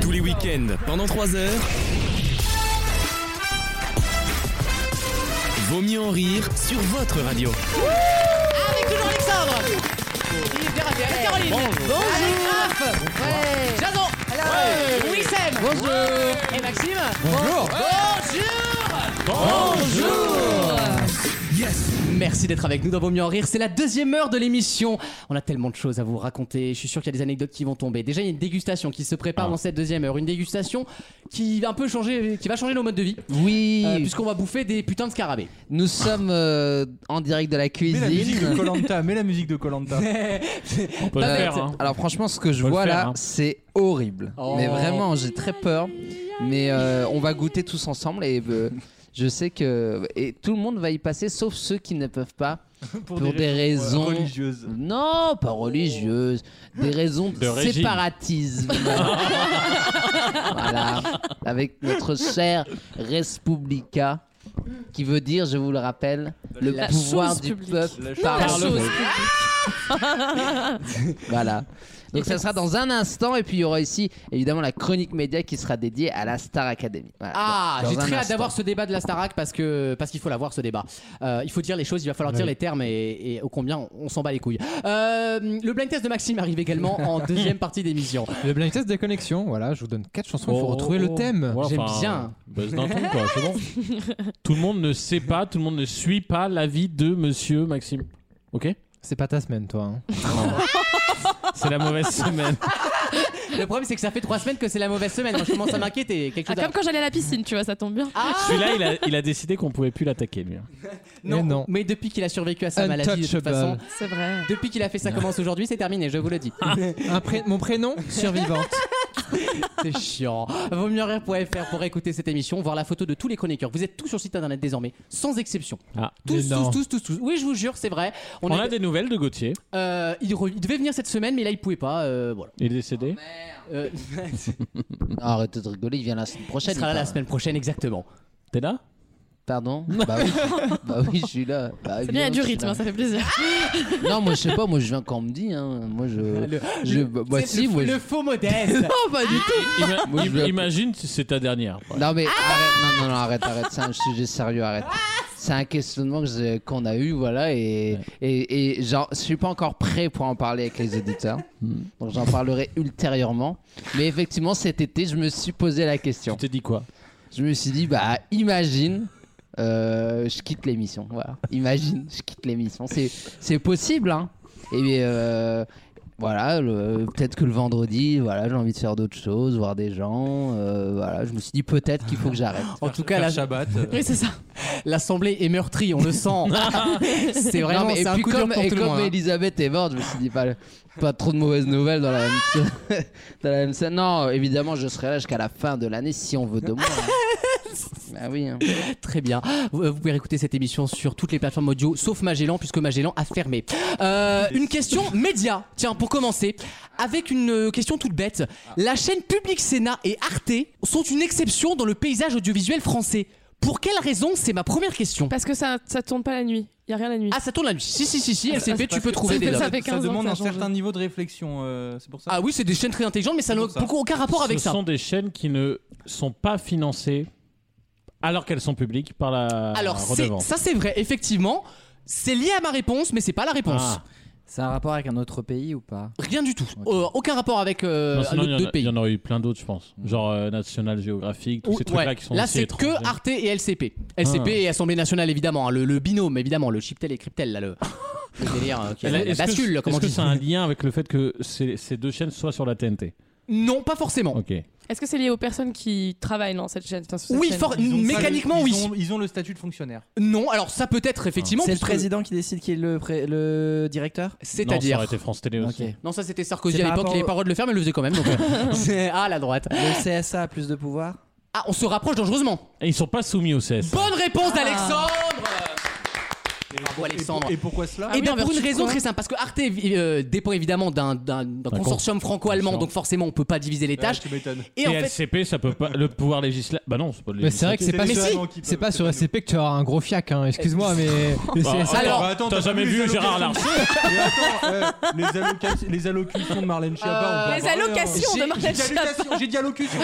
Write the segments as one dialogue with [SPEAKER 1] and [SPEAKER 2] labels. [SPEAKER 1] Tous les week-ends, pendant 3 heures. Vaut mieux en rire sur votre radio.
[SPEAKER 2] Avec toujours Alexandre Yves Dérapier, avec Caroline Avec Raph Jason Wissem Et Maxime
[SPEAKER 3] Bonjour.
[SPEAKER 2] Bonjour
[SPEAKER 3] Bonjour.
[SPEAKER 2] Merci d'être avec nous dans Vaut mieux en rire. C'est la deuxième heure de l'émission. On a tellement de choses à vous raconter. Je suis sûr qu'il y a des anecdotes qui vont tomber. Déjà, il y a une dégustation qui se prépare
[SPEAKER 3] Ah.
[SPEAKER 2] dans cette deuxième heure. Une dégustation qui va un peu changer, qui va changer nos modes de vie.
[SPEAKER 3] Oui,
[SPEAKER 2] Euh, Puisqu'on va bouffer des putains de scarabées.
[SPEAKER 3] nous sommes euh, en direct de la
[SPEAKER 4] Mets la musique
[SPEAKER 3] cuisine.
[SPEAKER 4] de Colanta, mets la musique de Colanta.
[SPEAKER 5] On peut le
[SPEAKER 2] Bah,
[SPEAKER 5] faire.
[SPEAKER 2] c'est-
[SPEAKER 5] hein.
[SPEAKER 3] Alors franchement, ce que je
[SPEAKER 5] Faut le
[SPEAKER 3] vois
[SPEAKER 5] faire,
[SPEAKER 3] là,
[SPEAKER 5] hein.
[SPEAKER 3] c'est horrible.
[SPEAKER 2] Oh.
[SPEAKER 3] Mais vraiment, j'ai très peur. Mais euh, on va goûter tous ensemble et euh, je sais que et tout le monde va y passer, sauf ceux qui ne peuvent pas.
[SPEAKER 4] Pour,
[SPEAKER 3] des raisons-
[SPEAKER 4] religieuses.
[SPEAKER 3] Non,
[SPEAKER 6] Oh.
[SPEAKER 3] pas religieuses, des raisons de,
[SPEAKER 5] De régime.
[SPEAKER 3] séparatisme. voilà, avec notre cher Respublica, qui veut dire, je vous le rappelle, le
[SPEAKER 6] La
[SPEAKER 3] pouvoir
[SPEAKER 6] chose
[SPEAKER 3] du
[SPEAKER 6] publique.
[SPEAKER 3] peuple
[SPEAKER 4] La
[SPEAKER 3] par
[SPEAKER 5] chose
[SPEAKER 3] le peuple. Voilà. Donc ça sera dans un instant et puis il y aura ici évidemment la chronique média qui sera dédiée à la Star Academy. Voilà.
[SPEAKER 2] Ah,
[SPEAKER 3] Dans
[SPEAKER 2] j'ai
[SPEAKER 3] un
[SPEAKER 2] très hâte
[SPEAKER 3] instant.
[SPEAKER 2] d'avoir ce débat de la Starac parce que parce qu'il faut l'avoir ce débat. Euh, il faut dire les choses, il va falloir dire les termes et, et ô combien on, on s'en bat les couilles. Euh, le blind test de Maxime arrive également en deuxième partie d'émission.
[SPEAKER 7] Le blind test des connexions, voilà, je vous donne 4 chansons,
[SPEAKER 5] Oh,
[SPEAKER 7] il faut retrouver
[SPEAKER 5] oh,
[SPEAKER 7] le thème.
[SPEAKER 5] ouais,
[SPEAKER 2] J'aime
[SPEAKER 5] enfin,
[SPEAKER 2] bien.
[SPEAKER 5] buzz d'un ton, quoi, c'est bon. tout le monde ne sait pas, tout le monde ne suit pas l'avis de monsieur Maxime. Ok
[SPEAKER 7] C'est pas ta semaine, toi. hein.
[SPEAKER 5] C'est la mauvaise semaine.
[SPEAKER 2] Le problème c'est que ça fait trois semaines que c'est la mauvaise semaine. Moi, je commence à m'inquiéter. Quelque
[SPEAKER 6] Ah,
[SPEAKER 2] chose. à-
[SPEAKER 6] comme quand j'allais à la piscine, tu vois, ça tombe bien.
[SPEAKER 5] Celui-là, il a, il a décidé qu'on pouvait plus l'attaquer, lui.
[SPEAKER 7] Mais non.
[SPEAKER 2] Mais depuis qu'il a survécu à sa maladie, de toute façon,
[SPEAKER 7] Untouchable. Ah,
[SPEAKER 6] C'est vrai.
[SPEAKER 2] depuis qu'il a fait ça commence aujourd'hui, c'est terminé. Je vous le dis.
[SPEAKER 7] Un pré- Mon prénom, survivante.
[SPEAKER 2] C'est chiant. Vaut mieux en rire.fr pour écouter cette émission, voir la photo de tous les chroniqueurs. Vous êtes tous sur le site internet désormais, sans exception.
[SPEAKER 5] Ah.
[SPEAKER 2] Tous,
[SPEAKER 7] Mais non.
[SPEAKER 2] tous, tous, tous, tous. Oui, je vous jure, c'est vrai.
[SPEAKER 5] On,
[SPEAKER 2] est-
[SPEAKER 5] a des nouvelles de Gauthier.
[SPEAKER 2] Euh, il, re- il devait venir cette semaine, mais là il pouvait pas. euh, voilà.
[SPEAKER 5] Il est décédé.
[SPEAKER 2] Euh,
[SPEAKER 3] Non, arrêtez de rigoler, il vient la semaine
[SPEAKER 2] il
[SPEAKER 3] prochaine.
[SPEAKER 2] sera là
[SPEAKER 3] il
[SPEAKER 2] la
[SPEAKER 3] part.
[SPEAKER 2] semaine prochaine, exactement.
[SPEAKER 5] T'es là
[SPEAKER 3] Pardon bah oui. bah oui, je suis là. Bah,
[SPEAKER 6] C'est bien, il y a du hein.
[SPEAKER 3] évidemment, je suis
[SPEAKER 6] rythme,
[SPEAKER 3] là.
[SPEAKER 6] hein, ça fait plaisir.
[SPEAKER 3] Non, moi je sais pas, moi je viens quand on me dit. Hein. Moi je.
[SPEAKER 2] Le,
[SPEAKER 3] je
[SPEAKER 2] le-
[SPEAKER 3] bah, moi,
[SPEAKER 2] c'est
[SPEAKER 3] si,
[SPEAKER 2] le,
[SPEAKER 3] moi,
[SPEAKER 2] le
[SPEAKER 3] je-
[SPEAKER 2] faux modeste.
[SPEAKER 3] Non, pas du tout.
[SPEAKER 5] Ima-
[SPEAKER 3] Moi, je
[SPEAKER 5] im-
[SPEAKER 3] vais-
[SPEAKER 5] Imagine, c'est ta dernière. Ouais.
[SPEAKER 3] Non, mais arrête, non, non, non, arrête, arrête, c'est un sujet sérieux, arrête. C'est un questionnement que j'ai- qu'on a eu, voilà, et, et, et genre, je suis pas encore prêt pour en parler avec les auditeurs. Donc j'en parlerai ultérieurement. Mais effectivement, cet été, je me suis posé la question.
[SPEAKER 5] Tu t'es dit quoi
[SPEAKER 3] Je me suis dit, bah, imagine, euh, je quitte l'émission. Voilà. Imagine, je quitte l'émission. C'est, c'est possible, hein. Et euh, voilà, le- peut-être que le vendredi, voilà, j'ai envie de faire d'autres choses, voir des gens. euh, voilà, je me suis dit, peut-être qu'il faut que j'arrête.
[SPEAKER 2] En tout cas,
[SPEAKER 4] Faire
[SPEAKER 2] la-
[SPEAKER 4] Shabbat.
[SPEAKER 6] Oui, c'est ça.
[SPEAKER 2] l'assemblée est meurtrie, on le sent. c'est
[SPEAKER 3] Non,
[SPEAKER 2] vraiment
[SPEAKER 3] mais-
[SPEAKER 2] c'est
[SPEAKER 3] et
[SPEAKER 2] un
[SPEAKER 3] puis
[SPEAKER 2] coup dur
[SPEAKER 3] comme,
[SPEAKER 2] pour
[SPEAKER 3] et
[SPEAKER 2] tout le
[SPEAKER 3] comme
[SPEAKER 2] monde, hein.
[SPEAKER 3] Elisabeth est morte, je me suis dit, pas, pas trop de mauvaises nouvelles dans la même, dans la même scène. Non, évidemment, je serai là jusqu'à la fin de l'année si on veut de moi. hein. bah oui. hein.
[SPEAKER 2] Très bien. Vous, vous pouvez écouter cette émission sur toutes les plateformes audio, sauf Magellan, puisque Magellan a fermé. Euh, une question média, tiens, pour commencer, avec une euh, question toute bête. La chaîne Public Sénat et Arte sont une exception dans le paysage audiovisuel français. Pour quelle raison C'est ma première question.
[SPEAKER 6] Parce que ça, ça tourne pas la nuit. Il y a rien la nuit.
[SPEAKER 2] Ah, ça tourne la nuit. Si, si, si, si,
[SPEAKER 6] Ah,
[SPEAKER 2] LCP,
[SPEAKER 6] c'est
[SPEAKER 2] tu peux trouver
[SPEAKER 6] ça
[SPEAKER 2] des
[SPEAKER 6] fait-
[SPEAKER 2] dates.
[SPEAKER 6] ça fait 15 ans
[SPEAKER 4] demande
[SPEAKER 6] que ça
[SPEAKER 4] un
[SPEAKER 6] a changé.
[SPEAKER 4] certain niveau de réflexion, euh, c'est pour ça.
[SPEAKER 2] Ah oui, c'est des chaînes très intelligentes, mais ça
[SPEAKER 4] C'est
[SPEAKER 2] n'a
[SPEAKER 4] pour ça.
[SPEAKER 2] beaucoup- aucun rapport avec
[SPEAKER 5] Ce
[SPEAKER 2] ça.
[SPEAKER 5] sont des chaînes qui ne sont pas financées alors qu'elles sont publiques par la
[SPEAKER 2] Alors, c'est-
[SPEAKER 5] redevance.
[SPEAKER 2] ça c'est vrai, effectivement. C'est lié à ma réponse, mais c'est pas la réponse.
[SPEAKER 5] Ah.
[SPEAKER 8] C'est un rapport avec un autre pays ou pas
[SPEAKER 2] Rien du tout. Euh, aucun rapport avec euh,
[SPEAKER 5] Non, sinon, il
[SPEAKER 2] l'autre-
[SPEAKER 5] y en a-
[SPEAKER 2] d'autres
[SPEAKER 5] Il
[SPEAKER 2] pays. Mm.
[SPEAKER 5] y en aurait eu plein d'autres, je pense. Genre euh, National Geographic, tous
[SPEAKER 2] Ou-
[SPEAKER 5] ces trucs-là
[SPEAKER 2] ouais.
[SPEAKER 5] qui sont
[SPEAKER 2] Là,
[SPEAKER 5] aussi
[SPEAKER 2] c'est
[SPEAKER 5] étrangers.
[SPEAKER 2] que Arte et LCP. LCP
[SPEAKER 5] Ah.
[SPEAKER 2] et Assemblée nationale, évidemment. hein, le, le binôme, évidemment. Le chiptel et cryptel, là, le, le délire. euh, qui est
[SPEAKER 5] Elle-
[SPEAKER 2] la, la
[SPEAKER 5] est-ce que-
[SPEAKER 2] bascule, comment on
[SPEAKER 5] Est-ce que
[SPEAKER 2] dit.
[SPEAKER 5] ça a un lien avec le fait que ces, ces deux chaînes soient sur la TNT
[SPEAKER 2] Non, pas forcément.
[SPEAKER 5] Ok.
[SPEAKER 6] Est-ce que c'est lié aux personnes qui travaillent dans cette chaîne enfin, sur cette
[SPEAKER 2] Oui,
[SPEAKER 6] chaîne
[SPEAKER 2] for-
[SPEAKER 4] Ils ont ça,
[SPEAKER 2] Ah, mécaniquement,
[SPEAKER 4] ils
[SPEAKER 2] oui.
[SPEAKER 4] ont- ils ont le statut de fonctionnaire.
[SPEAKER 2] Non, alors ça peut être, effectivement.
[SPEAKER 8] C'est le
[SPEAKER 2] puisque-
[SPEAKER 8] président qui décide qui est le, pré- le directeur
[SPEAKER 5] Non, ça aurait
[SPEAKER 2] C'est-à-dire.
[SPEAKER 5] été France Télé aussi.
[SPEAKER 8] Ok.
[SPEAKER 2] Non, ça c'était Sarkozy
[SPEAKER 8] C'est
[SPEAKER 2] à
[SPEAKER 8] par
[SPEAKER 2] l'époque,
[SPEAKER 8] rapport
[SPEAKER 2] il avait
[SPEAKER 8] au-
[SPEAKER 2] pas le droit de le faire, mais il le faisait quand même. Donc, euh, c'est- ah, la droite.
[SPEAKER 8] Le CSA a plus de pouvoir
[SPEAKER 2] Ah, on se rapproche dangereusement.
[SPEAKER 5] Et ils sont pas soumis au CS.
[SPEAKER 2] Bonne réponse d'Alexandre Bravo Alexandre.
[SPEAKER 4] Et pourquoi cela
[SPEAKER 6] Ah
[SPEAKER 2] et
[SPEAKER 6] oui,
[SPEAKER 2] Eh bien
[SPEAKER 6] en
[SPEAKER 2] pour une
[SPEAKER 6] vertu de
[SPEAKER 2] raison
[SPEAKER 6] quoi
[SPEAKER 2] très simple, parce que Arte euh, dépend évidemment d'un d'un- d'un
[SPEAKER 5] con-
[SPEAKER 2] consortium franco-allemand,
[SPEAKER 5] consortium.
[SPEAKER 2] donc forcément on peut pas diviser les
[SPEAKER 4] Ah,
[SPEAKER 2] tâches.
[SPEAKER 4] Tu m'étonnes.
[SPEAKER 2] Et,
[SPEAKER 5] Et,
[SPEAKER 2] en fait,
[SPEAKER 5] LCP, ça peut pas. Le pouvoir législatif. Bah non, c'est pas le
[SPEAKER 7] Mais c'est vrai que c'est
[SPEAKER 4] C'est
[SPEAKER 7] pas,
[SPEAKER 4] les
[SPEAKER 7] sur-
[SPEAKER 4] Allemands qui
[SPEAKER 7] c'est
[SPEAKER 4] peuvent,
[SPEAKER 7] pas
[SPEAKER 4] c'est
[SPEAKER 7] sur
[SPEAKER 4] pas
[SPEAKER 7] SCP que tu vas avoir un gros fiac, hein. excuse-moi, mais. mais c'est-
[SPEAKER 5] Ah,
[SPEAKER 7] c'est-
[SPEAKER 2] alors,
[SPEAKER 4] Bah, attends,
[SPEAKER 5] t'as jamais
[SPEAKER 4] plus
[SPEAKER 5] vu
[SPEAKER 4] les
[SPEAKER 5] Gérard
[SPEAKER 4] allocations- Et attends, euh, les, allocations, les allocutions de Marlène Schiappa. on peut en
[SPEAKER 6] Les
[SPEAKER 4] parler, hein.
[SPEAKER 6] allocations de Marlène
[SPEAKER 4] J'ai
[SPEAKER 6] Schiappa.
[SPEAKER 4] allocation- J'ai dit allocution.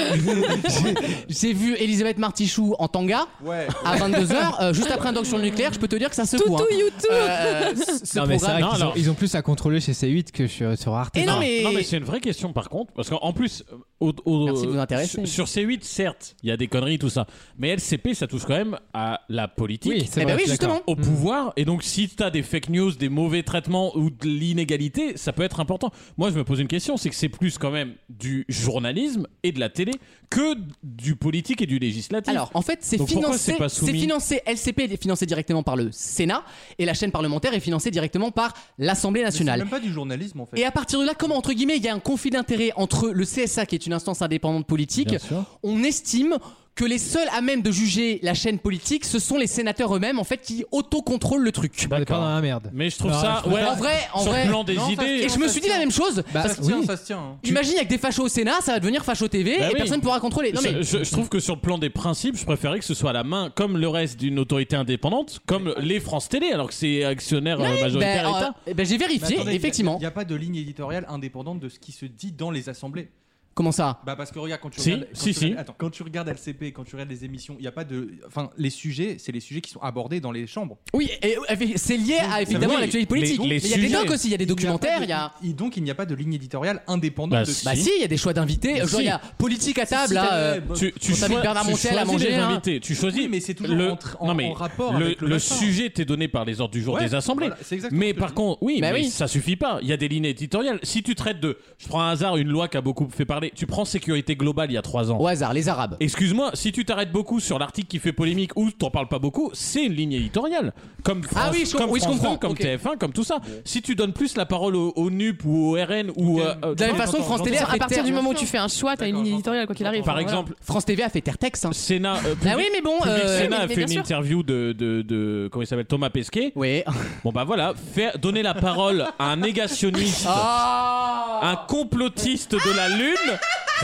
[SPEAKER 2] j'ai vu Elisabeth Martichoux en tanga
[SPEAKER 4] Ouais.
[SPEAKER 2] à 22h, juste après un doc sur le nucléaire, je peux te dire que ça secoue.
[SPEAKER 6] Toutou
[SPEAKER 2] hein.
[SPEAKER 6] youtou
[SPEAKER 2] Euh, ce- ce
[SPEAKER 5] Non, mais c'est
[SPEAKER 2] programme-
[SPEAKER 5] vrai
[SPEAKER 7] Ils, ont,
[SPEAKER 5] alors-
[SPEAKER 7] ils ont plus à contrôler chez C8 que sur, sur Arte.
[SPEAKER 2] Et non,
[SPEAKER 5] Ah,
[SPEAKER 2] mais-
[SPEAKER 5] c'est une vraie question par contre, parce qu'en en plus, euh, au- au-
[SPEAKER 2] Merci de vous intéresser.
[SPEAKER 5] sur, sur C8, certes, il y a des conneries, tout ça, mais LCP, ça touche quand même à la politique.
[SPEAKER 7] Oui, c'est
[SPEAKER 2] Eh ben
[SPEAKER 7] vrai,
[SPEAKER 2] oui,
[SPEAKER 7] je suis d'accord.
[SPEAKER 2] justement.
[SPEAKER 5] au pouvoir. Et donc, si t'as des fake news, des mauvais traitements ou de l'inégalité, ça peut être important. Moi, je me pose une question c'est que c'est plus quand même du journalisme et de la télé que du politique et du législatif.
[SPEAKER 2] Alors, en fait, c'est
[SPEAKER 5] Donc pourquoi
[SPEAKER 2] financé,
[SPEAKER 5] c'est pas
[SPEAKER 2] c'est
[SPEAKER 5] soumis
[SPEAKER 2] financé, LCP est financé directement par le Sénat et la chaîne parlementaire est financée directement par l'Assemblée
[SPEAKER 4] Mais C'est
[SPEAKER 2] nationale.
[SPEAKER 4] même pas du journalisme en fait.
[SPEAKER 2] Et à partir de là, comment, entre guillemets, il y a un conflit d'intérêt entre le CSA, qui est une instance indépendante politique,
[SPEAKER 5] Bien sûr.
[SPEAKER 2] on estime que les seuls à même de juger la chaîne politique, ce sont les sénateurs eux-mêmes, en fait, qui autocontrôlent le truc.
[SPEAKER 7] On est pas
[SPEAKER 5] D'accord.
[SPEAKER 7] dans la merde.
[SPEAKER 5] Mais je trouve
[SPEAKER 7] Alors,
[SPEAKER 5] ça.
[SPEAKER 7] je
[SPEAKER 5] ouais,
[SPEAKER 2] En vrai, en
[SPEAKER 5] sur
[SPEAKER 2] vrai.
[SPEAKER 5] le plan des
[SPEAKER 4] Non, ça se
[SPEAKER 5] idées.
[SPEAKER 2] Et je me suis dit la même chose.
[SPEAKER 7] Bah,
[SPEAKER 4] ça se tient,
[SPEAKER 7] oui.
[SPEAKER 4] ça se tient. hein.
[SPEAKER 2] Imagine avec des fachos au Sénat, ça va devenir facho TV
[SPEAKER 5] Bah
[SPEAKER 2] et
[SPEAKER 5] oui.
[SPEAKER 2] personne ne pourra contrôler. Non mais
[SPEAKER 5] je, je trouve que sur le plan des principes, je préférais que ce soit à la main, comme le reste d'une autorité indépendante, comme les France Télé, alors que c'est actionnaire euh, majoritaire
[SPEAKER 2] ben,
[SPEAKER 5] État. Bah,
[SPEAKER 2] euh, ben, j'ai
[SPEAKER 4] Mais
[SPEAKER 2] vérifié,
[SPEAKER 4] attendez,
[SPEAKER 2] effectivement.
[SPEAKER 4] Il n'y a, pas de ligne éditoriale indépendante de ce qui se dit dans les assemblées.
[SPEAKER 2] Comment ça
[SPEAKER 4] Bah parce que regarde quand tu
[SPEAKER 5] Si,
[SPEAKER 4] regardes, quand
[SPEAKER 5] si,
[SPEAKER 4] tu
[SPEAKER 5] si.
[SPEAKER 4] regardes- attends, quand tu regardes LCP, quand tu regardes les émissions, il n'y a pas de, enfin les sujets, c'est les sujets qui sont abordés dans les chambres.
[SPEAKER 2] Oui, et, et c'est lié à évidemment
[SPEAKER 5] oui,
[SPEAKER 2] à l'actualité
[SPEAKER 5] les-
[SPEAKER 2] politique.
[SPEAKER 5] les
[SPEAKER 2] Mais il y a des
[SPEAKER 5] sujets.
[SPEAKER 2] docs aussi, il y a des
[SPEAKER 4] Il n'y a pas
[SPEAKER 2] documentaires,
[SPEAKER 4] de-
[SPEAKER 2] il y a.
[SPEAKER 4] et donc il n'y a pas de ligne éditoriale indépendante
[SPEAKER 5] Bah,
[SPEAKER 4] de
[SPEAKER 5] si.
[SPEAKER 4] ce
[SPEAKER 2] Bah si, il y a des choix d'invités. Genre, il y a politique à table, là. euh,
[SPEAKER 5] Tu, tu,
[SPEAKER 2] On t'invite
[SPEAKER 5] choi-
[SPEAKER 2] Bernard
[SPEAKER 5] tu
[SPEAKER 2] Montiel à
[SPEAKER 5] choisis
[SPEAKER 2] manger,
[SPEAKER 5] les
[SPEAKER 2] hein.
[SPEAKER 5] invités, tu choisis
[SPEAKER 4] eh, Oui, mais c'est toujours
[SPEAKER 5] le,
[SPEAKER 4] en tra- en-
[SPEAKER 5] non, mais
[SPEAKER 4] en rapport
[SPEAKER 5] le,
[SPEAKER 4] avec le
[SPEAKER 5] le
[SPEAKER 4] machin.
[SPEAKER 5] sujet t'est donné par les ordres du jour
[SPEAKER 4] Ouais,
[SPEAKER 5] des assemblées.
[SPEAKER 4] voilà, c'est exactement
[SPEAKER 5] mais
[SPEAKER 4] ce que
[SPEAKER 5] par
[SPEAKER 4] je dis.
[SPEAKER 5] contre, oui,
[SPEAKER 2] Bah
[SPEAKER 5] mais
[SPEAKER 2] oui.
[SPEAKER 5] ça suffit pas. Il y a des lignes éditoriales. Si tu traites de, je prends un hasard, une loi qui a beaucoup fait parler. Tu prends sécurité globale il y a trois ans.
[SPEAKER 2] Au hasard, les Arabes.
[SPEAKER 5] Excuse-moi, si tu t'arrêtes beaucoup sur l'article qui fait polémique ou t'en parles pas beaucoup, c'est une ligne éditoriale. Comme France,
[SPEAKER 2] Ah oui, je com-
[SPEAKER 5] comme
[SPEAKER 2] oui, je
[SPEAKER 5] France
[SPEAKER 2] comprends.
[SPEAKER 5] deux, comme
[SPEAKER 2] Ok.
[SPEAKER 5] TF1, comme tout ça. Si tu donnes plus la parole au, au NUP ou au RN ou euh, euh,
[SPEAKER 2] De la même
[SPEAKER 5] j'entends,
[SPEAKER 2] façon, France
[SPEAKER 5] j'entends.
[SPEAKER 2] Télé a
[SPEAKER 6] À
[SPEAKER 2] fait
[SPEAKER 6] partir
[SPEAKER 2] taire-
[SPEAKER 6] du moment où tu fais un choix, t'as une
[SPEAKER 4] D'accord,
[SPEAKER 6] ligne
[SPEAKER 4] j'entends,
[SPEAKER 6] éditoriale, quoi qu'il
[SPEAKER 4] j'entends.
[SPEAKER 6] arrive.
[SPEAKER 5] par
[SPEAKER 6] Voilà.
[SPEAKER 5] exemple,
[SPEAKER 2] France TV a fait Tertex. Hein.
[SPEAKER 5] Sénat. euh,
[SPEAKER 2] Ah oui, mais bon.
[SPEAKER 5] Public
[SPEAKER 2] euh,
[SPEAKER 5] Sénat a
[SPEAKER 6] mais
[SPEAKER 5] fait
[SPEAKER 6] bien
[SPEAKER 5] une
[SPEAKER 6] sûr.
[SPEAKER 5] interview de, de, de- comment il s'appelle Thomas Pesquet.
[SPEAKER 2] Oui.
[SPEAKER 5] Bon bah voilà, faire donner la parole à un négationniste,
[SPEAKER 2] Ah.
[SPEAKER 5] un complotiste de la lune.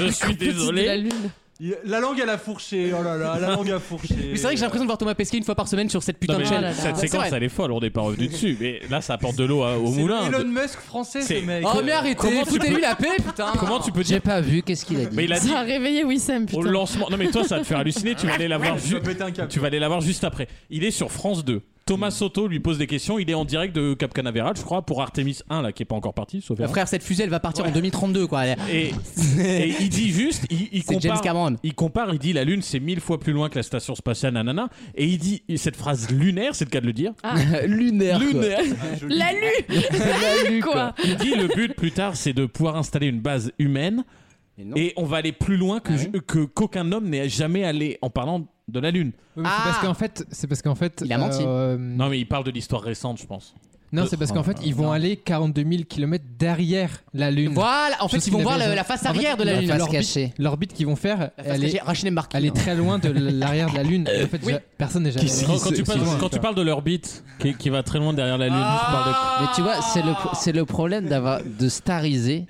[SPEAKER 5] Je suis
[SPEAKER 6] Petite de la
[SPEAKER 5] désolé.
[SPEAKER 6] lune.
[SPEAKER 4] Il- La langue elle a fourché, oh là là, la langue a fourché.
[SPEAKER 2] Mais c'est vrai que j'ai l'impression de voir Thomas Pesquet une fois par semaine sur cette putain
[SPEAKER 5] Non, mais
[SPEAKER 2] de chaîne.
[SPEAKER 6] là là.
[SPEAKER 5] cette
[SPEAKER 6] C'est
[SPEAKER 5] séquence
[SPEAKER 2] vrai.
[SPEAKER 5] elle est folle, on n'est pas revenu dessus. Mais là ça apporte de l'eau à- au
[SPEAKER 4] C'est
[SPEAKER 5] moulin.
[SPEAKER 4] Elon Musk français
[SPEAKER 5] C'est-
[SPEAKER 4] ce mec.
[SPEAKER 2] Oh mais arrêtez,
[SPEAKER 5] Comment tu
[SPEAKER 2] foutez-lui
[SPEAKER 5] peux-
[SPEAKER 2] la paix, putain.
[SPEAKER 5] Comment tu peux
[SPEAKER 3] J'ai
[SPEAKER 5] dire
[SPEAKER 3] pas vu, qu'est-ce qu'il a dit
[SPEAKER 5] Mais il a dit
[SPEAKER 6] Ça a réveillé Wissem,
[SPEAKER 5] au
[SPEAKER 6] putain.
[SPEAKER 5] lancement. Non mais toi ça va te faire halluciner. Tu vas aller la voir
[SPEAKER 4] Je
[SPEAKER 5] ju-
[SPEAKER 4] vais péter un câble.
[SPEAKER 5] Tu vas aller la voir juste après. Il est sur France 2. Thomas Soto lui pose des questions. Il est en direct de Cap Canaveral, je crois, pour Artemis 1 là qui est pas encore parti. Sauf erreur.
[SPEAKER 2] Frère, cette fusée, elle va partir en 2032, quoi. Elle-
[SPEAKER 5] Et, et il dit juste, il, il
[SPEAKER 2] C'est James
[SPEAKER 5] compare,
[SPEAKER 2] Cameron.
[SPEAKER 5] il compare, il dit la Lune c'est mille fois plus loin que la station spatiale, nanana. Et il dit et cette phrase lunaire, c'est le cas de le dire.
[SPEAKER 3] Lunaire. quoi.
[SPEAKER 5] Lunaire.
[SPEAKER 4] Ah,
[SPEAKER 6] La lune Quoi
[SPEAKER 5] Il dit le but plus tard c'est de pouvoir installer une base humaine et on va aller plus loin
[SPEAKER 2] Ah
[SPEAKER 5] que je- que qu'aucun homme n'est jamais allé en parlant de la Lune.
[SPEAKER 7] Oui, mais
[SPEAKER 2] Ah.
[SPEAKER 7] C'est parce qu'en fait, c'est parce qu'en fait.
[SPEAKER 2] Il a menti.
[SPEAKER 7] euh, non,
[SPEAKER 5] Non mais il parle de l'histoire récente, je pense.
[SPEAKER 7] c'est parce qu'en fait, ils vont aller 42 000 km derrière la Lune.
[SPEAKER 2] Voilà, en
[SPEAKER 7] Je
[SPEAKER 2] fait,
[SPEAKER 7] sais
[SPEAKER 2] ils vont
[SPEAKER 7] qu'il
[SPEAKER 2] voir
[SPEAKER 7] avait
[SPEAKER 2] la,
[SPEAKER 7] raison.
[SPEAKER 2] la face
[SPEAKER 7] En fait,
[SPEAKER 2] arrière de la
[SPEAKER 7] la
[SPEAKER 2] Lune.
[SPEAKER 7] face
[SPEAKER 2] Alors,
[SPEAKER 3] Face cachée.
[SPEAKER 7] L'orbite qu'ils vont faire,
[SPEAKER 2] La face
[SPEAKER 7] elle
[SPEAKER 2] cachée,
[SPEAKER 7] est,
[SPEAKER 2] Rachel Embarki.
[SPEAKER 7] elle est très loin de l'arrière de la Lune. Et en fait,
[SPEAKER 2] Oui.
[SPEAKER 7] ja- personne n'est jamais. allé
[SPEAKER 5] Quand, quand
[SPEAKER 7] aussi
[SPEAKER 5] tu parles,
[SPEAKER 7] loin.
[SPEAKER 5] quand tu parles de l'orbite qui, qui va très loin derrière la Lune, je parle
[SPEAKER 2] Ah.
[SPEAKER 5] de-
[SPEAKER 3] Mais tu vois, c'est le, pro- c'est le problème d'avoir de stariser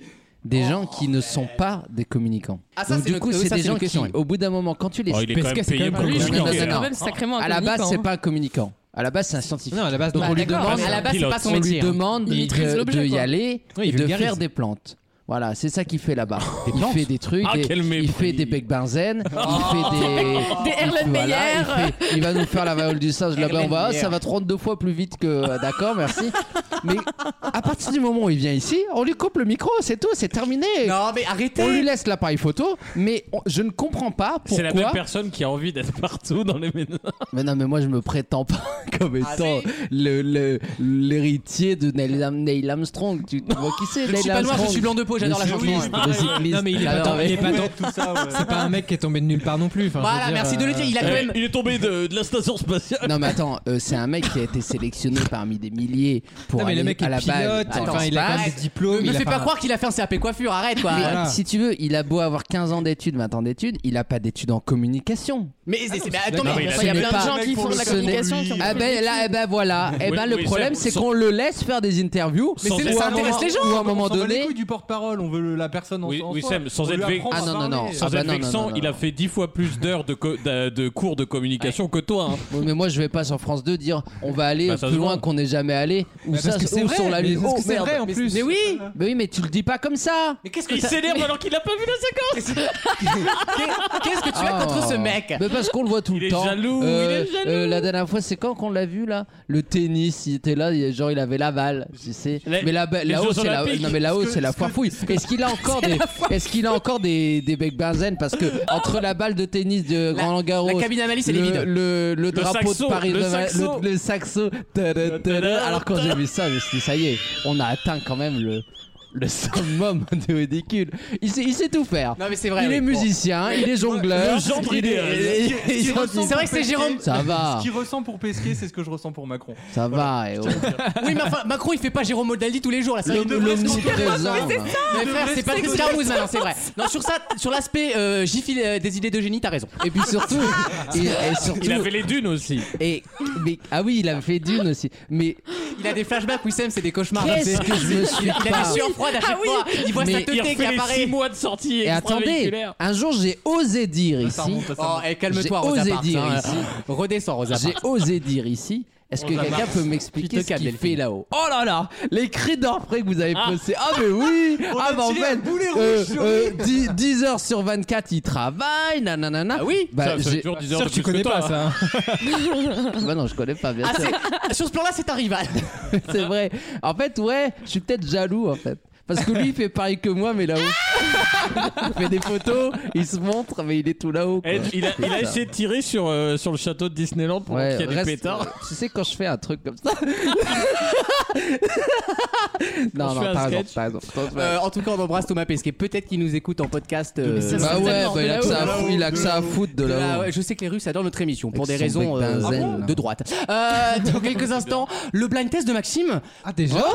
[SPEAKER 3] des gens qui ne sont pas des communicants.
[SPEAKER 2] Ah, ça,
[SPEAKER 3] Donc
[SPEAKER 2] c'est
[SPEAKER 3] du
[SPEAKER 2] notre-
[SPEAKER 3] coup,
[SPEAKER 2] oui,
[SPEAKER 3] c'est
[SPEAKER 2] ça,
[SPEAKER 3] des
[SPEAKER 2] c'est
[SPEAKER 3] gens
[SPEAKER 2] notre
[SPEAKER 3] qui,
[SPEAKER 2] question, oui.
[SPEAKER 3] au bout d'un moment, quand tu les
[SPEAKER 5] Oh, il est quand
[SPEAKER 7] Parce
[SPEAKER 5] même
[SPEAKER 7] que c'est
[SPEAKER 5] payé
[SPEAKER 7] quand
[SPEAKER 5] pour
[SPEAKER 7] même
[SPEAKER 6] Lui, je
[SPEAKER 3] Non,
[SPEAKER 6] pense
[SPEAKER 3] non,
[SPEAKER 5] communiquer.
[SPEAKER 6] que c'est
[SPEAKER 3] non,
[SPEAKER 6] quand
[SPEAKER 3] non.
[SPEAKER 6] même sacrément un
[SPEAKER 3] à la base,
[SPEAKER 6] communicant,
[SPEAKER 3] c'est
[SPEAKER 6] hein.
[SPEAKER 3] pas un communicant. À la base, c'est un scientifique.
[SPEAKER 7] Non, à la base,
[SPEAKER 3] Donc
[SPEAKER 7] non.
[SPEAKER 3] on lui
[SPEAKER 6] d'accord.
[SPEAKER 3] demande,
[SPEAKER 2] À la base, c'est
[SPEAKER 5] pilote.
[SPEAKER 2] pas son
[SPEAKER 3] on lui
[SPEAKER 2] métier. hein.
[SPEAKER 3] demande
[SPEAKER 6] Il maîtrise
[SPEAKER 3] de,
[SPEAKER 6] l'objet,
[SPEAKER 3] de y
[SPEAKER 6] quoi.
[SPEAKER 3] aller
[SPEAKER 7] Oui,
[SPEAKER 3] et
[SPEAKER 7] il
[SPEAKER 3] de
[SPEAKER 7] vulgarise.
[SPEAKER 3] faire des plantes. Voilà, c'est ça qu'il fait là-bas. Il
[SPEAKER 5] plantes
[SPEAKER 3] fait des trucs,
[SPEAKER 5] Ah,
[SPEAKER 3] et-
[SPEAKER 5] quel
[SPEAKER 3] il
[SPEAKER 5] mépris. Oh,
[SPEAKER 3] fait des becs benzène, il fait des.
[SPEAKER 6] Des
[SPEAKER 3] Voilà, il,
[SPEAKER 6] Erlenmeyer
[SPEAKER 3] fait- il va nous faire la vallée du singe là-bas. On va, ah, ça va 32 fois plus vite que. ah, D'accord, merci. Mais à partir du moment où il vient ici, on lui coupe le micro, c'est tout, c'est terminé.
[SPEAKER 2] Non, mais
[SPEAKER 3] On lui
[SPEAKER 2] arrêtez.
[SPEAKER 3] laisse l'appareil photo, mais on- je ne comprends pas pourquoi.
[SPEAKER 5] C'est la même personne qui a envie d'être partout dans les ménages.
[SPEAKER 3] Mais non, mais moi je me prétends pas comme étant le- le- l'héritier de Neil, Am- Neil Armstrong. Tu, tu vois qui c'est
[SPEAKER 2] Je
[SPEAKER 3] Neil
[SPEAKER 2] suis pas noir, je
[SPEAKER 3] Armstrong
[SPEAKER 2] suis blanc de peau. Chapeau, j'adore la
[SPEAKER 3] Le
[SPEAKER 2] chanson.
[SPEAKER 3] cycliste,
[SPEAKER 2] hein.
[SPEAKER 3] le cycliste.
[SPEAKER 7] Ah, Non, mais il est pas
[SPEAKER 3] Alors,
[SPEAKER 7] tombé- il est pas tombé-
[SPEAKER 4] tout ça. ouais.
[SPEAKER 7] c'est pas un mec qui est tombé de nulle part non plus. Enfin, je veux
[SPEAKER 2] Voilà,
[SPEAKER 7] dire,
[SPEAKER 2] merci de le
[SPEAKER 7] euh,
[SPEAKER 2] dire. Il a quand même.
[SPEAKER 5] Il est tombé de, de la station spatiale.
[SPEAKER 3] Non mais attends, euh, c'est un mec qui a été sélectionné parmi des milliers pour
[SPEAKER 7] euh, Non, mais
[SPEAKER 3] aller
[SPEAKER 7] le mec
[SPEAKER 3] à
[SPEAKER 7] est
[SPEAKER 3] la base.
[SPEAKER 7] pilote,
[SPEAKER 3] Attends,
[SPEAKER 7] enfin,
[SPEAKER 3] c'est
[SPEAKER 7] il a
[SPEAKER 3] pas
[SPEAKER 7] quand même
[SPEAKER 3] vrai.
[SPEAKER 7] des diplômes.
[SPEAKER 2] Me
[SPEAKER 7] il a
[SPEAKER 2] fais
[SPEAKER 7] fait
[SPEAKER 2] pas
[SPEAKER 7] un-
[SPEAKER 2] croire qu'il a fait un CAP coiffure, arrête quoi.
[SPEAKER 3] Mais
[SPEAKER 7] Voilà.
[SPEAKER 3] si tu veux, il a beau avoir 15 ans d'études, 20 ans d'études, il a pas d'études en communication.
[SPEAKER 2] Mais, c'est- c'est- mais attends,
[SPEAKER 5] Non,
[SPEAKER 2] mais
[SPEAKER 5] mais il a
[SPEAKER 2] il
[SPEAKER 5] fait
[SPEAKER 2] y a
[SPEAKER 3] des
[SPEAKER 2] plein de
[SPEAKER 3] pas-
[SPEAKER 2] gens qui
[SPEAKER 4] Mec,
[SPEAKER 2] font
[SPEAKER 4] pour
[SPEAKER 2] de la
[SPEAKER 4] le
[SPEAKER 2] communication.
[SPEAKER 4] sonner,
[SPEAKER 2] qui ont
[SPEAKER 4] lui.
[SPEAKER 2] fait
[SPEAKER 3] Ah
[SPEAKER 2] des
[SPEAKER 3] ben
[SPEAKER 2] études.
[SPEAKER 3] là, eh ben voilà. Eh
[SPEAKER 5] Oui,
[SPEAKER 3] ben le
[SPEAKER 5] oui,
[SPEAKER 3] problème,
[SPEAKER 5] ça-
[SPEAKER 3] c'est
[SPEAKER 5] ça-
[SPEAKER 3] qu'on le laisse faire des interviews.
[SPEAKER 2] Mais
[SPEAKER 5] Sans
[SPEAKER 2] c'est-
[SPEAKER 5] être-
[SPEAKER 3] ou
[SPEAKER 2] ça
[SPEAKER 3] à un
[SPEAKER 2] intéresse
[SPEAKER 3] moment-
[SPEAKER 2] les gens.
[SPEAKER 3] Ou à un moment
[SPEAKER 4] On s'en bat les
[SPEAKER 3] donné,
[SPEAKER 4] couilles du porte-parole, on veut le- la personne en
[SPEAKER 5] Oui,
[SPEAKER 4] en
[SPEAKER 5] oui,
[SPEAKER 4] soi.
[SPEAKER 5] Sam, sans
[SPEAKER 4] On
[SPEAKER 5] être
[SPEAKER 4] lui
[SPEAKER 5] vé-
[SPEAKER 4] apprend
[SPEAKER 3] Ah
[SPEAKER 4] à
[SPEAKER 3] non, non, non.
[SPEAKER 4] parler.
[SPEAKER 5] Sans
[SPEAKER 3] bah
[SPEAKER 5] être
[SPEAKER 3] non, non,
[SPEAKER 5] vexant,
[SPEAKER 3] non, non,
[SPEAKER 5] il a fait dix fois plus d'heures de, co- d'a- de cours de communication que toi. hein.
[SPEAKER 3] Oui, mais moi je vais pas sur France 2 dire on va aller
[SPEAKER 5] Bah, ça se
[SPEAKER 3] plus loin
[SPEAKER 5] voit.
[SPEAKER 3] qu'on n'est jamais allé ou
[SPEAKER 7] Mais
[SPEAKER 3] ça
[SPEAKER 7] Bah, parce que c'est
[SPEAKER 3] ou
[SPEAKER 7] vrai,
[SPEAKER 3] sur la
[SPEAKER 7] mais
[SPEAKER 3] lune.
[SPEAKER 7] parce que
[SPEAKER 3] Oh,
[SPEAKER 7] c'est
[SPEAKER 3] merde.
[SPEAKER 7] vrai, en plus.
[SPEAKER 3] Mais oui, mais oui, mais tu le dis pas comme ça.
[SPEAKER 2] Mais qu'est-ce que
[SPEAKER 5] Il
[SPEAKER 2] t'as-
[SPEAKER 5] s'énerve alors qu'il a pas vu la séquence.
[SPEAKER 2] Qu'est-ce que tu as contre
[SPEAKER 3] Oh.
[SPEAKER 2] ce mec
[SPEAKER 3] Mais parce qu'on le voit tout
[SPEAKER 5] Il
[SPEAKER 3] le
[SPEAKER 5] est
[SPEAKER 3] temps.
[SPEAKER 5] jaloux, il est jaloux.
[SPEAKER 3] euh, la dernière fois, c'est quand qu'on l'a vu là Le tennis, il était là, il- genre il avait l'aval, tu sais.
[SPEAKER 5] Les-
[SPEAKER 3] mais là-bas-
[SPEAKER 5] les
[SPEAKER 3] là-haut,
[SPEAKER 5] Jeux
[SPEAKER 3] c'est la,
[SPEAKER 5] Olympiques.
[SPEAKER 3] non mais là-haut, c'est la foire fouille. Est-ce qu'il a encore des, est-ce qu'il a encore des des becs benzen Parce que entre la balle de tennis de Grand Garros,
[SPEAKER 2] La cabine analyse, elle est
[SPEAKER 3] le,
[SPEAKER 2] vide.
[SPEAKER 3] le, le drapeau
[SPEAKER 5] saxo,
[SPEAKER 3] de Paris,
[SPEAKER 5] le
[SPEAKER 3] de-
[SPEAKER 5] saxo.
[SPEAKER 3] le, le saxo. tada, tada. Alors quand j'ai vu ça, je me suis dit ça y est, on a atteint quand même le le summum de ridicule. Il sait, il sait tout faire.
[SPEAKER 2] Non mais c'est vrai.
[SPEAKER 3] il
[SPEAKER 2] oui.
[SPEAKER 3] est
[SPEAKER 2] Bon.
[SPEAKER 3] musicien, il est jongleur.
[SPEAKER 5] Le gendre
[SPEAKER 3] il est-
[SPEAKER 5] idéal.
[SPEAKER 3] il est- il est-
[SPEAKER 2] C'est vrai que c'est Jérôme.
[SPEAKER 3] Ça va,
[SPEAKER 4] Ce qu'il ressent pour Pesquet, c'est ce que je ressens pour Macron.
[SPEAKER 3] ça va. eh oh.
[SPEAKER 2] Oui, mais enfin, Macron il fait pas Jérôme Modaldi tous les jours là. c'est
[SPEAKER 3] L'om-
[SPEAKER 2] vrai.
[SPEAKER 3] L'omniprésent. là.
[SPEAKER 2] Mais frère, c'est pas Chris Carmouze maintenant, c'est vrai. Non, sur ça, sur l'aspect euh, gifle, euh, des idées de génie, t'as raison.
[SPEAKER 3] Et puis surtout, et, et surtout,
[SPEAKER 5] Il avait les dunes aussi.
[SPEAKER 3] et- mais- ah oui, il avait fait Dune aussi. Mais
[SPEAKER 2] Il a des flashbacks, Wissem, c'est des cauchemars.
[SPEAKER 3] qu'est-ce que je me suis
[SPEAKER 2] Il a
[SPEAKER 3] pas
[SPEAKER 2] des sueurs froides à chaque
[SPEAKER 6] Ah oui.
[SPEAKER 2] fois. Il voit
[SPEAKER 3] Mais
[SPEAKER 2] sa
[SPEAKER 5] Il
[SPEAKER 2] teuté E qui
[SPEAKER 5] refait les six
[SPEAKER 2] apparaît.
[SPEAKER 5] mois de sortie
[SPEAKER 3] Et attendez,
[SPEAKER 5] extra-véhiculaire.
[SPEAKER 3] un jour j'ai osé dire
[SPEAKER 4] Ça
[SPEAKER 3] ici,
[SPEAKER 4] remonte, ça
[SPEAKER 2] Oh,
[SPEAKER 4] remonte.
[SPEAKER 2] eh, calme-toi,
[SPEAKER 3] J'ai
[SPEAKER 2] Rosa
[SPEAKER 3] osé
[SPEAKER 2] Parks,
[SPEAKER 3] dire
[SPEAKER 2] hein.
[SPEAKER 3] ici.
[SPEAKER 2] Redescends, Rosa
[SPEAKER 3] j'ai
[SPEAKER 2] Parks.
[SPEAKER 3] osé dire ici. Est-ce que
[SPEAKER 4] Rosa
[SPEAKER 3] quelqu'un
[SPEAKER 4] Parks.
[SPEAKER 3] peut
[SPEAKER 2] Oh Tu
[SPEAKER 3] m'expliquer
[SPEAKER 2] te
[SPEAKER 3] ce
[SPEAKER 2] calmes,
[SPEAKER 3] qu'il
[SPEAKER 2] Delphine.
[SPEAKER 3] fait là-haut Oh là là Les cris d'orfraie que vous avez postés Ah mais oui
[SPEAKER 4] On
[SPEAKER 3] Ah
[SPEAKER 4] a
[SPEAKER 3] mais en
[SPEAKER 4] tiré un
[SPEAKER 3] fait
[SPEAKER 4] boulet
[SPEAKER 3] euh,
[SPEAKER 4] rouge sur
[SPEAKER 3] euh,
[SPEAKER 4] lui.
[SPEAKER 3] 10, 10 heures sur 24 il travaille, nanana.
[SPEAKER 2] Ah oui
[SPEAKER 3] bah,
[SPEAKER 5] Ça, ça fait
[SPEAKER 3] j'ai-
[SPEAKER 5] toujours dix heures
[SPEAKER 7] Sûr
[SPEAKER 5] de
[SPEAKER 7] que tu
[SPEAKER 5] plus
[SPEAKER 7] connais
[SPEAKER 5] que toi,
[SPEAKER 7] pas
[SPEAKER 5] hein.
[SPEAKER 7] ça. hein.
[SPEAKER 3] Bah non, je connais pas bien
[SPEAKER 2] Ah,
[SPEAKER 3] sûr.
[SPEAKER 2] c'est- Sur ce plan-là, c'est un rival.
[SPEAKER 3] C'est vrai. En fait, ouais, je suis peut-être jaloux en fait. Parce que lui, il fait pareil que moi, mais là-haut. il fait des photos, il se montre, mais il est tout là-haut. quoi.
[SPEAKER 5] Eh, Il a, il a
[SPEAKER 3] C'est ça.
[SPEAKER 5] essayé de tirer sur, euh, sur le château de Disneyland pour qu'il y ait des
[SPEAKER 3] reste-
[SPEAKER 5] pétards.
[SPEAKER 3] Tu sais, quand je fais un truc comme ça. non,
[SPEAKER 5] Quand je
[SPEAKER 3] non,
[SPEAKER 5] fais un
[SPEAKER 3] par exemple,
[SPEAKER 5] sketch.
[SPEAKER 3] par exemple. Quand je fais-
[SPEAKER 2] Euh, En tout cas, on embrasse Thomas Pesquet. Peut-être qu'il nous écoute en podcast. euh,
[SPEAKER 6] Mais ça, c'est
[SPEAKER 3] bah Bah ouais,
[SPEAKER 6] tellement
[SPEAKER 3] bah, il a que ça à
[SPEAKER 4] de
[SPEAKER 3] fou-
[SPEAKER 4] là-haut,
[SPEAKER 3] il a
[SPEAKER 4] de
[SPEAKER 3] que ça à
[SPEAKER 4] là-haut.
[SPEAKER 3] foutre de
[SPEAKER 2] de la-
[SPEAKER 3] là-haut.
[SPEAKER 2] Ah ouais, je sais que les Russes adorent notre émission pour des
[SPEAKER 3] Avec son
[SPEAKER 2] raisons
[SPEAKER 3] bec
[SPEAKER 2] euh,
[SPEAKER 3] benzen, là.
[SPEAKER 2] de droite. Euh, dans quelques instants, le blind test de Maxime
[SPEAKER 7] Ah, déjà
[SPEAKER 2] Oh,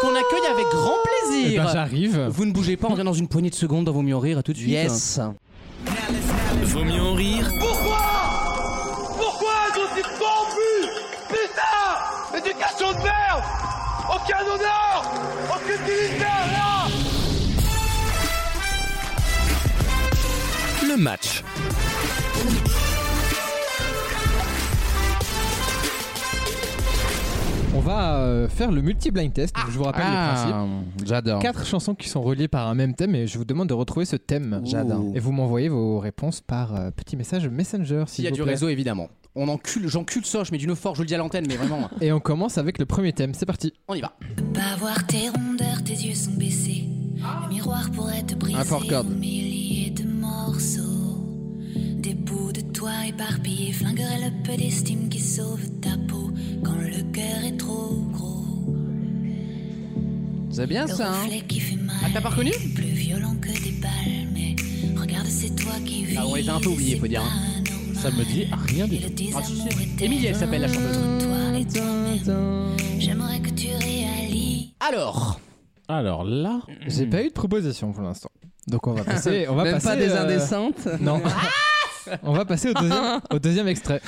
[SPEAKER 2] qu'on accueille avec grand
[SPEAKER 7] Eh ben,
[SPEAKER 2] plaisir.
[SPEAKER 7] J'arrive.
[SPEAKER 2] Vous ne bougez pas, on vient dans une poignée de secondes dans Vos mieux en rire, à tout de suite.
[SPEAKER 3] Yes.
[SPEAKER 1] Vaut mieux en rire
[SPEAKER 9] Pourquoi ils ont été corrompus Putain Éducation de merde Aucun honneur Aucune dignité rien
[SPEAKER 1] le match.
[SPEAKER 7] On va euh, faire le multi-blind test. Donc, je vous rappelle le principe.
[SPEAKER 3] Ah, j'adore.
[SPEAKER 7] Quatre chansons qui sont reliées par un même thème et je vous demande de retrouver ce thème.
[SPEAKER 3] J'adore.
[SPEAKER 7] Et vous m'envoyez vos réponses par euh, petit message Messenger.
[SPEAKER 2] S'il y a
[SPEAKER 7] vous
[SPEAKER 2] du
[SPEAKER 7] plaît.
[SPEAKER 2] réseau, évidemment. On encule, j'encule Soche, mais d'une force, je le dis à l'antenne, mais vraiment,
[SPEAKER 7] Et on commence avec le premier thème. C'est parti.
[SPEAKER 2] on y va.
[SPEAKER 10] Pas voir tes rondeurs, tes yeux sont baissés. Le miroir pourrait te briser
[SPEAKER 3] Un fort corde.
[SPEAKER 10] en milliers de morceaux. Des bouts de toi éparpillés flingueraient le peu d'estime qui sauve ta peau quand le cœur est trop gros.
[SPEAKER 3] C'est bien
[SPEAKER 10] Le
[SPEAKER 3] ça, hein.
[SPEAKER 10] reflet qui fait mal.
[SPEAKER 2] Ah, t'as pas reconnu
[SPEAKER 10] est Plus violent que des balles, mais regarde, c'est toi qui vis.
[SPEAKER 2] Ah, on les a un peu oubliés, faut dire, hein.
[SPEAKER 5] Ça
[SPEAKER 2] Ah,
[SPEAKER 5] me dit rien du tout.
[SPEAKER 2] Émilie, elle s'appelle la chanteuse.
[SPEAKER 10] J'aimerais que tu réalises.
[SPEAKER 2] Alors,
[SPEAKER 5] Alors là,
[SPEAKER 7] J'ai pas eu de proposition pour l'instant. Donc on va passer. On va
[SPEAKER 3] Même
[SPEAKER 7] passer
[SPEAKER 3] pas des
[SPEAKER 7] euh,
[SPEAKER 3] indécentes.
[SPEAKER 7] Non. on va passer au deuxième, au deuxième extrait.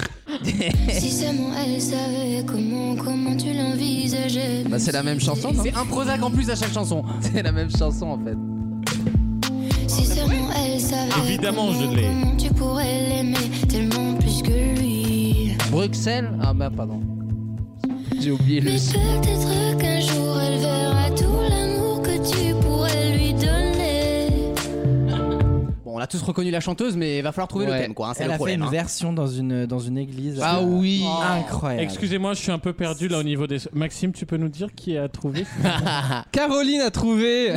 [SPEAKER 10] Si seulement elle savait comment, comment tu l'envisageais.
[SPEAKER 3] Bah, c'est la même chanson, non
[SPEAKER 2] c'est un Prozac en plus à chaque chanson.
[SPEAKER 3] C'est la même chanson en fait.
[SPEAKER 10] Si seulement elle savait.
[SPEAKER 5] Évidemment,
[SPEAKER 10] comment,
[SPEAKER 5] je l'ai.
[SPEAKER 10] Comment tu pourrais l'aimer tellement plus que lui.
[SPEAKER 3] Bruxelles Ah bah pardon. J'ai oublié le
[SPEAKER 10] Mais peut-être qu'un jour elle verra tout l'amour que tu pourrais lui donner.
[SPEAKER 2] Bon, on a tous reconnu la chanteuse, mais va falloir trouver le
[SPEAKER 3] Ouais.
[SPEAKER 2] thème, quoi. hein, c'est
[SPEAKER 8] Elle a
[SPEAKER 2] le
[SPEAKER 8] fait
[SPEAKER 2] problème.
[SPEAKER 8] une
[SPEAKER 2] hein.
[SPEAKER 8] version dans une, dans une église.
[SPEAKER 3] Ah oui
[SPEAKER 8] Incroyable.
[SPEAKER 5] excusez-moi, je suis un peu perdu là au niveau des. Maxime, tu peux nous dire qui a trouvé
[SPEAKER 7] Caroline a trouvé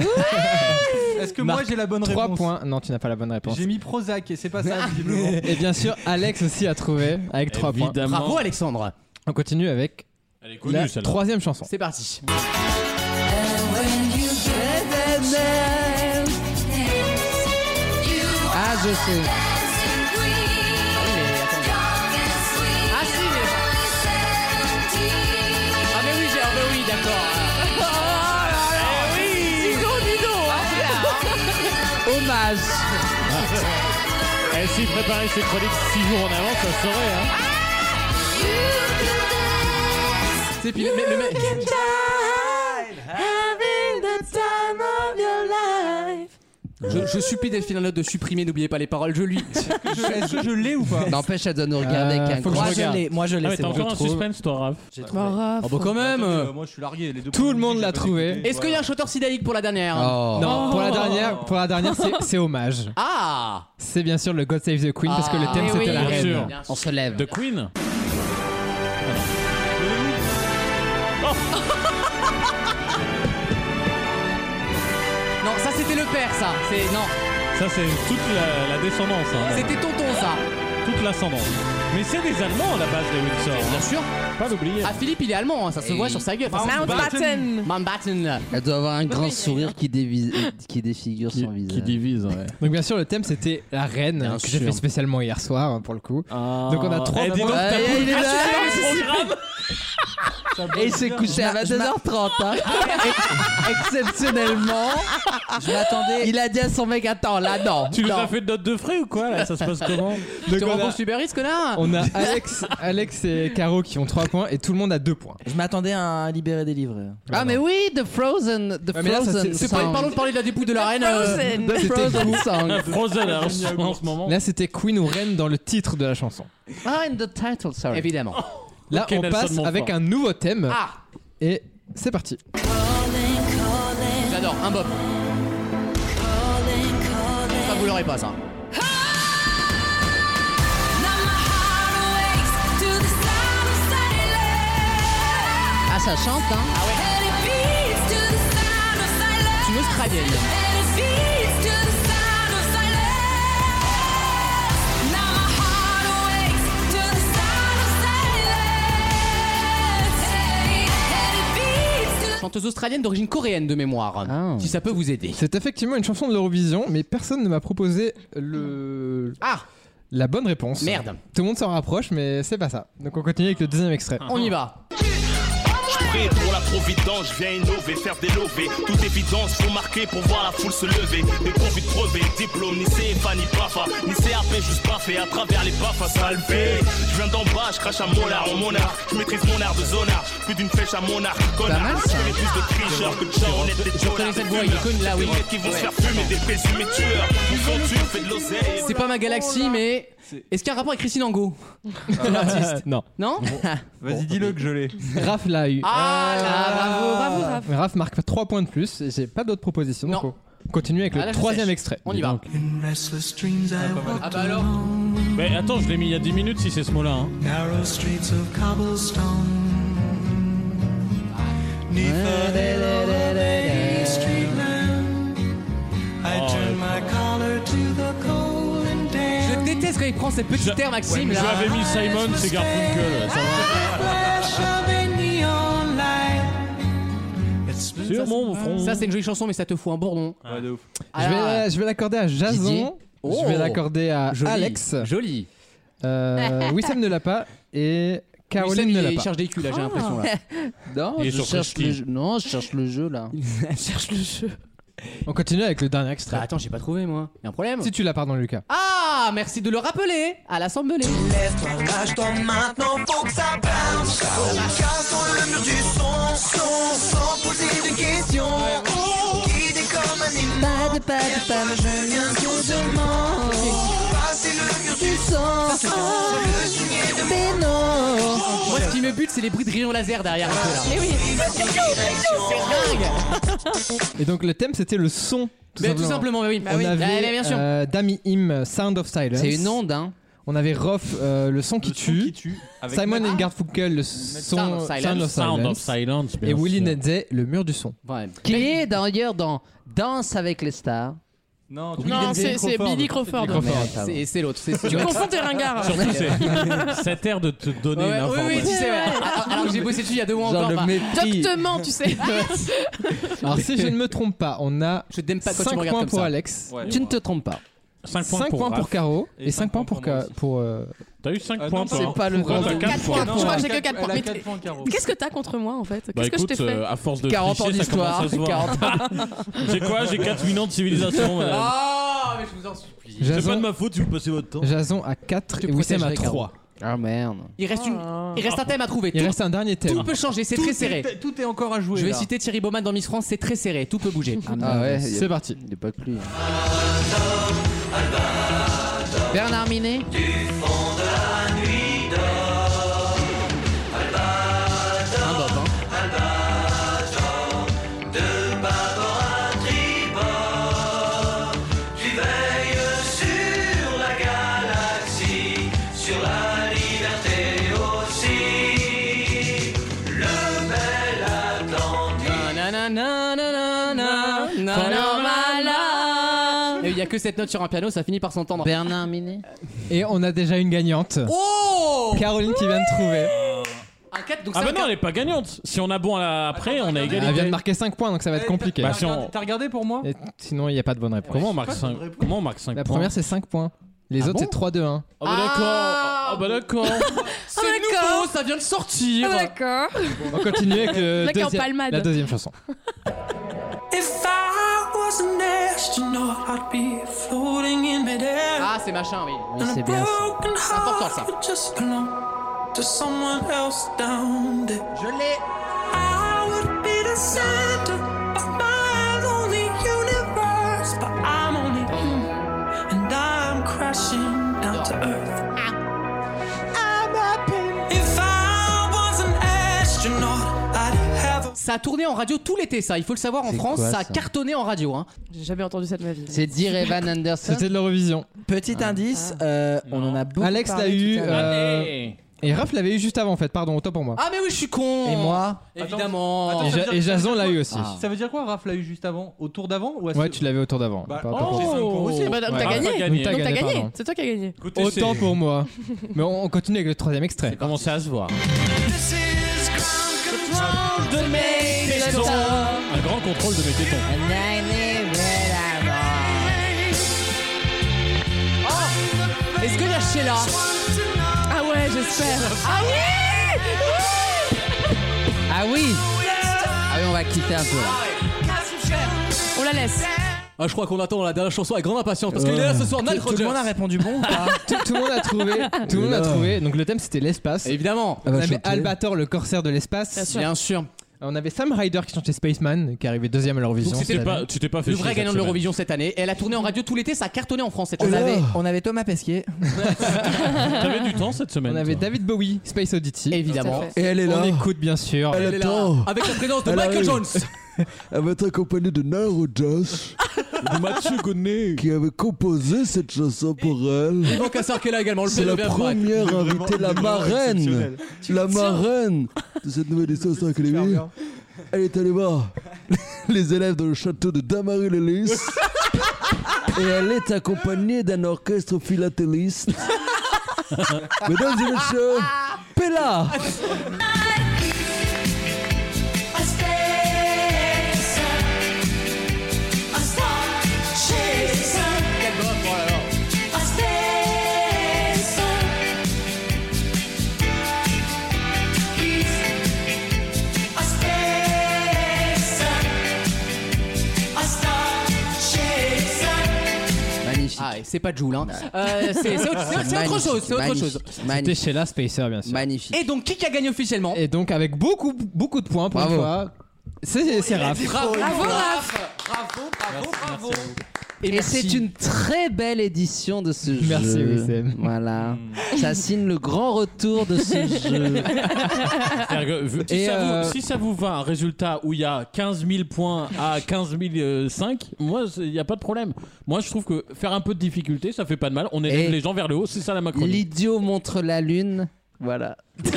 [SPEAKER 4] Est-ce que moi
[SPEAKER 7] Marc,
[SPEAKER 4] j'ai la bonne
[SPEAKER 7] 3
[SPEAKER 4] réponse
[SPEAKER 7] points. Non, tu n'as pas la bonne réponse.
[SPEAKER 4] J'ai mis Prozac et c'est pas ça visiblement.
[SPEAKER 7] Et bien sûr, Alex aussi a trouvé avec 3 points.
[SPEAKER 2] Bravo, Alexandre.
[SPEAKER 7] On continue avec
[SPEAKER 5] Elle est connue
[SPEAKER 7] la
[SPEAKER 5] celle-là.
[SPEAKER 7] troisième chanson.
[SPEAKER 2] C'est parti.
[SPEAKER 10] And when you get that
[SPEAKER 3] je sais.
[SPEAKER 2] Ah si, mais... Ah mais oui, j'ai... Ah mais oui, d'accord. Oh là là oui Dis donc, dis donc
[SPEAKER 3] Hommage.
[SPEAKER 5] Eh, s'il préparait ses chroniques 6 jours en avance, ça serait, hein.
[SPEAKER 2] C'est puis le, le- le mec... Je, je supplie Delphine Lanotte de supprimer, n'oubliez pas les paroles, je lui...
[SPEAKER 4] Est-ce que je l'ai ou pas
[SPEAKER 3] N'empêche, elle doit nous regarder avec un
[SPEAKER 7] faut que je
[SPEAKER 3] gros-
[SPEAKER 8] Moi je
[SPEAKER 7] regarde.
[SPEAKER 8] l'ai, moi je
[SPEAKER 5] Ah
[SPEAKER 8] l'ai,
[SPEAKER 5] ouais,
[SPEAKER 8] c'est
[SPEAKER 5] t'as
[SPEAKER 8] bon.
[SPEAKER 5] encore un
[SPEAKER 8] Je trouve.
[SPEAKER 5] suspense, toi, Raph.
[SPEAKER 8] J'ai trouvé.
[SPEAKER 6] Bon, Raph.
[SPEAKER 2] Oh bah quand même
[SPEAKER 4] Attendez, euh, Moi je suis largué. Les deux
[SPEAKER 7] Tout le monde
[SPEAKER 4] musiques,
[SPEAKER 7] l'a
[SPEAKER 4] j'ai pas
[SPEAKER 7] trouvé.
[SPEAKER 4] écouté.
[SPEAKER 2] Est-ce qu'il y a un chanteur sidaïque pour la dernière
[SPEAKER 3] Oh.
[SPEAKER 7] Non,
[SPEAKER 6] Oh.
[SPEAKER 7] pour la dernière, pour la dernière, c'est- c'est hommage.
[SPEAKER 2] Ah
[SPEAKER 7] C'est bien sûr le God Save the Queen parce que le
[SPEAKER 2] Ah,
[SPEAKER 7] thème
[SPEAKER 2] mais
[SPEAKER 7] c'était
[SPEAKER 2] oui.
[SPEAKER 7] la
[SPEAKER 5] Bien
[SPEAKER 7] reine.
[SPEAKER 5] sûr.
[SPEAKER 3] On se lève.
[SPEAKER 5] The Queen
[SPEAKER 2] Non, ça c'était le père, ça. C'est non,
[SPEAKER 5] Ça, c'est toute la, la descendance, hein.
[SPEAKER 2] c'était tonton, ça.
[SPEAKER 5] toute l'ascendance. Mais c'est des Allemands, à la base, les Windsor.
[SPEAKER 2] Bien sûr.
[SPEAKER 5] hein. Pas l'oublier.
[SPEAKER 2] Ah Philippe, il est allemand, hein, ça se
[SPEAKER 3] Et-
[SPEAKER 2] voit sur sa gueule.
[SPEAKER 6] Mountbatten.
[SPEAKER 2] Mountbatten.
[SPEAKER 3] Elle doit avoir un grand sourire qui, dévise- euh, qui défigure son visage.
[SPEAKER 5] divise, ouais.
[SPEAKER 7] Donc bien sûr le thème c'était la reine
[SPEAKER 3] Bien
[SPEAKER 7] que j'ai
[SPEAKER 3] sûr.
[SPEAKER 7] fait spécialement hier soir hein, pour le coup. Donc on a trois
[SPEAKER 5] Eh, dis donc,
[SPEAKER 7] points.
[SPEAKER 5] t'as
[SPEAKER 3] Ah,
[SPEAKER 5] coupé
[SPEAKER 3] il est là.
[SPEAKER 5] le programme.
[SPEAKER 3] Et il s'est couché à 22h30. hein. Exceptionnellement.
[SPEAKER 8] Je m'attendais.
[SPEAKER 3] Il a dit à son mec Attends, là, non.
[SPEAKER 5] Tu nous
[SPEAKER 3] non.
[SPEAKER 5] as fait de note de frais ou quoi, là Ça se passe comment
[SPEAKER 7] Donc,
[SPEAKER 2] Tu
[SPEAKER 7] on, a,
[SPEAKER 2] rencontres Uber Eats, connard
[SPEAKER 7] on a Alex, Alex et Caro qui ont trois points et tout le monde a deux points.
[SPEAKER 8] Je m'attendais à un libéré délivré.
[SPEAKER 3] Ah, mais oui, The Frozen. The
[SPEAKER 7] Ouais, mais là, ça, c'est-
[SPEAKER 3] Frozen.
[SPEAKER 2] C'est pas
[SPEAKER 3] song.
[SPEAKER 2] parlons de parler de la dépouille de la reine. euh,
[SPEAKER 6] Frozen.
[SPEAKER 3] The Frozen song.
[SPEAKER 5] Frozen, alors, en ce moment.
[SPEAKER 7] Là c'était Queen ou reine dans le titre de la chanson.
[SPEAKER 3] Ah, in the title, sorry.
[SPEAKER 2] Évidemment.
[SPEAKER 7] Là
[SPEAKER 5] Ok,
[SPEAKER 7] on
[SPEAKER 5] Nelson
[SPEAKER 7] passe
[SPEAKER 5] Montfort.
[SPEAKER 7] avec un nouveau thème
[SPEAKER 2] Ah,
[SPEAKER 7] et c'est parti.
[SPEAKER 2] j'adore. Un bop. Ça vous l'aurez pas ça.
[SPEAKER 3] Ah, ça chante, hein.
[SPEAKER 2] C'est une australienne. Chanteuse australienne d'origine coréenne de mémoire.
[SPEAKER 3] Ah.
[SPEAKER 2] Si ça peut vous aider.
[SPEAKER 7] C'est effectivement une chanson de l'Eurovision mais personne ne m'a proposé le
[SPEAKER 2] Ah,
[SPEAKER 7] la bonne réponse.
[SPEAKER 2] Merde.
[SPEAKER 7] Tout le monde s'en rapproche mais c'est pas ça. Donc on continue avec le deuxième extrait.
[SPEAKER 2] on y va.
[SPEAKER 11] Je prie pour la providence, je viens innover, faire des levées. Toute évidence, faut marquer pour voir la foule se lever. Des profits crevés, diplôme, ni CFA, ni PAFA. Ni CAP, juste baffé à travers les baffes à salver. Je viens d'en bas, je crache un molar en monarque. Je maîtrise mon art de zonard, plus d'une flèche à monarque.
[SPEAKER 3] mal,
[SPEAKER 11] Connard, je
[SPEAKER 3] ça.
[SPEAKER 11] connais plus de tricheurs que de charronnettes, des
[SPEAKER 2] hein. reconnais
[SPEAKER 11] tcholards.
[SPEAKER 2] cette voix, il est connu, là, oui.
[SPEAKER 11] Des mecs qui vont se faire fumer, des pésus, mes tueurs. Où sont-tu, fais de l'oseille.
[SPEAKER 2] C'est pas ma galaxie, mais est-ce qu'il y a un rapport avec Christine Angot L'artiste.
[SPEAKER 7] Non.
[SPEAKER 2] Non
[SPEAKER 4] Vas-y, dis-le que je l'ai.
[SPEAKER 7] Raph l'a eu.
[SPEAKER 2] Ah là, bravo, bravo.
[SPEAKER 6] Raph.
[SPEAKER 7] Mais Raph marque 3 points de plus. et J'ai pas d'autres propositions. Donc
[SPEAKER 2] Non.
[SPEAKER 7] on continue avec
[SPEAKER 2] Ah,
[SPEAKER 7] le
[SPEAKER 2] là, je
[SPEAKER 7] troisième
[SPEAKER 2] sèche.
[SPEAKER 7] extrait.
[SPEAKER 2] On y va. Ah bah alors.
[SPEAKER 5] Mais attends, je l'ai mis il y a 10 minutes si c'est ce mot-là. hein. Oh,
[SPEAKER 2] Je déteste quand il prend ces petits termes, Maxime.
[SPEAKER 5] Je
[SPEAKER 2] là.
[SPEAKER 5] l'avais mis Simon, c'est Garfunkel. Ça va. Sur mon front.
[SPEAKER 2] Ça, c'est une jolie chanson, mais ça te fout un bourdon.
[SPEAKER 4] Ouais, de ouf.
[SPEAKER 7] je
[SPEAKER 2] Ah,
[SPEAKER 7] vais, je vais l'accorder à
[SPEAKER 2] Didier.
[SPEAKER 7] Jason.
[SPEAKER 2] Oh.
[SPEAKER 7] Je vais l'accorder à
[SPEAKER 2] joli,
[SPEAKER 7] Alex.
[SPEAKER 2] Joli.
[SPEAKER 7] Euh, Wissem ne l'a pas. Et Caroline
[SPEAKER 2] Wissem,
[SPEAKER 7] ne
[SPEAKER 2] il-
[SPEAKER 7] l'a
[SPEAKER 2] il
[SPEAKER 7] pas.
[SPEAKER 2] cherche des culs, là, j'ai
[SPEAKER 6] Ah.
[SPEAKER 2] l'impression. là.
[SPEAKER 3] Non,
[SPEAKER 5] Il est
[SPEAKER 3] je
[SPEAKER 5] sur
[SPEAKER 3] cherche,
[SPEAKER 5] Frosty.
[SPEAKER 3] le jeu. non, je cherche le jeu, là.
[SPEAKER 6] cherche le jeu.
[SPEAKER 7] On continue avec le dernier extrait.
[SPEAKER 2] Ah, attends, j'ai pas trouvé, moi. Y'a un problème
[SPEAKER 7] Si tu l'as, pardon, Lucas.
[SPEAKER 2] Ah, merci de le rappeler à l'Assemblée. Moi, ce qui me bute, c'est les bruits de rayons laser derrière. un peu, là.
[SPEAKER 6] Mais oui.
[SPEAKER 7] Et donc le thème, c'était le son. Tout
[SPEAKER 2] Mais
[SPEAKER 7] simplement.
[SPEAKER 2] tout simplement, mais oui.
[SPEAKER 7] On
[SPEAKER 2] oui.
[SPEAKER 7] avait
[SPEAKER 2] Ah, mais bien sûr.
[SPEAKER 7] euh, Dami Im, Sound of Silence.
[SPEAKER 3] C'est une onde, hein.
[SPEAKER 7] On avait Rof, euh, le son qui
[SPEAKER 4] Le son
[SPEAKER 7] tue.
[SPEAKER 4] qui tue. avec
[SPEAKER 7] Simon
[SPEAKER 4] Nat-
[SPEAKER 7] and Garfunkel, le
[SPEAKER 2] Sound
[SPEAKER 7] son
[SPEAKER 2] of Silence.
[SPEAKER 7] Sound of
[SPEAKER 5] Sound of
[SPEAKER 7] Silence.
[SPEAKER 5] Silence.
[SPEAKER 7] Et
[SPEAKER 5] bien
[SPEAKER 7] Willie
[SPEAKER 5] sûr.
[SPEAKER 7] Nedzay, le mur du son.
[SPEAKER 2] Ouais.
[SPEAKER 3] Qui est d'ailleurs dans Danse avec les stars.
[SPEAKER 4] Non,
[SPEAKER 6] Non, c'est c'est Billy Crawford.
[SPEAKER 3] Merde, pardon.
[SPEAKER 2] C'est c'est l'autre. c'est- c'est-
[SPEAKER 6] Tu confonds tes ringards.
[SPEAKER 5] Surtout, c'est cette air de te donner
[SPEAKER 2] Ouais,
[SPEAKER 5] une
[SPEAKER 2] ouais,
[SPEAKER 5] information.
[SPEAKER 2] oui, oui, tu sais, ouais. Alors alors que ah, j'ai bossé dessus il y a deux mois
[SPEAKER 3] Genre
[SPEAKER 2] encore.
[SPEAKER 3] le
[SPEAKER 2] bah,
[SPEAKER 3] mépris.
[SPEAKER 6] Doctement, tu sais.
[SPEAKER 7] Alors si je ne me trompe pas, on a
[SPEAKER 2] Je t'aime pas quand tu
[SPEAKER 7] 5
[SPEAKER 2] me regardes
[SPEAKER 7] points
[SPEAKER 2] comme
[SPEAKER 7] pour
[SPEAKER 2] ça.
[SPEAKER 7] Alex.
[SPEAKER 3] Tu ne te trompes pas.
[SPEAKER 5] 5 points,
[SPEAKER 7] Cinq
[SPEAKER 5] pour,
[SPEAKER 7] points pour
[SPEAKER 5] Raph.
[SPEAKER 7] Caro et 5 points pour. Ca- pour euh,
[SPEAKER 5] T'as eu 5
[SPEAKER 7] Euh,
[SPEAKER 5] points
[SPEAKER 7] non,
[SPEAKER 5] toi,
[SPEAKER 7] c'est
[SPEAKER 5] hein.
[SPEAKER 7] pas le
[SPEAKER 5] Pourquoi
[SPEAKER 7] grand
[SPEAKER 5] t'as
[SPEAKER 7] nombre.
[SPEAKER 5] 4 points
[SPEAKER 7] Quatre
[SPEAKER 6] Je crois que j'ai que
[SPEAKER 4] quatre-
[SPEAKER 6] 4 points.
[SPEAKER 4] elle a
[SPEAKER 6] Mais
[SPEAKER 4] quatre points, Caro.
[SPEAKER 6] Qu'est-ce que t'as contre moi en fait
[SPEAKER 5] Bah
[SPEAKER 6] Qu'est-ce que je
[SPEAKER 5] écoute,
[SPEAKER 6] t'ai fait
[SPEAKER 5] euh, à force de
[SPEAKER 3] 40 ans
[SPEAKER 5] tricher, ça commence à se voir.
[SPEAKER 3] d'histoire. 40 ans.
[SPEAKER 5] J'ai quoi J'ai 4 millions de civilisation. madame.
[SPEAKER 2] Ah, mais je vous en supplie.
[SPEAKER 5] C'est
[SPEAKER 7] Jason- Ah,
[SPEAKER 5] pas de ma faute si vous passez votre temps.
[SPEAKER 7] Jason à 4 et Wissem à
[SPEAKER 2] protégerais, Caro.
[SPEAKER 7] 3.
[SPEAKER 3] Ah merde.
[SPEAKER 2] Il reste, une... Il
[SPEAKER 5] Ah,
[SPEAKER 2] reste un thème à trouver.
[SPEAKER 7] Il
[SPEAKER 2] Tout-
[SPEAKER 7] reste un dernier
[SPEAKER 2] Tout
[SPEAKER 7] thème.
[SPEAKER 2] peut changer, c'est
[SPEAKER 4] Tout
[SPEAKER 2] très
[SPEAKER 4] est-
[SPEAKER 2] serré.
[SPEAKER 4] Tout est encore à jouer.
[SPEAKER 2] Je vais
[SPEAKER 4] là.
[SPEAKER 2] citer Thierry Baumann dans Miss France, c'est très serré, tout peut bouger.
[SPEAKER 3] Ah ouais, il y a-
[SPEAKER 7] C'est parti.
[SPEAKER 3] Il est pas hein. que lui.
[SPEAKER 8] Bernard Minet
[SPEAKER 2] Un bob, hein. Nananananana, nananana. Et Il y a que cette note sur un piano, ça finit par s'entendre.
[SPEAKER 3] Bernard Minet
[SPEAKER 7] Et on a déjà une gagnante.
[SPEAKER 2] Oh
[SPEAKER 7] Caroline qui vient de trouver.
[SPEAKER 2] Un quatre, donc
[SPEAKER 5] Ah
[SPEAKER 2] c'est
[SPEAKER 5] bah
[SPEAKER 2] un
[SPEAKER 5] non,
[SPEAKER 2] quatre.
[SPEAKER 5] elle est pas gagnante. Si on a bon à la- après, on a
[SPEAKER 7] Elle vient de
[SPEAKER 5] égalité.
[SPEAKER 7] marquer 5 points donc ça va être
[SPEAKER 4] Eh,
[SPEAKER 7] compliqué.
[SPEAKER 4] t'as-
[SPEAKER 5] Bah, si
[SPEAKER 4] t'as-
[SPEAKER 5] on-
[SPEAKER 4] T'as regardé pour moi
[SPEAKER 7] Et sinon il n'y a pas de bonne réponse.
[SPEAKER 5] Comment on marque
[SPEAKER 4] Pas de
[SPEAKER 5] 5
[SPEAKER 4] réponse.
[SPEAKER 5] Comment on marque 5
[SPEAKER 7] La première c'est 5 points. Les
[SPEAKER 5] Ah
[SPEAKER 7] autres
[SPEAKER 5] bon
[SPEAKER 7] c'est 3 2 1.
[SPEAKER 5] Ah bah d'accord. Ah bah d'accord.
[SPEAKER 2] C'est nouveau, ça vient de sortir.
[SPEAKER 6] Ah, D'accord.
[SPEAKER 7] On va continuer avec le
[SPEAKER 6] Mec en
[SPEAKER 7] deuxième-
[SPEAKER 6] palmade.
[SPEAKER 7] la deuxième chanson.
[SPEAKER 1] If I was an astronaut, I'd be floating in midair.
[SPEAKER 2] Ah, c'est machin, oui.
[SPEAKER 3] Oui, c'est bien ça.
[SPEAKER 2] important, ça.
[SPEAKER 1] would just belong to someone else down there.
[SPEAKER 2] Je l'ai.
[SPEAKER 1] I would be the center of my lonely universe, but I'm only human, and I'm crashing down to earth. I'm happy. If I was an astronaut, I'd have a
[SPEAKER 2] Ça a tourné en radio tout l'été, ça. Il faut le savoir, en
[SPEAKER 3] C'est
[SPEAKER 2] France,
[SPEAKER 3] quoi,
[SPEAKER 2] ça a
[SPEAKER 3] ça
[SPEAKER 2] cartonné en radio. Hein.
[SPEAKER 6] J'ai jamais entendu ça de ma vie.
[SPEAKER 3] C'est Dir Evan Anderson.
[SPEAKER 7] C'était de l'Eurovision.
[SPEAKER 8] Petit indice,
[SPEAKER 6] Ah.
[SPEAKER 8] euh, on en a beaucoup
[SPEAKER 7] Alex l'a
[SPEAKER 8] parlé
[SPEAKER 7] eu.
[SPEAKER 8] tout à l'heure.
[SPEAKER 7] euh,
[SPEAKER 5] Allez.
[SPEAKER 7] et Raph l'avait eu juste avant en fait. Pardon, autant pour moi.
[SPEAKER 2] Ah, mais oui, je suis con.
[SPEAKER 8] Et moi
[SPEAKER 2] Évidemment.
[SPEAKER 4] Attends,
[SPEAKER 7] et,
[SPEAKER 4] ça
[SPEAKER 7] Ja-
[SPEAKER 4] veut dire-
[SPEAKER 7] et
[SPEAKER 4] ça veut
[SPEAKER 7] Jason
[SPEAKER 4] dire
[SPEAKER 7] l'a
[SPEAKER 4] quoi
[SPEAKER 7] eu aussi.
[SPEAKER 3] Ah.
[SPEAKER 4] Ça veut dire quoi, Raph l'a eu juste avant Au tour d'avant ou à ce-
[SPEAKER 7] Ouais, tu l'avais au tour d'avant.
[SPEAKER 4] Bah,
[SPEAKER 7] Pas- pas
[SPEAKER 4] oh,
[SPEAKER 7] pour-
[SPEAKER 4] j'ai cinq points aussi.
[SPEAKER 6] Bah, donc t'as
[SPEAKER 5] Ah,
[SPEAKER 6] gagné.
[SPEAKER 7] Donc t'as
[SPEAKER 5] t'as
[SPEAKER 6] Donc t'as
[SPEAKER 7] gagné,
[SPEAKER 6] gagné.
[SPEAKER 7] pardon.
[SPEAKER 6] C'est toi qui as gagné.
[SPEAKER 5] Écoutez,
[SPEAKER 7] Autant
[SPEAKER 5] c'est-
[SPEAKER 7] pour moi. Mais on, on continue avec le troisième extrait.
[SPEAKER 5] Comment ça à se voir
[SPEAKER 1] This is ground control
[SPEAKER 2] Euh,
[SPEAKER 1] to me.
[SPEAKER 5] Un grand contrôle de mes tétons.
[SPEAKER 2] Est-ce que la Sheila
[SPEAKER 6] Ah ouais, j'espère. Ah oui
[SPEAKER 3] Ah oui Ah oui, on va quitter un peu là.
[SPEAKER 6] On la laisse.
[SPEAKER 2] Ah, je crois qu'on attend la dernière chanson avec grande impatience parce qu'il est là ce soir, Nile
[SPEAKER 8] Tout le monde a répondu bon ou pas
[SPEAKER 7] tout, tout le monde a trouvé. Tout le monde a trouvé. Donc le thème c'était l'espace.
[SPEAKER 2] Évidemment.
[SPEAKER 7] On avait Albator, le corsaire de l'espace.
[SPEAKER 2] Bien sûr.
[SPEAKER 7] On avait Sam Ryder qui chantait Spaceman, qui arrivait deuxième à l'Eurovision.
[SPEAKER 5] Tu t'es
[SPEAKER 7] cette
[SPEAKER 5] pas,
[SPEAKER 7] année.
[SPEAKER 5] tu t'es pas fait
[SPEAKER 2] Le
[SPEAKER 5] chier
[SPEAKER 2] vrai
[SPEAKER 5] cette
[SPEAKER 2] gagnant de
[SPEAKER 5] semaine.
[SPEAKER 2] l'Eurovision cette année. Et elle a tourné en radio tout l'été, ça a cartonné en France cette
[SPEAKER 8] on
[SPEAKER 2] année.
[SPEAKER 8] avait, on avait Thomas Pesquet.
[SPEAKER 5] T'avais du temps cette semaine.
[SPEAKER 7] On avait
[SPEAKER 5] toi.
[SPEAKER 7] David Bowie, Space Oddity.
[SPEAKER 2] Évidemment.
[SPEAKER 6] Tout à fait.
[SPEAKER 8] Et elle est
[SPEAKER 7] On écoute bien sûr.
[SPEAKER 2] Elle est là, Avec la présence de
[SPEAKER 12] Elle
[SPEAKER 2] Michael
[SPEAKER 12] arrive.
[SPEAKER 2] Jones.
[SPEAKER 12] Elle va être accompagnée de Nile Rodgers,
[SPEAKER 5] De Mathieu Gonnet.
[SPEAKER 12] qui avait composé cette chanson pour elle.
[SPEAKER 2] Yvan Kassarkela également, le E
[SPEAKER 12] C'est la
[SPEAKER 2] père de Bergerac.
[SPEAKER 12] première invitée, la marraine, la marraine de cette nouvelle édition de 5 Académie. Elle est allée voir les élèves dans le château de Damarie-les-Lys. Et elle est accompagnée d'un orchestre philatéliste. Mesdames et messieurs, Pella
[SPEAKER 3] Magnifique.
[SPEAKER 2] Ah, et c'est pas Joule, hein. Euh, c'est c'est autre, c'est autre- c'est autre
[SPEAKER 3] Magnifique,
[SPEAKER 2] chose, c'est autre
[SPEAKER 3] magnifique,
[SPEAKER 2] chose.
[SPEAKER 7] C'était
[SPEAKER 3] Magnifique.
[SPEAKER 7] Sheila Spacer, bien sûr.
[SPEAKER 3] Magnifique.
[SPEAKER 2] Et donc, qui qui a gagné officiellement
[SPEAKER 7] Et donc avec beaucoup beaucoup de points pour une
[SPEAKER 3] Bravo.
[SPEAKER 7] fois. C'est c'est Raph.
[SPEAKER 2] Bravo,
[SPEAKER 6] Bravo,
[SPEAKER 2] Bravo, bravo, bravo.
[SPEAKER 3] Et c'est une très belle édition de ce jeu.
[SPEAKER 7] Merci, Wissem.
[SPEAKER 3] Voilà. Ça signe le grand retour de ce jeu.
[SPEAKER 5] C'est-à-dire que, vu- Si,
[SPEAKER 7] Et,
[SPEAKER 5] ça
[SPEAKER 7] euh,
[SPEAKER 5] vous, si ça vous va un résultat où il y a 15 000 points à 15 005, moi c'est- il n'y a pas de problème. Moi je trouve que faire un peu de difficulté ça fait pas de mal. On élève
[SPEAKER 3] Et-
[SPEAKER 5] les gens vers le haut, c'est ça la macronie.
[SPEAKER 3] L'idiot montre la lune. Voilà.
[SPEAKER 5] ça,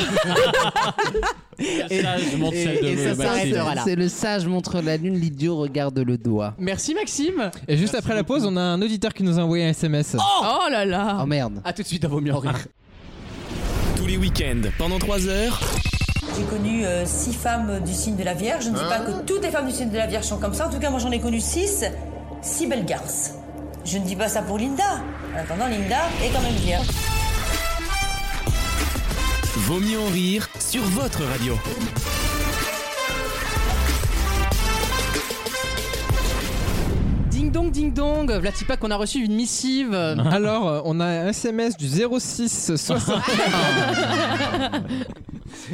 [SPEAKER 5] je monte
[SPEAKER 2] et-
[SPEAKER 5] celle de
[SPEAKER 2] et ça, c'est un
[SPEAKER 5] Maxime.
[SPEAKER 2] acteur. Voilà.
[SPEAKER 3] C'est le sage montre la lune, l'idiot regarde le doigt.
[SPEAKER 2] Merci Maxime.
[SPEAKER 7] Et juste après la pause, on a un auditeur qui nous a envoyé un SMS.
[SPEAKER 6] Oh là
[SPEAKER 3] Oh
[SPEAKER 6] là.
[SPEAKER 3] merde.
[SPEAKER 2] À tout de suite, à vos mieux en rire.
[SPEAKER 1] Tous les week-ends, pendant 3 heures.
[SPEAKER 13] J'ai connu euh, six femmes du signe de la Vierge. Je ne dis pas que toutes les femmes du signe de la Vierge sont comme ça. En tout cas, moi, j'en ai connu six. Six belles garces. Je ne dis pas ça pour Linda. En attendant, Linda est quand même vierge.
[SPEAKER 14] Vaut mieux en rire sur votre radio.
[SPEAKER 2] Ding dong, ding dong. Vlatipa qu'on a reçu une missive.
[SPEAKER 3] Ah.
[SPEAKER 7] Alors, euh, on a un SMS du 06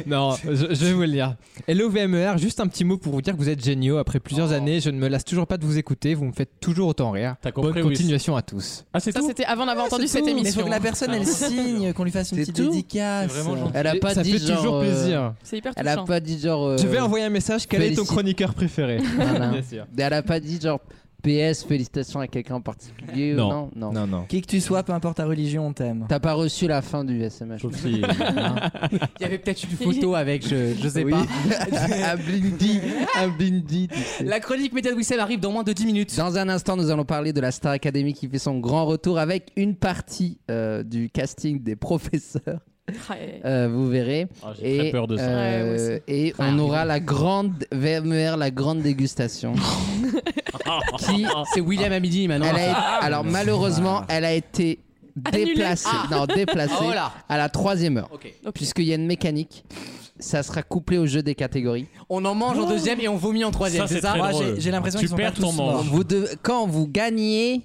[SPEAKER 7] Non, je, je vais vous le lire. Hello VMER, juste un petit mot pour vous dire que vous êtes géniaux. Après
[SPEAKER 3] Oh.
[SPEAKER 7] plusieurs années, je ne me lasse toujours pas de vous écouter. Vous me faites toujours autant rire.
[SPEAKER 5] compris,
[SPEAKER 7] Bonne
[SPEAKER 5] oui.
[SPEAKER 7] continuation à tous.
[SPEAKER 5] Ah, c'est
[SPEAKER 6] Ça, c'était avant d'avoir entendu cette émission.
[SPEAKER 8] Mais faut que la personne elle signe, qu'on lui fasse une petite
[SPEAKER 7] tout
[SPEAKER 8] dédicace.
[SPEAKER 7] C'est vraiment gentil.
[SPEAKER 3] Elle a pas
[SPEAKER 7] Ça
[SPEAKER 3] dit
[SPEAKER 7] fait
[SPEAKER 3] genre,
[SPEAKER 7] toujours
[SPEAKER 3] euh,
[SPEAKER 7] plaisir.
[SPEAKER 6] C'est hyper
[SPEAKER 3] Elle a
[SPEAKER 6] touchant.
[SPEAKER 3] pas dit genre. euh,
[SPEAKER 7] Je vais envoyer un message. Quel est ton
[SPEAKER 3] félici-
[SPEAKER 7] chroniqueur préféré
[SPEAKER 3] Voilà.
[SPEAKER 7] Bien sûr.
[SPEAKER 3] Elle a pas dit genre PS, félicitations à quelqu'un en particulier. ou
[SPEAKER 7] Non.
[SPEAKER 3] non,
[SPEAKER 7] Non, non.
[SPEAKER 8] Qui que tu sois, peu importe ta religion, on t'aime.
[SPEAKER 3] T'as pas reçu la fin du SMS.
[SPEAKER 5] si-
[SPEAKER 2] Il y avait peut-être une photo avec, je, je sais
[SPEAKER 3] Oui.
[SPEAKER 2] pas.
[SPEAKER 3] un blindy, un blindy. tu sais.
[SPEAKER 2] La chronique média de Wissem arrive dans moins de 10 minutes.
[SPEAKER 3] Dans un instant, nous allons parler de la Star Academy qui fait son grand retour avec une partie euh, du casting des professeurs.
[SPEAKER 6] Ouais.
[SPEAKER 3] Euh, vous verrez.
[SPEAKER 5] Ah, j'ai très peur de ça. Ah,
[SPEAKER 3] euh,
[SPEAKER 6] Ouais, moi aussi.
[SPEAKER 3] et on aura la grande VMR, la grande dégustation.
[SPEAKER 2] Qui
[SPEAKER 5] Ah,
[SPEAKER 2] C'est William à midi maintenant.
[SPEAKER 3] Elle a été- alors malheureusement, elle a été
[SPEAKER 2] Annulée.
[SPEAKER 3] déplacée,
[SPEAKER 2] Ah.
[SPEAKER 3] non déplacée
[SPEAKER 2] Oh là.
[SPEAKER 3] à la troisième heure,
[SPEAKER 2] Ok.
[SPEAKER 3] puisqu'il y a une mécanique. Ça sera couplé au jeu des catégories.
[SPEAKER 2] On en mange en deuxième et on vomit en troisième,
[SPEAKER 5] Ça,
[SPEAKER 2] c'est
[SPEAKER 5] c'est
[SPEAKER 2] ça Ah,
[SPEAKER 5] très Moi, drôle. j'ai- j'ai l'impression Tu qu'ils sont perds pas tous ton manche. morts.
[SPEAKER 3] Vous devez- quand vous gagnez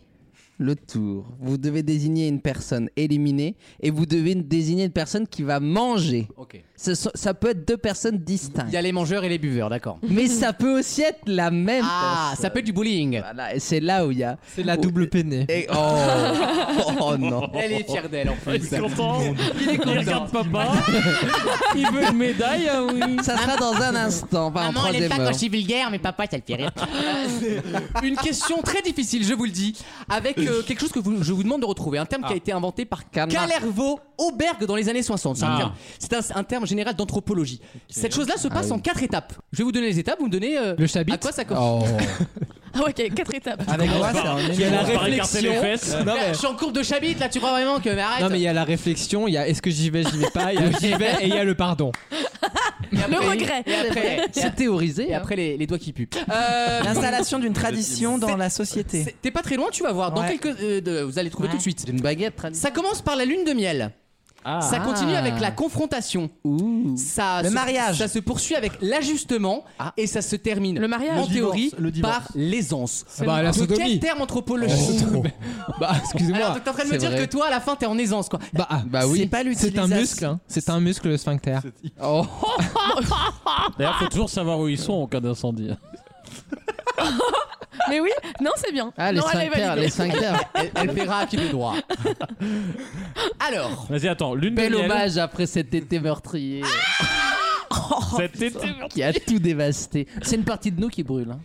[SPEAKER 3] le tour, vous devez désigner une personne éliminée et vous devez désigner une personne qui va manger.
[SPEAKER 2] Ok.
[SPEAKER 3] Ce sont- ça peut être deux personnes
[SPEAKER 2] Il
[SPEAKER 3] distinctes.
[SPEAKER 2] y a les mangeurs et les buveurs, d'accord.
[SPEAKER 3] Mais ça peut aussi être la même
[SPEAKER 2] Ah,
[SPEAKER 3] personne.
[SPEAKER 2] ça peut être du bowling.
[SPEAKER 3] Voilà, et c'est là où il y a.
[SPEAKER 7] C'est la double peinée.
[SPEAKER 3] Et... Oh. oh non
[SPEAKER 2] Elle est fière d'elle en plus.
[SPEAKER 5] Il est content. Il regarde papa. Il veut une médaille, ah oui.
[SPEAKER 3] Ça sera dans un instant, pas en troisième heure.
[SPEAKER 2] suis vulgaire, mais papa, ça le fait rire. hein. Une question très difficile, je vous le dis, avec euh, quelque chose que vous- je vous demande de retrouver. Un terme qui a été inventé par
[SPEAKER 3] Karnak.
[SPEAKER 2] Calervo Oh, Auberg dans les années 60. C'est un
[SPEAKER 5] Ah.
[SPEAKER 2] terme- C'est un, un terme général d'anthropologie. Cette chose-là se passe en quatre étapes. Je vais vous donner les étapes, vous me donnez euh,
[SPEAKER 7] Le
[SPEAKER 2] à
[SPEAKER 7] chabit.
[SPEAKER 2] quoi ça commence.
[SPEAKER 3] Oh.
[SPEAKER 6] Ah ouais, ok, quatre étapes.
[SPEAKER 8] Avec
[SPEAKER 2] Ah,
[SPEAKER 8] moi, c'est un
[SPEAKER 5] Il
[SPEAKER 8] énorme-
[SPEAKER 5] a par écarter les fesses.
[SPEAKER 7] Non, mais-
[SPEAKER 2] Je suis en courbe de chabit, là, tu crois vraiment que. Mais arrête.
[SPEAKER 7] Non mais il y a la réflexion, il y a est-ce que j'y vais, j'y vais pas, il y a j'y vais et il y a le pardon.
[SPEAKER 2] Et après-
[SPEAKER 6] Le regret.
[SPEAKER 2] Et après,
[SPEAKER 3] C'est théorisé.
[SPEAKER 2] et
[SPEAKER 3] hein.
[SPEAKER 2] après les, les doigts qui puent. Euh,
[SPEAKER 8] L'installation d'une tradition dans la société.
[SPEAKER 2] c'est- T'es pas très loin, tu vas voir. Dans
[SPEAKER 8] Ouais.
[SPEAKER 2] quelques, euh, de- vous allez trouver
[SPEAKER 8] Ouais.
[SPEAKER 2] tout de suite.
[SPEAKER 3] Une baguette.
[SPEAKER 2] Ça
[SPEAKER 3] traditionnelle.
[SPEAKER 2] commence par la lune de miel. Ça continue avec la confrontation.
[SPEAKER 3] Ouh. Ah.
[SPEAKER 2] Ça
[SPEAKER 8] Le
[SPEAKER 2] se-
[SPEAKER 8] mariage.
[SPEAKER 2] Ça se poursuit avec l'ajustement et ça se termine.
[SPEAKER 6] Le mariage.
[SPEAKER 2] En
[SPEAKER 6] Le
[SPEAKER 2] théorie,
[SPEAKER 4] divorce, le divorce.
[SPEAKER 2] par l'aisance.
[SPEAKER 7] Ah bah, la
[SPEAKER 2] de quel
[SPEAKER 7] sodomie.
[SPEAKER 2] terme anthropologique
[SPEAKER 7] Bah
[SPEAKER 2] Alors,
[SPEAKER 7] excusez-moi.
[SPEAKER 2] donc, t'es en train de me
[SPEAKER 3] c'est
[SPEAKER 2] dire
[SPEAKER 3] vrai.
[SPEAKER 2] que toi, à la fin, t'es en aisance, quoi.
[SPEAKER 7] Bah, ah,
[SPEAKER 3] Bah oui.
[SPEAKER 8] C'est pas
[SPEAKER 7] c'est
[SPEAKER 8] l'utilisation.
[SPEAKER 7] un muscle, hein. c'est un muscle le sphincter.
[SPEAKER 3] Oh.
[SPEAKER 5] D'ailleurs, faut toujours savoir où ils sont en cas d'incendie.
[SPEAKER 6] Mais oui, non, c'est bien.
[SPEAKER 3] Ah les
[SPEAKER 6] non, elle est
[SPEAKER 3] sphincters,
[SPEAKER 6] validée.
[SPEAKER 3] les sphincters.
[SPEAKER 2] Elle, elle paiera à qui le droit. Alors,
[SPEAKER 5] Vas-y, attends. Lune de
[SPEAKER 3] Bel
[SPEAKER 5] miel.
[SPEAKER 3] hommage après cet été meurtrier
[SPEAKER 5] Cet été.
[SPEAKER 3] qui a tout dévasté. C'est une partie de nous qui brûle. hein.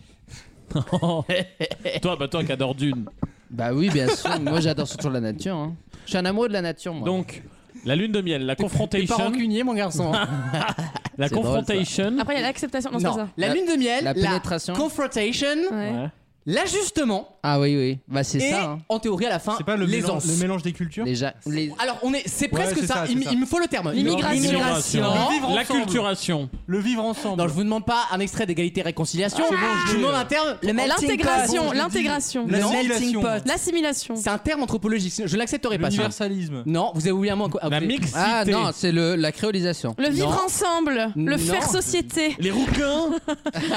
[SPEAKER 3] Oh,
[SPEAKER 5] Toi, bah toi qui adore Dune.
[SPEAKER 3] Bah oui, bien sûr. moi j'adore surtout la nature. hein. Je suis un amoureux de la nature. Moi.
[SPEAKER 5] Donc, la lune de miel, la
[SPEAKER 2] t'es pas
[SPEAKER 5] confrontation.
[SPEAKER 2] rancunier, mon garçon.
[SPEAKER 5] La
[SPEAKER 3] C'est drôle, ça.
[SPEAKER 5] confrontation.
[SPEAKER 6] Après, il y a l'acceptation. Non, c'est pas
[SPEAKER 2] non,
[SPEAKER 6] ça.
[SPEAKER 2] la
[SPEAKER 3] La-
[SPEAKER 2] lune de miel,
[SPEAKER 3] la pénétration.
[SPEAKER 2] confrontation,
[SPEAKER 6] Ouais.
[SPEAKER 5] Ouais.
[SPEAKER 2] l'ajustement
[SPEAKER 3] ah oui oui. Bah c'est
[SPEAKER 2] et
[SPEAKER 3] ça. hein.
[SPEAKER 2] en théorie à la fin
[SPEAKER 4] C'est pas le mélange,
[SPEAKER 2] Ah, l'aisance.
[SPEAKER 4] le mélange des cultures
[SPEAKER 3] Déjà. les-
[SPEAKER 2] Alors on est, c'est presque
[SPEAKER 4] c'est
[SPEAKER 2] ça.
[SPEAKER 4] ça, c'est
[SPEAKER 2] il, m-
[SPEAKER 4] ça.
[SPEAKER 2] il me faut le terme.
[SPEAKER 6] L'immigration.
[SPEAKER 2] Non.
[SPEAKER 4] vivre
[SPEAKER 5] La
[SPEAKER 4] ensemble.
[SPEAKER 5] culturation.
[SPEAKER 4] Le vivre ensemble.
[SPEAKER 2] Non, je vous demande pas un extrait d'égalité et réconciliation. Ah, je vous demande un terme.
[SPEAKER 6] L'intégration, l'intégration.
[SPEAKER 4] La
[SPEAKER 8] melting
[SPEAKER 4] simulation.
[SPEAKER 8] pot.
[SPEAKER 6] L'assimilation.
[SPEAKER 2] C'est un terme anthropologique. Je l'accepterai pas. ça.
[SPEAKER 4] L'universalisme.
[SPEAKER 2] Non, vous avez oublié un mot. encore. Ah,
[SPEAKER 5] La
[SPEAKER 2] vous avez-
[SPEAKER 5] mixité.
[SPEAKER 3] Ah non, c'est le la créolisation.
[SPEAKER 6] Le vivre ensemble, le
[SPEAKER 2] Non.
[SPEAKER 6] faire société.
[SPEAKER 5] Les rouquins.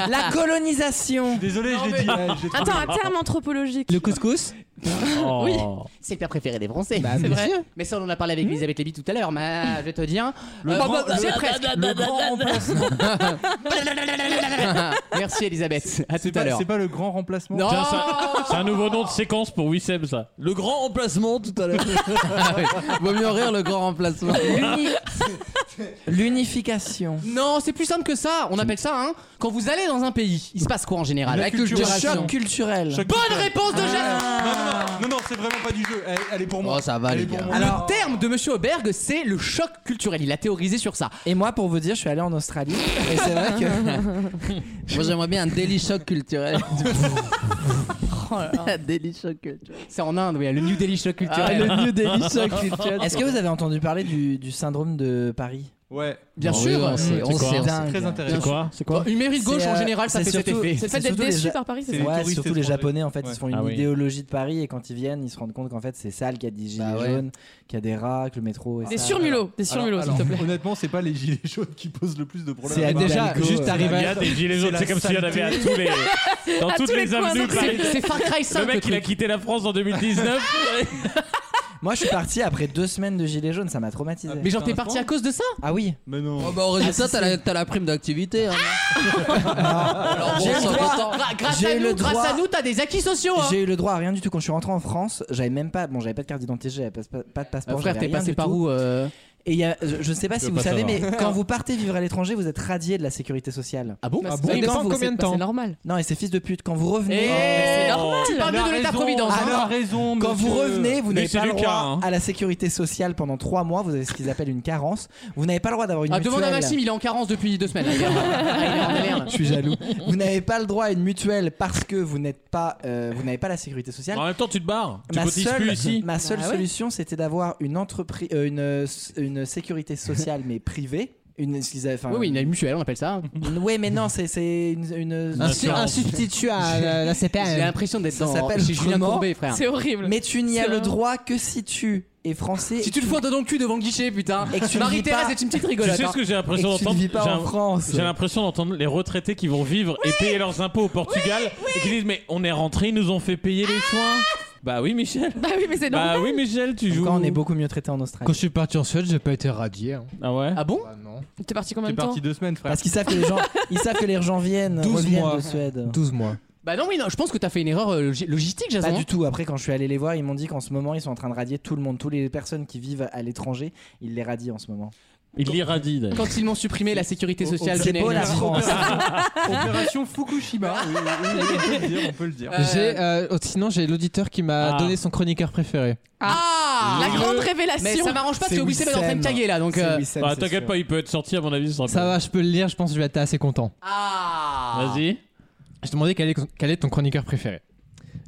[SPEAKER 8] La colonisation.
[SPEAKER 4] Désolé, je l'ai dit. hein, j'ai-
[SPEAKER 6] Attends, un terme anthropologique.
[SPEAKER 7] Le couscous
[SPEAKER 5] Oh.
[SPEAKER 2] C'est le plat préféré des Français.
[SPEAKER 7] Bah,
[SPEAKER 2] c'est
[SPEAKER 7] bien
[SPEAKER 2] vrai.
[SPEAKER 7] sûr.
[SPEAKER 2] Mais ça, on en a
[SPEAKER 3] Hmm.
[SPEAKER 2] parlé avec Elisabeth Lévy tout à l'heure. Mais je vais te dire.
[SPEAKER 4] Le
[SPEAKER 2] Euh,
[SPEAKER 4] grand-
[SPEAKER 2] bon,
[SPEAKER 4] le-
[SPEAKER 2] c'est presque.
[SPEAKER 4] Le grand remplacement.
[SPEAKER 2] Merci, Elisabeth. À
[SPEAKER 4] C'est
[SPEAKER 2] tout à
[SPEAKER 4] pas,
[SPEAKER 2] l'heure.
[SPEAKER 4] c'est pas le grand remplacement.
[SPEAKER 2] Non.
[SPEAKER 5] Tiens, ça- C'est un nouveau nom de séquence pour Wissem, ça. Le grand remplacement tout à l'heure.
[SPEAKER 3] Ah oui. Vaut mieux rire le grand remplacement.
[SPEAKER 8] L'uni- L'unification.
[SPEAKER 2] Non, c'est plus simple que ça. On appelle ça, hein. Quand vous allez dans un pays, il se passe quoi en général
[SPEAKER 3] La
[SPEAKER 8] Choc
[SPEAKER 3] culturation.
[SPEAKER 8] culturel.
[SPEAKER 4] Choc-
[SPEAKER 2] Bonne réponse de Jeanne.
[SPEAKER 4] Non, non, non, c'est vraiment pas du jeu. Elle, elle est pour moi.
[SPEAKER 3] Oh ça va
[SPEAKER 4] Elle
[SPEAKER 3] les
[SPEAKER 4] est pour
[SPEAKER 3] gars.
[SPEAKER 4] moi.
[SPEAKER 2] Alors, le terme de Monsieur Auberg, c'est le choc culturel. Il a théorisé sur ça.
[SPEAKER 8] Et moi, pour vous dire, je suis allé en Australie. Et c'est vrai que.
[SPEAKER 3] Moi j'aimerais bien un daily choc culturel.
[SPEAKER 4] Oh
[SPEAKER 3] Un daily choc culturel.
[SPEAKER 2] C'est en Inde, oui, le New Delhi choc culturel.
[SPEAKER 3] le new daily choc culturel.
[SPEAKER 8] Est-ce que vous avez entendu parler du, du syndrome de Paris
[SPEAKER 4] Ouais.
[SPEAKER 7] Ah
[SPEAKER 2] Bien sûr,
[SPEAKER 3] on sait, on sait, on sait.
[SPEAKER 4] très intéressant.
[SPEAKER 2] Une mairie de gauche,
[SPEAKER 8] C'est,
[SPEAKER 2] en
[SPEAKER 8] euh,
[SPEAKER 2] général, ça
[SPEAKER 8] c'est
[SPEAKER 2] fait cet
[SPEAKER 8] surtout-
[SPEAKER 2] effet.
[SPEAKER 8] c'est
[SPEAKER 2] fait
[SPEAKER 8] surtout les Ja-
[SPEAKER 2] c'est
[SPEAKER 8] Ouais, surtout les Japonais en fait, ils se font une
[SPEAKER 2] Ah oui.
[SPEAKER 8] idéologie de Paris et quand ils viennent, ils se rendent compte qu'en fait c'est sale, qu'il y a des gilets jaunes, Bah qu'il y a des rats, que le métro. est
[SPEAKER 6] Des
[SPEAKER 8] sale.
[SPEAKER 6] surmulots, des surmulots,
[SPEAKER 8] Alors,
[SPEAKER 6] s'il te
[SPEAKER 8] alors,
[SPEAKER 6] plaît.
[SPEAKER 4] Honnêtement, c'est pas les gilets jaunes qui posent le plus de problèmes.
[SPEAKER 8] C'est
[SPEAKER 4] à Paris.
[SPEAKER 8] déjà,
[SPEAKER 4] Hidalgo,
[SPEAKER 8] juste
[SPEAKER 4] euh,
[SPEAKER 8] arriver
[SPEAKER 5] Il y a des gilets jaunes, c'est comme s'il y en avait à tous
[SPEAKER 4] saleté.
[SPEAKER 5] les. Dans
[SPEAKER 4] À
[SPEAKER 5] toutes
[SPEAKER 4] tous
[SPEAKER 5] les,
[SPEAKER 4] les coins
[SPEAKER 5] avenues
[SPEAKER 4] de
[SPEAKER 5] Paris.
[SPEAKER 4] Paris. C'est- c'est Far Cry
[SPEAKER 5] Le
[SPEAKER 4] 5, le
[SPEAKER 5] mec, il a
[SPEAKER 4] truc.
[SPEAKER 5] quitté la France en 2019.
[SPEAKER 8] Moi je suis parti après deux semaines de gilets jaunes, ça m'a traumatisé.
[SPEAKER 2] Ah, Mais genre, t'es parti à cause de ça
[SPEAKER 8] Ah oui.
[SPEAKER 4] Mais non.
[SPEAKER 8] Oh,
[SPEAKER 3] bah, au
[SPEAKER 2] Ah,
[SPEAKER 3] résultat, t'as la- t'as la, prime d'activité. hein. Alors, bon,
[SPEAKER 8] J'ai
[SPEAKER 3] ça
[SPEAKER 8] le
[SPEAKER 3] va.
[SPEAKER 8] droit.
[SPEAKER 2] Gra- grâce,
[SPEAKER 8] J'ai
[SPEAKER 2] à
[SPEAKER 8] eu
[SPEAKER 2] nous,
[SPEAKER 8] le
[SPEAKER 2] grâce
[SPEAKER 8] droit.
[SPEAKER 2] à nous, t'as des acquis sociaux. hein.
[SPEAKER 8] J'ai eu le droit à rien du tout quand je suis rentré en France. J'avais même pas, bon, j'avais pas de carte d'identité, j'avais pas, pas de passeport.
[SPEAKER 2] Euh, frère,
[SPEAKER 8] j'avais
[SPEAKER 2] t'es
[SPEAKER 8] rien
[SPEAKER 2] passé
[SPEAKER 8] du
[SPEAKER 2] par
[SPEAKER 8] tout.
[SPEAKER 2] où euh
[SPEAKER 8] Et il y a- je, je sais pas
[SPEAKER 2] Je
[SPEAKER 8] si
[SPEAKER 2] veux
[SPEAKER 8] vous
[SPEAKER 2] pas
[SPEAKER 8] savez,
[SPEAKER 2] savoir.
[SPEAKER 8] mais quand vous partez vivre à l'étranger, vous êtes radié de la sécurité sociale.
[SPEAKER 2] Ah bon
[SPEAKER 7] Ah bon Ça dépend combien de temps.
[SPEAKER 8] C'est normal. Non, et c'est fils de pute. Quand vous revenez,
[SPEAKER 7] Eh, mais c'est normal.
[SPEAKER 2] Tu parles bien de
[SPEAKER 8] Il a
[SPEAKER 4] Ah,
[SPEAKER 2] l'État-providence,
[SPEAKER 8] raison.
[SPEAKER 2] hein.
[SPEAKER 8] Alors,
[SPEAKER 2] Il a raison,
[SPEAKER 8] quand vous
[SPEAKER 2] monsieur.
[SPEAKER 8] revenez, vous
[SPEAKER 2] Lui,
[SPEAKER 8] n'avez
[SPEAKER 2] c'est
[SPEAKER 8] pas le
[SPEAKER 2] Lucas,
[SPEAKER 8] droit
[SPEAKER 2] hein.
[SPEAKER 8] à la sécurité sociale pendant trois mois. Vous avez ce qu'ils appellent une carence. Vous n'avez pas le droit d'avoir une
[SPEAKER 2] Ah,
[SPEAKER 8] mutuelle.
[SPEAKER 2] demande à Maxime, il est en carence depuis deux semaines. Ah, Il est en- il est en galère.
[SPEAKER 8] Je suis jaloux. Vous n'avez pas le droit à une mutuelle parce que vous n'êtes pas, euh, vous n'avez pas la sécurité sociale.
[SPEAKER 2] Ah,
[SPEAKER 5] En même temps, tu te barres. Tu
[SPEAKER 8] ma
[SPEAKER 5] cotises
[SPEAKER 8] seule,
[SPEAKER 5] plus ici.
[SPEAKER 8] ma seule
[SPEAKER 5] Ah ouais.
[SPEAKER 8] solution, c'était d'avoir une entreprise, euh, une, euh, s- une sécurité sociale mais privée. Une, ce qu'ils avaient- enfin,
[SPEAKER 2] Oui, oui, il a une mutuelle, on appelle ça.
[SPEAKER 8] une- ouais, mais non, c'est c'est une, une-
[SPEAKER 2] Un su- un substitut à
[SPEAKER 7] euh,
[SPEAKER 2] la- la CPAM. J'ai l'impression d'être
[SPEAKER 8] Ça
[SPEAKER 2] dans-
[SPEAKER 8] s'appelle
[SPEAKER 2] chez Julien
[SPEAKER 8] autrement.
[SPEAKER 2] Courbet, frère. C'est horrible.
[SPEAKER 8] Mais tu n'y
[SPEAKER 2] C'est
[SPEAKER 8] as le
[SPEAKER 2] vraiment-
[SPEAKER 8] droit que si tu es français.
[SPEAKER 2] Si tu le foires dans le cul devant le guichet, putain.
[SPEAKER 8] Et que tu ne vis
[SPEAKER 2] Marie-Thérèse
[SPEAKER 8] pas-
[SPEAKER 2] est une petite rigolote.
[SPEAKER 5] Tu sais
[SPEAKER 2] hein.
[SPEAKER 5] ce que j'ai l'impression
[SPEAKER 8] Et que tu ne
[SPEAKER 5] d'entendre
[SPEAKER 8] vis pas
[SPEAKER 5] J'ai
[SPEAKER 8] en
[SPEAKER 5] un-
[SPEAKER 8] France.
[SPEAKER 5] J'ai l'impression d'entendre les retraités qui vont vivre et payer leurs impôts au Portugal et qui disent mais on est rentrés, ils nous ont fait payer
[SPEAKER 8] Ah
[SPEAKER 5] les soins. Bah oui Michel.
[SPEAKER 6] Bah oui, mais c'est
[SPEAKER 5] Bah
[SPEAKER 6] normal.
[SPEAKER 5] oui Michel, tu joues.
[SPEAKER 8] Quand on est beaucoup mieux traité en Australie.
[SPEAKER 7] Quand je suis parti en Suède, j'ai pas été radié. hein.
[SPEAKER 5] Ah ouais
[SPEAKER 2] Ah bon
[SPEAKER 6] T'es parti combien de temps
[SPEAKER 4] deux semaines, frère.
[SPEAKER 8] Parce qu'ils savent que les gens, ils savent que les gens viennent,
[SPEAKER 7] 12
[SPEAKER 8] reviennent
[SPEAKER 7] mois.
[SPEAKER 8] de Suède.
[SPEAKER 7] 12 mois.
[SPEAKER 2] Bah non, oui, non, je pense que t'as fait une erreur euh, logi- logistique, Jason.
[SPEAKER 8] Pas du tout. Après, quand je suis allé les voir, ils m'ont dit qu'en ce moment, ils sont en train de radier tout le monde. Toutes les personnes qui vivent à l'étranger, ils les radient en ce moment.
[SPEAKER 5] Il l'irradie d'ailleurs.
[SPEAKER 2] Quand ils m'ont supprimé la sécurité
[SPEAKER 8] C'est-
[SPEAKER 2] sociale,
[SPEAKER 8] c'est
[SPEAKER 2] je
[SPEAKER 8] beau,
[SPEAKER 2] n'ai
[SPEAKER 8] la
[SPEAKER 2] rien.
[SPEAKER 8] France.
[SPEAKER 4] Opération Fukushima. Oui, oui, oui, on peut le dire, on peut le dire.
[SPEAKER 7] J'ai, euh, Ah. oh, sinon, j'ai l'auditeur qui m'a donné son chroniqueur préféré.
[SPEAKER 2] Ah,
[SPEAKER 6] La grande révélation.
[SPEAKER 2] Mais ça m'arrange pas parce
[SPEAKER 7] C'est
[SPEAKER 2] que Wissem est en train de
[SPEAKER 7] Wissem.
[SPEAKER 2] caguer là, donc. euh,
[SPEAKER 5] Ah t'inquiète pas, il peut être sorti à mon avis. Ça
[SPEAKER 7] Ça va, je peux le lire, je pense que je vais être assez content.
[SPEAKER 8] Ah.
[SPEAKER 5] Vas-y.
[SPEAKER 7] Je te demandais quel est, quel est ton chroniqueur préféré.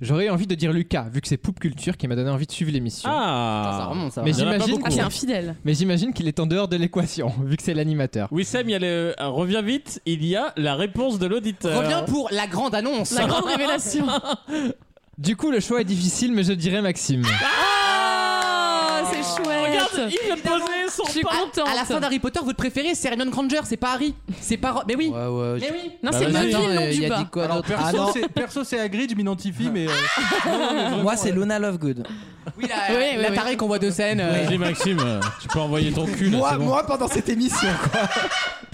[SPEAKER 7] J'aurais envie de dire Lucas, vu que c'est Poupe Culture qui m'a donné envie de suivre l'émission.
[SPEAKER 5] Ah.
[SPEAKER 2] Putain, ça remonte, ça.
[SPEAKER 7] Mais
[SPEAKER 5] Il y en a pas
[SPEAKER 7] j'imagine
[SPEAKER 5] beaucoup. hein.
[SPEAKER 6] Ah, c'est infidèle.
[SPEAKER 7] Mais j'imagine qu'il est en dehors de l'équation, vu que c'est l'animateur.
[SPEAKER 5] Wissem, il y a le... ah, reviens vite, il y a la réponse de l'auditeur.
[SPEAKER 2] Reviens pour la grande annonce.
[SPEAKER 6] La grande révélation.
[SPEAKER 7] Du coup, le choix est difficile, mais je dirais Maxime.
[SPEAKER 6] Ah, c'est chouette.
[SPEAKER 5] Regarde, il a posé son
[SPEAKER 6] Je suis
[SPEAKER 5] pas.
[SPEAKER 6] contente.
[SPEAKER 2] À la fin d'Harry Potter, votre préféré, c'est Hermione Granger, c'est pas Harry, c'est pas. Ro- Mais oui.
[SPEAKER 3] Ouais, ouais.
[SPEAKER 2] Mais oui.
[SPEAKER 6] Non,
[SPEAKER 3] Bah,
[SPEAKER 6] c'est
[SPEAKER 3] vas-y.
[SPEAKER 6] Neville,
[SPEAKER 3] Attends,
[SPEAKER 6] non
[SPEAKER 3] euh, y
[SPEAKER 6] du
[SPEAKER 3] a
[SPEAKER 6] bas.
[SPEAKER 3] dit quoi d'autre
[SPEAKER 8] Ah
[SPEAKER 4] Perso,
[SPEAKER 8] non.
[SPEAKER 4] c'est- Perso, c'est Hagrid, je m'identifie, mais. euh, non, non, mais vraiment,
[SPEAKER 8] Moi, c'est Luna Lovegood.
[SPEAKER 2] Oui, la,
[SPEAKER 6] Oui, oui,
[SPEAKER 2] la
[SPEAKER 6] oui.
[SPEAKER 2] tarée qu'on voit de scène. euh,
[SPEAKER 5] Vas-y Maxime, euh, tu peux envoyer ton cul là, c'est bon.
[SPEAKER 8] pendant cette émission.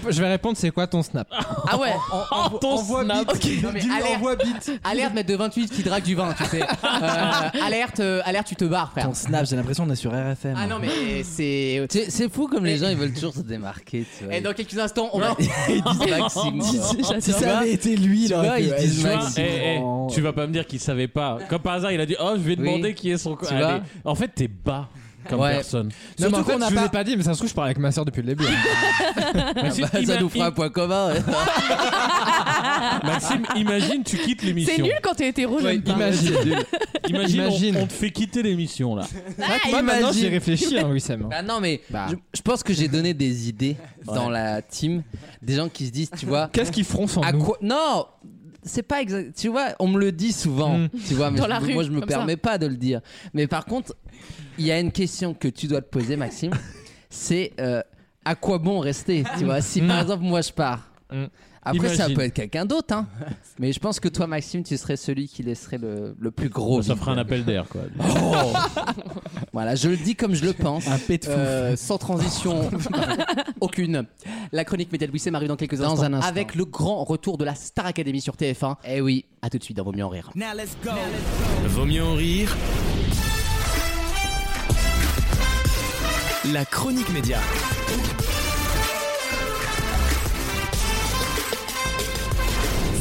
[SPEAKER 7] Je vais répondre, c'est quoi ton snap
[SPEAKER 2] Ah ouais.
[SPEAKER 5] Oh, ton
[SPEAKER 4] Envoie
[SPEAKER 5] snap.
[SPEAKER 4] bite.
[SPEAKER 2] Non, mais
[SPEAKER 4] Dis-lui,
[SPEAKER 2] alerte.
[SPEAKER 4] envoie bite.
[SPEAKER 2] Alerte, maître de 28 qui drague du vin, tu sais. Euh, alerte, euh, alerte, tu te barres, frère.
[SPEAKER 8] Ton snap, j'ai l'impression qu'on est sur RFM.
[SPEAKER 2] Ah non, mais c'est.
[SPEAKER 3] C'est c'est fou comme les gens ils veulent toujours se démarquer. Tu vois.
[SPEAKER 2] Et dans quelques instants, on va.
[SPEAKER 3] Ils disent Maxime.
[SPEAKER 8] Si ça avait été lui, il
[SPEAKER 3] vois,
[SPEAKER 8] aurait
[SPEAKER 3] ils
[SPEAKER 8] pu-
[SPEAKER 3] disent
[SPEAKER 5] Tu vois,
[SPEAKER 3] Maxime.
[SPEAKER 5] eh, eh, tu vas pas me dire qu'il savait pas. Comme par hasard, il a dit Oh, je vais
[SPEAKER 3] Oui.
[SPEAKER 5] demander qui est son. co-
[SPEAKER 3] Tu
[SPEAKER 5] Allez.
[SPEAKER 3] vois
[SPEAKER 5] En fait, t'es bas comme
[SPEAKER 3] Ouais.
[SPEAKER 5] personne.
[SPEAKER 7] Non, mais en
[SPEAKER 8] Surtout
[SPEAKER 7] fait,
[SPEAKER 8] qu'on n'a
[SPEAKER 7] je vous ai
[SPEAKER 8] pas-
[SPEAKER 7] pas dit, mais ça se trouve, je parle avec ma soeur depuis le début.
[SPEAKER 5] Maxime,
[SPEAKER 3] Bah, ça
[SPEAKER 5] ima-
[SPEAKER 3] nous fera un
[SPEAKER 5] im-
[SPEAKER 3] point commun. ouais.
[SPEAKER 5] Maxime, imagine, tu quittes
[SPEAKER 6] C'est
[SPEAKER 5] l'émission.
[SPEAKER 6] nul quand t'es hétéro,
[SPEAKER 7] Ouais,
[SPEAKER 6] j'aime pas.
[SPEAKER 7] imagine.
[SPEAKER 5] Imagine, on-
[SPEAKER 7] Imagine.
[SPEAKER 5] On, te fait quitter l'émission là.
[SPEAKER 7] Moi, Bah, maintenant,
[SPEAKER 3] imagine.
[SPEAKER 7] j'y réfléchis, hein, Wissem.
[SPEAKER 3] Bah non, mais
[SPEAKER 7] Bah.
[SPEAKER 3] Je, je pense que j'ai donné des idées dans la team. Des gens qui se disent, tu vois,
[SPEAKER 7] Qu'est-ce qu'ils feront sans
[SPEAKER 3] à
[SPEAKER 7] nous
[SPEAKER 3] quoi. Non! C'est pas exact. Tu vois, on me le dit souvent.
[SPEAKER 7] Mm.
[SPEAKER 3] Tu vois, mais
[SPEAKER 6] Dans
[SPEAKER 3] je-
[SPEAKER 6] la rue,
[SPEAKER 3] moi je me
[SPEAKER 6] comme ça.
[SPEAKER 3] permets pas de le dire. Mais par contre, il y a une question que tu dois te poser, Maxime. c'est euh, à quoi bon rester Tu vois, si par exemple moi je pars.
[SPEAKER 7] Mm.
[SPEAKER 3] Après, ça
[SPEAKER 5] Imagine.
[SPEAKER 3] peut être quelqu'un d'autre, hein. Mais je pense que toi, Maxime, tu serais celui qui laisserait le, le plus gros.
[SPEAKER 5] Ça
[SPEAKER 3] vide.
[SPEAKER 5] fera un appel d'air quoi.
[SPEAKER 3] Voilà, je le dis comme je le pense. Un
[SPEAKER 2] Euh, sans transition aucune. La chronique média de Wissem arrive dans quelques
[SPEAKER 3] Dans
[SPEAKER 2] instants
[SPEAKER 3] un instant.
[SPEAKER 2] avec le grand retour de la Star Academy sur TF1.
[SPEAKER 3] Eh oui.
[SPEAKER 2] À tout de suite dans Vaut mieux en rire.
[SPEAKER 14] Vaut mieux en rire. La chronique média.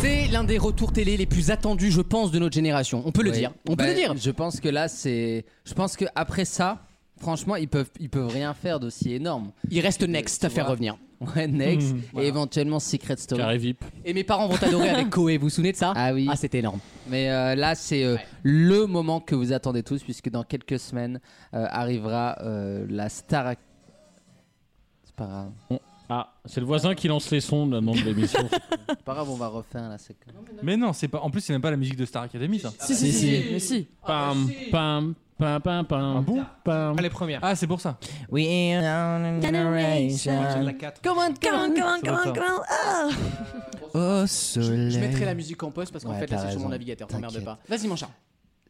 [SPEAKER 2] C'est l'un des retours télé les plus attendus, je pense, de notre génération. On peut le
[SPEAKER 3] Ouais.
[SPEAKER 2] dire. On
[SPEAKER 3] Bah,
[SPEAKER 2] peut le dire.
[SPEAKER 3] Je pense que là, c'est. Je pense que après ça, franchement, ils peuvent, ils peuvent rien faire d'aussi énorme.
[SPEAKER 2] Il
[SPEAKER 8] euh,
[SPEAKER 2] reste Next
[SPEAKER 3] Tu
[SPEAKER 2] à faire
[SPEAKER 3] vois.
[SPEAKER 2] revenir.
[SPEAKER 3] Ouais, Next et
[SPEAKER 2] Mmh. Voilà.
[SPEAKER 3] éventuellement Secret Story.
[SPEAKER 5] Carré VIP.
[SPEAKER 2] Et mes parents vont adorer avec Koé. Vous vous souvenez de ça
[SPEAKER 3] Ah oui.
[SPEAKER 2] Ah, c'était énorme.
[SPEAKER 3] Mais euh, là, c'est euh, le moment que vous attendez tous, puisque dans quelques semaines euh, arrivera euh, la Star. Ac- C'est pas grave.
[SPEAKER 5] On, Ah, c'est le voisin qui lance les sons le nom de l'émission.
[SPEAKER 3] Pas grave, on va refaire la séquence.
[SPEAKER 4] Mais non, c'est pas. En plus, c'est même pas la musique de Star Academy, ça.
[SPEAKER 5] Si, si, si, si. Mais
[SPEAKER 6] si.
[SPEAKER 5] Pam, pam, pam, pam, pam. Ah bon pam.
[SPEAKER 4] Ah, les premières. Ah, c'est pour ça.
[SPEAKER 8] We are a generation.
[SPEAKER 6] Comment, comment, comment, comment, comment oh
[SPEAKER 3] Oh, soleil.
[SPEAKER 2] Je mettrai la musique en pause parce qu'en
[SPEAKER 3] Ouais,
[SPEAKER 2] fait, là,
[SPEAKER 3] t'as
[SPEAKER 2] c'est sur mon
[SPEAKER 3] raison.
[SPEAKER 2] navigateur. T'emmerde
[SPEAKER 3] T'inquiète.
[SPEAKER 2] pas. Vas-y, mon chat.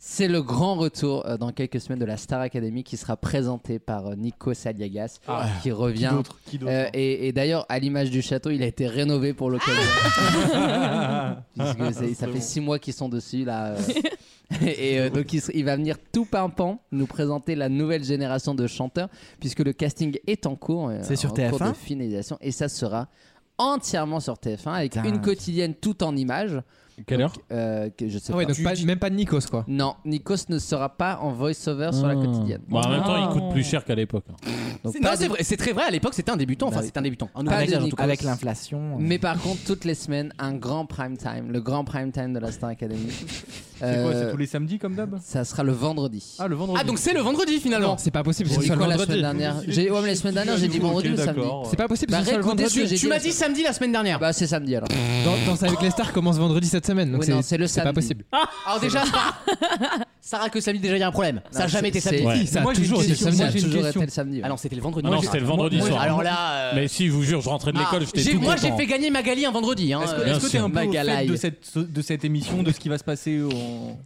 [SPEAKER 3] C'est le grand retour euh, dans quelques semaines de la Star Academy qui sera présenté par euh, Nico Saliagas euh,
[SPEAKER 4] Ah.
[SPEAKER 3] qui revient.
[SPEAKER 4] Qui d'autre Qui d'autre
[SPEAKER 3] Euh, et et d'ailleurs, à l'image du château, il a été rénové pour l'occasion. Parce que c'est- ça
[SPEAKER 4] C'est
[SPEAKER 3] fait
[SPEAKER 4] bon.
[SPEAKER 3] six mois qu'ils sont dessus là. euh. et euh, donc il, se- il va venir tout pimpant nous présenter la nouvelle génération de chanteurs puisque le casting est en cours. euh,
[SPEAKER 8] C'est sur
[SPEAKER 3] en cours
[SPEAKER 8] TF1?
[SPEAKER 3] de finalisation et ça sera entièrement sur TF1 avec une quotidienne tout en images.
[SPEAKER 5] Quelle heure
[SPEAKER 3] Euh, que je sais
[SPEAKER 7] Ah ouais,
[SPEAKER 3] pas.
[SPEAKER 7] donc pas- même pas de Nikos quoi.
[SPEAKER 3] Non, Nikos ne sera pas en voice-over sur la
[SPEAKER 8] Hmm.
[SPEAKER 3] quotidienne.
[SPEAKER 5] Bon, en même temps, il coûte plus cher qu'à l'époque. hein.
[SPEAKER 3] Donc
[SPEAKER 2] Non,
[SPEAKER 3] pas
[SPEAKER 2] c'est
[SPEAKER 3] de-
[SPEAKER 2] vrai. C'est très vrai. À l'époque, c'était un débutant. Enfin,
[SPEAKER 3] Bah,
[SPEAKER 2] c'était un débutant. Un
[SPEAKER 3] pas
[SPEAKER 2] nouvel
[SPEAKER 3] de
[SPEAKER 2] âge, en tout
[SPEAKER 3] Nikos.
[SPEAKER 2] cas.
[SPEAKER 8] Avec l'inflation.
[SPEAKER 3] Mais par contre, toutes les semaines, un grand prime time, le grand prime time de la Star Academy.
[SPEAKER 4] C'est quoi
[SPEAKER 3] Euh,
[SPEAKER 4] C'est tous les samedis comme d'hab
[SPEAKER 3] Ça sera le vendredi.
[SPEAKER 4] Ah, le vendredi.
[SPEAKER 2] Ah, donc c'est le vendredi finalement.
[SPEAKER 7] Non, c'est pas possible.
[SPEAKER 3] J'ai
[SPEAKER 7] c'est
[SPEAKER 3] dit
[SPEAKER 7] soit
[SPEAKER 3] quoi
[SPEAKER 7] le
[SPEAKER 3] la
[SPEAKER 7] vendredi.
[SPEAKER 3] semaine dernière J'ai- Ouais, mais la semaine dernière, j'ai dit
[SPEAKER 4] Ok,
[SPEAKER 3] vendredi ou samedi.
[SPEAKER 4] d'accord.
[SPEAKER 7] C'est pas possible.
[SPEAKER 3] Bah,
[SPEAKER 7] c'est soit le
[SPEAKER 3] réécoutez
[SPEAKER 7] vendredi.
[SPEAKER 3] ce que j'ai
[SPEAKER 2] Tu
[SPEAKER 3] dit
[SPEAKER 2] m'as
[SPEAKER 3] la
[SPEAKER 2] dit samedi la semaine dernière.
[SPEAKER 3] Bah, c'est samedi alors.
[SPEAKER 7] Dans- Danse avec les stars commence vendredi cette semaine, donc
[SPEAKER 3] Oui, non,
[SPEAKER 7] c'est
[SPEAKER 3] c'est le
[SPEAKER 7] c'est pas
[SPEAKER 3] samedi.
[SPEAKER 7] possible.
[SPEAKER 2] Alors déjà, Sarah, Sarah que samedi déjà il y a un problème. Ça n'a
[SPEAKER 3] Non,
[SPEAKER 2] jamais
[SPEAKER 3] c'est-
[SPEAKER 2] été samedi.
[SPEAKER 3] c'est-
[SPEAKER 7] Si, ça a
[SPEAKER 4] moi, j'ai une
[SPEAKER 7] toujours été le
[SPEAKER 4] question.
[SPEAKER 7] samedi.
[SPEAKER 3] Ça
[SPEAKER 4] Moi,
[SPEAKER 3] a
[SPEAKER 4] j'ai une
[SPEAKER 3] toujours été
[SPEAKER 4] question.
[SPEAKER 3] le samedi. ouais.
[SPEAKER 2] Ah non, c'était le vendredi
[SPEAKER 5] Non,
[SPEAKER 2] soir.
[SPEAKER 5] c'était le
[SPEAKER 2] Ah,
[SPEAKER 5] vendredi
[SPEAKER 2] moi-
[SPEAKER 5] soir.
[SPEAKER 2] Alors là, euh,
[SPEAKER 5] Mais si, je vous jure, je rentrais de l'école,
[SPEAKER 2] ah,
[SPEAKER 5] j'étais
[SPEAKER 2] j'ai-
[SPEAKER 5] tout
[SPEAKER 2] moi j'ai
[SPEAKER 5] content.
[SPEAKER 2] fait gagner Magali un vendredi. Hein.
[SPEAKER 4] Est-ce que-
[SPEAKER 5] Bien
[SPEAKER 4] est-ce que t'es
[SPEAKER 5] sûr.
[SPEAKER 4] un peu au fait
[SPEAKER 3] Magalaï.
[SPEAKER 4] de cette, de cette émission, de ce qui va se passer en...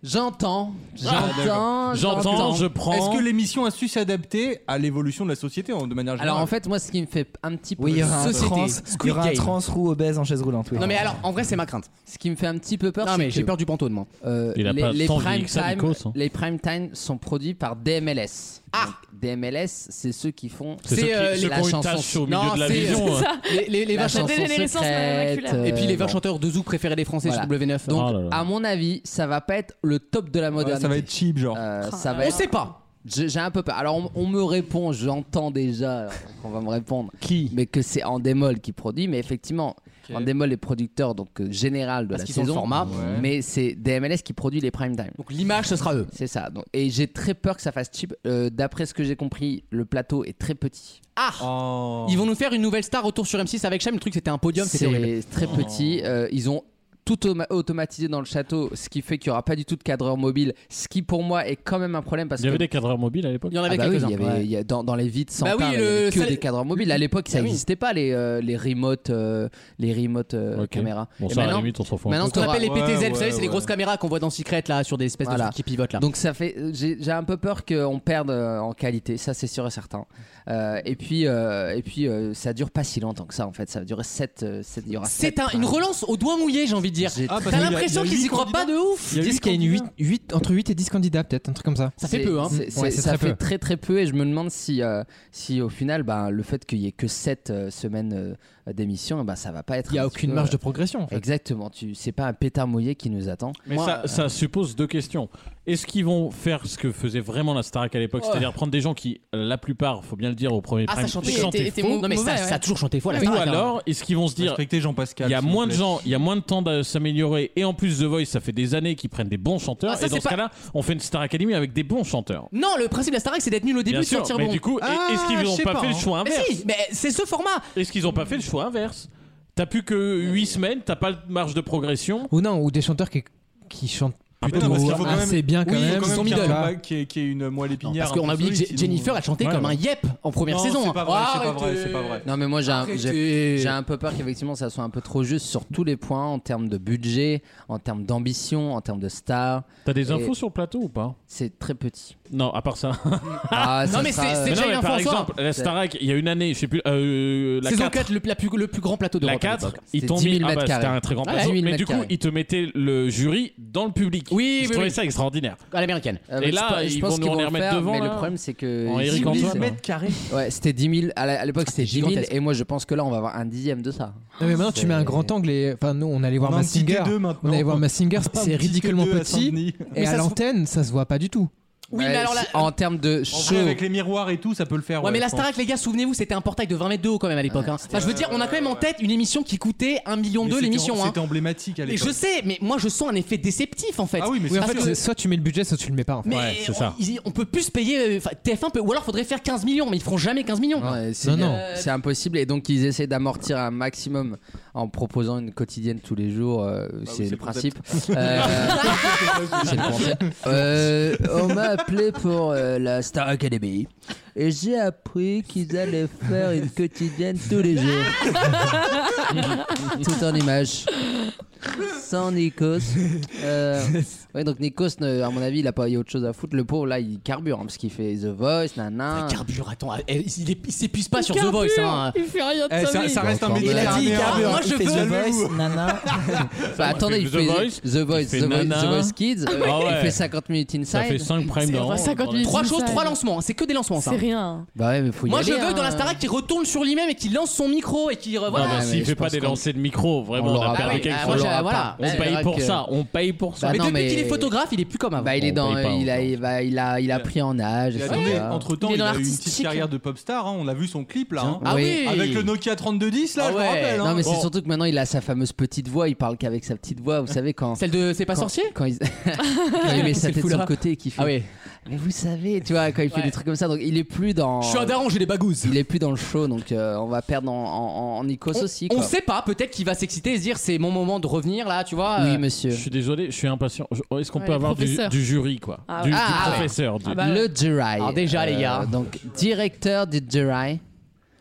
[SPEAKER 3] J'entends,
[SPEAKER 4] d'accord.
[SPEAKER 3] j'entends,
[SPEAKER 5] J'entends, je prends.
[SPEAKER 4] Est-ce que l'émission a su s'adapter à l'évolution de la société en- de manière générale
[SPEAKER 3] Alors en fait, moi, ce qui me fait un petit peu
[SPEAKER 8] Oui, il y aura un
[SPEAKER 3] société,
[SPEAKER 8] trans, il y
[SPEAKER 3] Squid
[SPEAKER 8] aura un
[SPEAKER 3] Game.
[SPEAKER 8] trans roux obèse en chaise roulante. oui.
[SPEAKER 2] Non mais alors, en vrai, c'est ma crainte.
[SPEAKER 3] ce qui me fait un petit peu peur,
[SPEAKER 2] Non
[SPEAKER 3] c'est
[SPEAKER 2] mais j'ai
[SPEAKER 3] que,
[SPEAKER 2] peur du panto de moi.
[SPEAKER 3] euh,
[SPEAKER 5] Il a
[SPEAKER 3] les,
[SPEAKER 5] pas
[SPEAKER 3] les
[SPEAKER 5] tant
[SPEAKER 3] prime
[SPEAKER 5] vieilli que ça,
[SPEAKER 3] time,
[SPEAKER 5] Nikos, hein.
[SPEAKER 3] les prime time sont produits par DMLS.
[SPEAKER 2] Ah.
[SPEAKER 3] Donc, DMLS, c'est ceux qui font
[SPEAKER 5] C'est ceux qui,
[SPEAKER 2] euh,
[SPEAKER 5] ceux
[SPEAKER 3] la
[SPEAKER 5] qui ont une
[SPEAKER 3] chanson.
[SPEAKER 5] tâche au milieu
[SPEAKER 2] Non,
[SPEAKER 5] de la
[SPEAKER 2] c'est-
[SPEAKER 5] vision. hein.
[SPEAKER 2] Les, les, les
[SPEAKER 3] la
[SPEAKER 2] vaches
[SPEAKER 3] chanson
[SPEAKER 6] dégénérescence
[SPEAKER 3] secrète.
[SPEAKER 6] maculaire.
[SPEAKER 2] et puis les vaches
[SPEAKER 3] bon.
[SPEAKER 2] chanteurs de Zouk préférés des Français
[SPEAKER 3] Euh, Voilà.
[SPEAKER 2] sur W9.
[SPEAKER 3] Donc,
[SPEAKER 5] Oh Euh, là là.
[SPEAKER 3] à mon avis, ça va pas être le top de la
[SPEAKER 4] Ouais,
[SPEAKER 3] modernité.
[SPEAKER 4] ça va être cheap, genre.
[SPEAKER 3] Euh,
[SPEAKER 6] Oh
[SPEAKER 3] ça va
[SPEAKER 6] là là.
[SPEAKER 2] on
[SPEAKER 3] être-
[SPEAKER 2] sait pas.
[SPEAKER 3] Je- J'ai un peu peur. Alors, on, on me répond, j'entends déjà qu'on va me répondre. Qui Mais que c'est Endemol qui produit. Mais effectivement, Endemol est producteur donc, euh, général de
[SPEAKER 2] Parce
[SPEAKER 3] la
[SPEAKER 2] qu'ils ont
[SPEAKER 3] saison.
[SPEAKER 2] le format.
[SPEAKER 3] Mais c'est DMLS qui produit les prime time.
[SPEAKER 2] Donc l'image ce sera eux.
[SPEAKER 3] C'est ça. Donc, et j'ai très peur que ça fasse cheap. Euh, D'après ce que j'ai compris, le plateau est très petit.
[SPEAKER 2] Ah
[SPEAKER 4] Oh.
[SPEAKER 2] Ils vont nous faire une nouvelle star retour sur M6 avec Cham. Le truc c'était un podium, c'était horrible.
[SPEAKER 3] C'est très
[SPEAKER 5] Oh.
[SPEAKER 3] petit. Euh, ils ont tout automa- automatisé dans le château, ce qui fait qu'il n'y aura pas du tout de cadreur mobile. Ce qui pour moi est quand même un problème parce
[SPEAKER 5] Il y
[SPEAKER 3] que
[SPEAKER 5] avait des cadreurs mobiles à l'époque.
[SPEAKER 2] Il y en avait
[SPEAKER 3] Ah bah oui,
[SPEAKER 2] quelques-uns.
[SPEAKER 3] il y avait- il y a- dans, dans les vides sans
[SPEAKER 2] Bah oui,
[SPEAKER 3] il y
[SPEAKER 2] le-
[SPEAKER 3] avait que
[SPEAKER 2] ça-
[SPEAKER 3] des cadres mobiles. À l'époque, ça
[SPEAKER 2] Ah oui.
[SPEAKER 3] n'existait pas les euh, les remote euh, les remote euh,
[SPEAKER 5] Ok.
[SPEAKER 3] caméras.
[SPEAKER 5] Bon, ça,
[SPEAKER 3] Et
[SPEAKER 5] à la
[SPEAKER 3] maintenant-
[SPEAKER 5] limite, on s'en fout. un
[SPEAKER 3] maintenant,
[SPEAKER 5] peu.
[SPEAKER 2] Ce qu'on
[SPEAKER 3] t'auras-
[SPEAKER 2] appelle les
[SPEAKER 4] Ouais,
[SPEAKER 2] PTZ, vous
[SPEAKER 4] ouais,
[SPEAKER 2] savez, c'est les
[SPEAKER 4] ouais.
[SPEAKER 2] grosses caméras qu'on voit dans Secret là, sur des espèces de
[SPEAKER 3] Voilà.
[SPEAKER 2] trucs qui pivotent là.
[SPEAKER 3] donc ça fait, j'ai j'ai un peu peur qu'on perde euh, en qualité, ça c'est sûr et certain. Euh, et puis, euh, et puis euh, ça dure pas si longtemps que ça en fait, ça va durer euh, 7
[SPEAKER 2] C'est un- une relance au doigt mouillé, j'ai envie de dire.
[SPEAKER 3] J'ai-
[SPEAKER 4] Ah, parce
[SPEAKER 2] T'as
[SPEAKER 4] qu'il y a-
[SPEAKER 2] l'impression
[SPEAKER 4] il y a
[SPEAKER 2] qu'ils y
[SPEAKER 4] huit
[SPEAKER 2] croient pas de ouf.
[SPEAKER 7] Ils disent qu'il y a une 8, entre 8 et 10 candidats peut-être, un truc comme ça.
[SPEAKER 2] Ça fait peu, hein.
[SPEAKER 3] C'est- c'est-
[SPEAKER 7] Ouais, c'est
[SPEAKER 3] ça
[SPEAKER 7] très
[SPEAKER 3] fait
[SPEAKER 7] peu.
[SPEAKER 3] très très peu et je me demande si, euh, si au final ben, le fait qu'il y ait que 7 semaines euh, d'émission, ben, ça va pas être.
[SPEAKER 7] Il y
[SPEAKER 3] un
[SPEAKER 7] a
[SPEAKER 3] petit
[SPEAKER 7] aucune
[SPEAKER 3] peu,
[SPEAKER 7] marge
[SPEAKER 3] euh,
[SPEAKER 7] de progression. en fait.
[SPEAKER 3] Exactement, tu c'est pas un pétard mouillé qui nous attend.
[SPEAKER 5] Mais
[SPEAKER 2] Moi,
[SPEAKER 5] ça,
[SPEAKER 2] euh,
[SPEAKER 5] ça suppose deux questions. Est-ce qu'ils vont faire ce que faisait vraiment la Starac à l'époque, c'est-à-dire prendre des gens qui, la plupart, faut bien le dire, au premier
[SPEAKER 2] Ah, ça
[SPEAKER 5] prime,
[SPEAKER 2] chantait,
[SPEAKER 5] chantaient
[SPEAKER 2] était- était
[SPEAKER 5] faux,
[SPEAKER 2] mau- Non, mais ça,
[SPEAKER 7] mauvais, ouais.
[SPEAKER 2] ça a toujours chanté faux. la
[SPEAKER 5] Ou
[SPEAKER 2] Starac, hein.
[SPEAKER 5] alors, est-ce qu'ils vont se dire,
[SPEAKER 4] Respectez Jean-Pascal.
[SPEAKER 5] il y a
[SPEAKER 4] s'il
[SPEAKER 5] moins
[SPEAKER 4] vous
[SPEAKER 5] de
[SPEAKER 4] plaît.
[SPEAKER 5] gens, il y a moins de temps de s'améliorer, et en plus The Voice, ça fait des années qu'ils prennent des bons chanteurs,
[SPEAKER 2] Ah, ça,
[SPEAKER 5] et dans
[SPEAKER 2] c'est
[SPEAKER 5] ce
[SPEAKER 2] pas-
[SPEAKER 5] cas-là, on fait une Star Academy avec des bons chanteurs.
[SPEAKER 2] Non, le principe de la Starac, c'est d'être nul au début,
[SPEAKER 5] Bien
[SPEAKER 2] de
[SPEAKER 5] sûr,
[SPEAKER 2] sortir
[SPEAKER 5] mais
[SPEAKER 2] bon.
[SPEAKER 5] du coup,
[SPEAKER 4] Ah,
[SPEAKER 5] est-ce qu'ils
[SPEAKER 4] je
[SPEAKER 5] n'ont
[SPEAKER 4] sais
[SPEAKER 5] pas,
[SPEAKER 4] pas,
[SPEAKER 5] fait le
[SPEAKER 4] hein.
[SPEAKER 5] choix
[SPEAKER 2] Mais
[SPEAKER 5] inverse
[SPEAKER 2] si, mais c'est ce format.
[SPEAKER 5] Est-ce qu'ils n'ont pas fait le choix inverse T'as plus que 8 semaines, t'as pas de marge de progression.
[SPEAKER 7] Ou non, ou des chanteurs qui, qui chantent
[SPEAKER 5] Ah,
[SPEAKER 4] non, parce qu'il faut
[SPEAKER 7] plutôt
[SPEAKER 4] quand même-
[SPEAKER 7] assez bien quand
[SPEAKER 4] Oui,
[SPEAKER 7] même.
[SPEAKER 4] quand même
[SPEAKER 7] tu
[SPEAKER 4] qu'il y a un
[SPEAKER 7] vois.
[SPEAKER 4] mec Qui est, qui est une moelle épinière.
[SPEAKER 2] Parce qu'on a oublié que J- Jennifer a chanté
[SPEAKER 5] Ouais,
[SPEAKER 2] comme
[SPEAKER 5] ouais.
[SPEAKER 2] un yep en première saison.
[SPEAKER 4] C'est
[SPEAKER 2] hein.
[SPEAKER 4] pas vrai, c'est pas vrai,
[SPEAKER 2] Arrêtez.
[SPEAKER 4] c'est pas vrai.
[SPEAKER 3] Non mais moi j'ai un,
[SPEAKER 2] Arrêtez.
[SPEAKER 3] j'ai- j'ai un peu peur qu'effectivement ça soit un peu trop juste sur tous les points en termes de budget, en termes d'ambition, en termes de stars.
[SPEAKER 5] T'as des
[SPEAKER 3] Et-
[SPEAKER 5] infos sur le plateau ou pas
[SPEAKER 3] C'est très petit.
[SPEAKER 5] Non, à part ça.
[SPEAKER 3] Ah,
[SPEAKER 2] Non,
[SPEAKER 3] ça
[SPEAKER 2] mais
[SPEAKER 3] sera,
[SPEAKER 2] c'est-
[SPEAKER 3] euh,
[SPEAKER 2] c'est-
[SPEAKER 5] Mais non,
[SPEAKER 2] déjà
[SPEAKER 5] mais
[SPEAKER 2] une
[SPEAKER 5] par
[SPEAKER 2] info en soi.
[SPEAKER 5] exemple, la Starac, il y a une année, je sais plus, euh, la
[SPEAKER 2] Saison
[SPEAKER 5] 4,
[SPEAKER 2] 4, le, la plus- le plus grand plateau de
[SPEAKER 5] la 4 ils
[SPEAKER 3] C'était
[SPEAKER 5] t'ont
[SPEAKER 3] 10
[SPEAKER 5] mis
[SPEAKER 3] 000
[SPEAKER 5] ah bah,
[SPEAKER 3] mètres
[SPEAKER 5] c'était
[SPEAKER 3] carrés.
[SPEAKER 5] un très grand
[SPEAKER 3] Ah,
[SPEAKER 5] plateau,
[SPEAKER 3] 10 000
[SPEAKER 5] mais du
[SPEAKER 3] mètres
[SPEAKER 5] coup,
[SPEAKER 3] carrés.
[SPEAKER 5] ils te mettaient le jury dans le public. je
[SPEAKER 2] Oui, oui,
[SPEAKER 5] trouvais
[SPEAKER 2] oui.
[SPEAKER 5] ça extraordinaire.
[SPEAKER 2] à l'américaine.
[SPEAKER 3] ah,
[SPEAKER 5] Et là,
[SPEAKER 3] je
[SPEAKER 5] ils
[SPEAKER 3] pense
[SPEAKER 5] vont nous
[SPEAKER 3] qu'ils
[SPEAKER 5] en
[SPEAKER 3] le
[SPEAKER 5] remettre
[SPEAKER 3] faire,
[SPEAKER 5] devant,
[SPEAKER 3] Mais
[SPEAKER 5] là.
[SPEAKER 3] le problème, c'est que.
[SPEAKER 5] En
[SPEAKER 3] ils-
[SPEAKER 5] Eric
[SPEAKER 3] ils-
[SPEAKER 5] Antoine.
[SPEAKER 4] mètres carrés.
[SPEAKER 3] Ouais, c'était 10 000. À la- à l'époque, c'était 10 000.
[SPEAKER 2] gigantesque.
[SPEAKER 3] Et moi, je pense que là, on va avoir un dixième de ça.
[SPEAKER 7] hein. Non, mais maintenant tu
[SPEAKER 3] C'est-
[SPEAKER 7] mets un grand angle et enfin nous on allait voir
[SPEAKER 4] On a un petit
[SPEAKER 7] Massinger.
[SPEAKER 4] T2 maintenant.
[SPEAKER 7] On allait voir Massinger,
[SPEAKER 4] Un
[SPEAKER 7] c'est
[SPEAKER 4] petit
[SPEAKER 7] ridiculement
[SPEAKER 4] T2 à
[SPEAKER 7] petit
[SPEAKER 4] Saint-Denis.
[SPEAKER 7] et à l'antenne ça se voit pas du tout.
[SPEAKER 2] Oui, mais alors là-
[SPEAKER 3] En termes de
[SPEAKER 4] En
[SPEAKER 3] show.
[SPEAKER 4] vrai, avec les miroirs et tout, ça peut le faire.
[SPEAKER 2] Ouais, mais la
[SPEAKER 4] je pense.
[SPEAKER 2] Starac, les gars, souvenez-vous, c'était un portail de 20 mètres de haut quand même à l'époque. hein. Enfin, je veux dire, on a quand même en tête une émission qui coûtait 1 million
[SPEAKER 4] Mais
[SPEAKER 2] de
[SPEAKER 4] c'était-
[SPEAKER 2] l'émission. hein.
[SPEAKER 4] C'était emblématique à
[SPEAKER 2] Mais
[SPEAKER 4] l'époque.
[SPEAKER 2] je sais, mais moi je sens un effet déceptif en fait.
[SPEAKER 4] Ah oui, mais
[SPEAKER 7] Oui, en
[SPEAKER 2] Parce
[SPEAKER 7] fait,
[SPEAKER 2] que-
[SPEAKER 7] c'est- soit tu mets le budget, soit tu le mets pas. en fait.
[SPEAKER 2] Mais on, ils- on peut plus se payer. euh, enfin, TF1 peut, ou alors faudrait faire 15 millions, mais ils feront jamais 15 millions.
[SPEAKER 3] Ouais, c'est
[SPEAKER 2] Euh,
[SPEAKER 3] euh, c'est impossible et donc ils essaient d'amortir un maximum en proposant une quotidienne tous les jours. euh, c'est le principe. Euh, c'est le concept. Euh, on m'a appelé pour euh, la Star Academy et j'ai appris qu'ils allaient faire une quotidienne tous les jours. Tout en images. Sans Nikos. Euh, ouais, donc Nikos, ne- à mon avis, il a pas eu autre chose à foutre. Le pauvre, là, il carbure, hein, parce qu'il fait The Voice, nanan.
[SPEAKER 2] Il carbure, attends, eh, il est- il s'épuise pas
[SPEAKER 3] Il
[SPEAKER 2] sur The Voice.
[SPEAKER 3] carbure,
[SPEAKER 2] hein.
[SPEAKER 3] il fait rien de Eh, sa ça- vie. ça reste un métier
[SPEAKER 2] Il a dit,
[SPEAKER 3] carburant.
[SPEAKER 2] carbure, moi je
[SPEAKER 3] Il fait The
[SPEAKER 2] veux.
[SPEAKER 3] Voice,
[SPEAKER 8] nana.
[SPEAKER 3] Bah, attendez, il
[SPEAKER 5] The
[SPEAKER 3] fait
[SPEAKER 5] Voice,
[SPEAKER 3] The Voice,
[SPEAKER 5] il fait
[SPEAKER 3] The, Voice
[SPEAKER 5] Nana.
[SPEAKER 3] The Voice Kids,
[SPEAKER 5] Ah
[SPEAKER 3] euh,
[SPEAKER 5] ouais.
[SPEAKER 3] il fait 50 minutes inside.
[SPEAKER 5] Ça fait 5 primes
[SPEAKER 3] C'est-
[SPEAKER 5] d'or.
[SPEAKER 3] enfin, 50 minutes
[SPEAKER 2] Trois
[SPEAKER 3] inside.
[SPEAKER 2] choses, trois lancements. hein. C'est que des lancements, ça.
[SPEAKER 6] C'est rien.
[SPEAKER 3] Bah ouais, mais faut y
[SPEAKER 2] Moi
[SPEAKER 3] aller.
[SPEAKER 2] je veux
[SPEAKER 3] hein. Bah,
[SPEAKER 2] dans la Starac qui retourne sur lui-même et qui lance son micro et qui. euh,
[SPEAKER 5] Non,
[SPEAKER 2] voilà.
[SPEAKER 5] mais Ah bah, s'il fait pas des lancers de micro, vraiment, on,
[SPEAKER 3] l'aura
[SPEAKER 5] a
[SPEAKER 3] pas.
[SPEAKER 5] perdu
[SPEAKER 3] Ah oui,
[SPEAKER 5] quelque
[SPEAKER 3] ah,
[SPEAKER 5] chose.
[SPEAKER 3] moi, j'ai- voilà.
[SPEAKER 5] On
[SPEAKER 3] C'est
[SPEAKER 5] paye
[SPEAKER 3] vrai
[SPEAKER 5] pour
[SPEAKER 3] que-
[SPEAKER 5] ça, on paye pour ça.
[SPEAKER 3] Bah
[SPEAKER 2] mais
[SPEAKER 3] non,
[SPEAKER 2] depuis
[SPEAKER 3] mais-
[SPEAKER 2] qu'il est photographe, il est plus comme avant.
[SPEAKER 3] Bah, il est
[SPEAKER 5] On
[SPEAKER 3] dans,
[SPEAKER 5] paye pas,
[SPEAKER 3] il a, il va- il a, il a pris en âge.
[SPEAKER 4] Et
[SPEAKER 3] etc.
[SPEAKER 4] attendez, entre temps,
[SPEAKER 2] Il est
[SPEAKER 4] il,
[SPEAKER 2] dans
[SPEAKER 4] a eu une petite
[SPEAKER 2] l'artistique.
[SPEAKER 4] carrière de pop star. hein, On l'a vu son clip là. hein.
[SPEAKER 2] Ah oui.
[SPEAKER 4] Avec le Nokia 3210 là,
[SPEAKER 2] Ah
[SPEAKER 4] je
[SPEAKER 2] ouais.
[SPEAKER 4] me rappelle. hein.
[SPEAKER 3] Non mais
[SPEAKER 4] Bon.
[SPEAKER 3] c'est surtout que maintenant il a sa fameuse petite voix, il parle qu'avec sa petite voix, vous savez quand
[SPEAKER 2] Celle de C'est pas
[SPEAKER 3] quand-
[SPEAKER 2] sorcier
[SPEAKER 3] quand il, quand il met sa
[SPEAKER 2] C'est
[SPEAKER 3] tête
[SPEAKER 2] fou,
[SPEAKER 3] sur
[SPEAKER 2] là.
[SPEAKER 3] le côté et qu'il fait
[SPEAKER 2] Ah oui.
[SPEAKER 3] Mais vous savez, tu vois quand il fait
[SPEAKER 2] Ouais.
[SPEAKER 3] des trucs comme ça donc il est plus dans
[SPEAKER 2] Je suis un daron, j'ai des bagouses.
[SPEAKER 3] Il est plus dans le show donc euh, on va perdre en, en, en Nikos aussi
[SPEAKER 2] On
[SPEAKER 3] quoi.
[SPEAKER 2] sait pas, peut-être qu'il va s'exciter et se dire c'est mon moment de revenir là, tu vois. euh,
[SPEAKER 3] Oui monsieur.
[SPEAKER 5] Je suis désolé, je suis impatient. Je- oh, Est-ce qu'on
[SPEAKER 2] Ouais,
[SPEAKER 5] peut
[SPEAKER 2] le
[SPEAKER 5] avoir du,
[SPEAKER 2] professeur.
[SPEAKER 5] du jury, quoi
[SPEAKER 2] Ah
[SPEAKER 5] Du,
[SPEAKER 2] ouais.
[SPEAKER 5] du
[SPEAKER 2] Ah ouais.
[SPEAKER 5] professeur. du-
[SPEAKER 2] Ah bah
[SPEAKER 3] Le jury.
[SPEAKER 2] Alors déjà, les gars.
[SPEAKER 3] Donc directeur du jury,